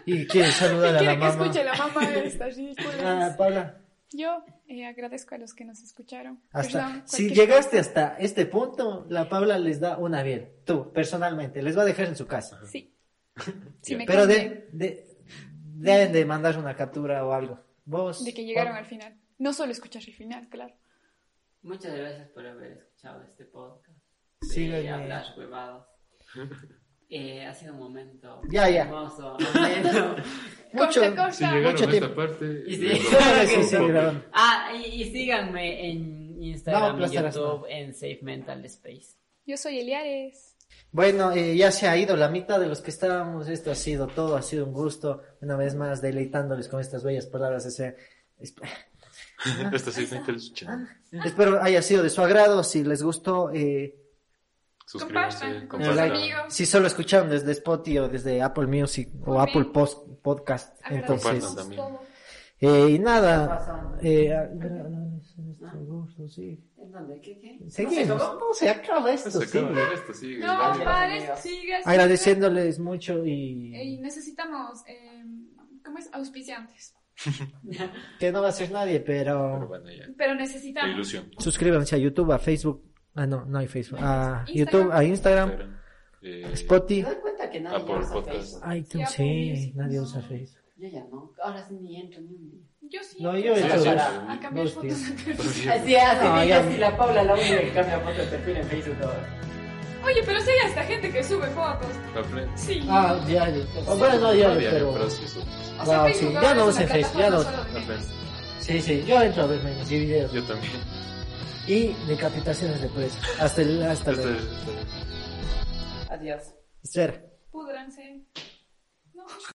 [SPEAKER 2] y quieres saludar a la
[SPEAKER 4] Quiere que
[SPEAKER 2] mamá.
[SPEAKER 4] escuche la mamá esta ridícula.
[SPEAKER 2] Ah, Paula,
[SPEAKER 4] Yo eh, agradezco a los que nos escucharon.
[SPEAKER 2] hasta,
[SPEAKER 4] Perdón,
[SPEAKER 2] si
[SPEAKER 4] cualquier
[SPEAKER 2] llegaste hasta este punto, la Paula les da una bien. Tú, personalmente, les va a dejar en su casa.
[SPEAKER 4] cosa. Sí. Sí,
[SPEAKER 5] Ya.
[SPEAKER 4] me
[SPEAKER 2] Pero
[SPEAKER 4] cansé
[SPEAKER 2] de, de- deben de mandar una captura o algo. Vos.
[SPEAKER 4] de que llegaron
[SPEAKER 2] Juan,
[SPEAKER 4] al final. No solo escuchar el final, claro.
[SPEAKER 3] Muchas gracias por haber escuchado este podcast. De
[SPEAKER 2] sígueme.
[SPEAKER 3] hablar huevadas. Eh, ha sido un momento
[SPEAKER 2] Ya, ya.
[SPEAKER 3] hermoso. ameno.
[SPEAKER 2] Mucho-
[SPEAKER 4] Corta, corta.
[SPEAKER 5] Si llegaron
[SPEAKER 2] Mucho
[SPEAKER 5] a
[SPEAKER 2] tiempo.
[SPEAKER 5] esta parte.
[SPEAKER 3] Y
[SPEAKER 5] les
[SPEAKER 3] sí.
[SPEAKER 5] doy
[SPEAKER 2] Solo eso
[SPEAKER 5] un
[SPEAKER 2] sí,
[SPEAKER 5] poco.
[SPEAKER 2] grabando.
[SPEAKER 3] ah, y, y síganme en Instagram,
[SPEAKER 2] No,
[SPEAKER 3] y
[SPEAKER 2] placer,
[SPEAKER 3] YouTube, en Safe Mental Space.
[SPEAKER 4] Yo soy Eliares.
[SPEAKER 2] Bueno, eh, ya se ha ido la mitad de los que estábamos. Esto ha sido todo. Ha sido un gusto. Una vez más, deleitándoles con estas bellas palabras. Ese- esp-
[SPEAKER 5] Esta sí es Mental Channel.
[SPEAKER 2] Espero haya sido de su agrado. Si les gustó, eh,
[SPEAKER 5] Suscríbanse,
[SPEAKER 4] Compartan con
[SPEAKER 2] sus
[SPEAKER 5] compartan.
[SPEAKER 4] amigos.
[SPEAKER 2] si solo escucharon desde Spotify o desde Apple Music o
[SPEAKER 4] Ok.
[SPEAKER 2] Apple Post- Podcast,
[SPEAKER 4] Agradecemos
[SPEAKER 2] entonces.
[SPEAKER 5] también.
[SPEAKER 4] todo.
[SPEAKER 2] eh, y
[SPEAKER 3] ¿Qué
[SPEAKER 2] nada.
[SPEAKER 3] pasó?
[SPEAKER 2] Eh, agradales en este gusto, sí.
[SPEAKER 3] ¿En dónde? ¿Qué? qué?
[SPEAKER 2] Seguimos. No se acaba esto,
[SPEAKER 5] Se
[SPEAKER 2] sí.
[SPEAKER 5] acaba esto, sí.
[SPEAKER 4] No,
[SPEAKER 5] vale.
[SPEAKER 4] pares, sigas.
[SPEAKER 2] Agradeciéndoles mucho
[SPEAKER 4] Y
[SPEAKER 2] y
[SPEAKER 4] necesitamos, eh, ¿cómo es? Auspiciantes.
[SPEAKER 2] que no va a ser nadie,
[SPEAKER 5] Pero
[SPEAKER 2] pero
[SPEAKER 5] bueno, ya.
[SPEAKER 4] Pero
[SPEAKER 5] La
[SPEAKER 4] necesitamos.
[SPEAKER 5] ilusión.
[SPEAKER 2] suscríbanse a YouTube, a Facebook, ah no, no hay Facebook, a
[SPEAKER 4] Instagram.
[SPEAKER 2] YouTube, a Instagram,
[SPEAKER 5] Instagram, eh,
[SPEAKER 3] ¿Te
[SPEAKER 2] Spotify,
[SPEAKER 3] das cuenta que
[SPEAKER 2] Ah,
[SPEAKER 3] nadie
[SPEAKER 5] Apple
[SPEAKER 3] usa
[SPEAKER 5] Podcast.
[SPEAKER 3] Facebook?
[SPEAKER 2] iTunes,
[SPEAKER 4] Sí, Apple
[SPEAKER 2] sí,
[SPEAKER 4] Music,
[SPEAKER 2] nadie
[SPEAKER 4] no.
[SPEAKER 2] usa Facebook.
[SPEAKER 3] Yo ya no. Ahora sí ni entro ni un día.
[SPEAKER 4] Yo sí.
[SPEAKER 2] No, yo he
[SPEAKER 5] Sí,
[SPEAKER 2] hecho
[SPEAKER 5] sí,
[SPEAKER 2] dos,
[SPEAKER 5] sí.
[SPEAKER 4] A cambiar
[SPEAKER 2] dos
[SPEAKER 4] fotos.
[SPEAKER 2] días.
[SPEAKER 3] Así, así,
[SPEAKER 2] No,
[SPEAKER 3] diga,
[SPEAKER 2] ya-
[SPEAKER 3] si la Paula la única que cambia foto de perfil en Facebook ahora.
[SPEAKER 4] Oye, pero si hay hasta gente que sube fotos.
[SPEAKER 5] la frente.
[SPEAKER 4] Sí.
[SPEAKER 2] Ah, diario. Oh, bueno, no
[SPEAKER 5] No,
[SPEAKER 2] diario,
[SPEAKER 5] bien,
[SPEAKER 2] pero
[SPEAKER 5] pero sí, sí.
[SPEAKER 4] O sea,
[SPEAKER 2] wow,
[SPEAKER 4] Facebook
[SPEAKER 2] sí, ya
[SPEAKER 4] ahora
[SPEAKER 2] no
[SPEAKER 4] es
[SPEAKER 2] usen
[SPEAKER 4] una
[SPEAKER 2] Facebook, ya no-
[SPEAKER 4] plataforma solo
[SPEAKER 5] La
[SPEAKER 4] de
[SPEAKER 5] frente.
[SPEAKER 4] memes.
[SPEAKER 2] sí, sí, yo entro a ver memes y videos
[SPEAKER 5] Yo también.
[SPEAKER 2] y decapitaciones de presos. Hasta el, hasta
[SPEAKER 5] Este-
[SPEAKER 2] el,
[SPEAKER 5] este-
[SPEAKER 3] Adiós.
[SPEAKER 2] espera.
[SPEAKER 4] Púdranse. No.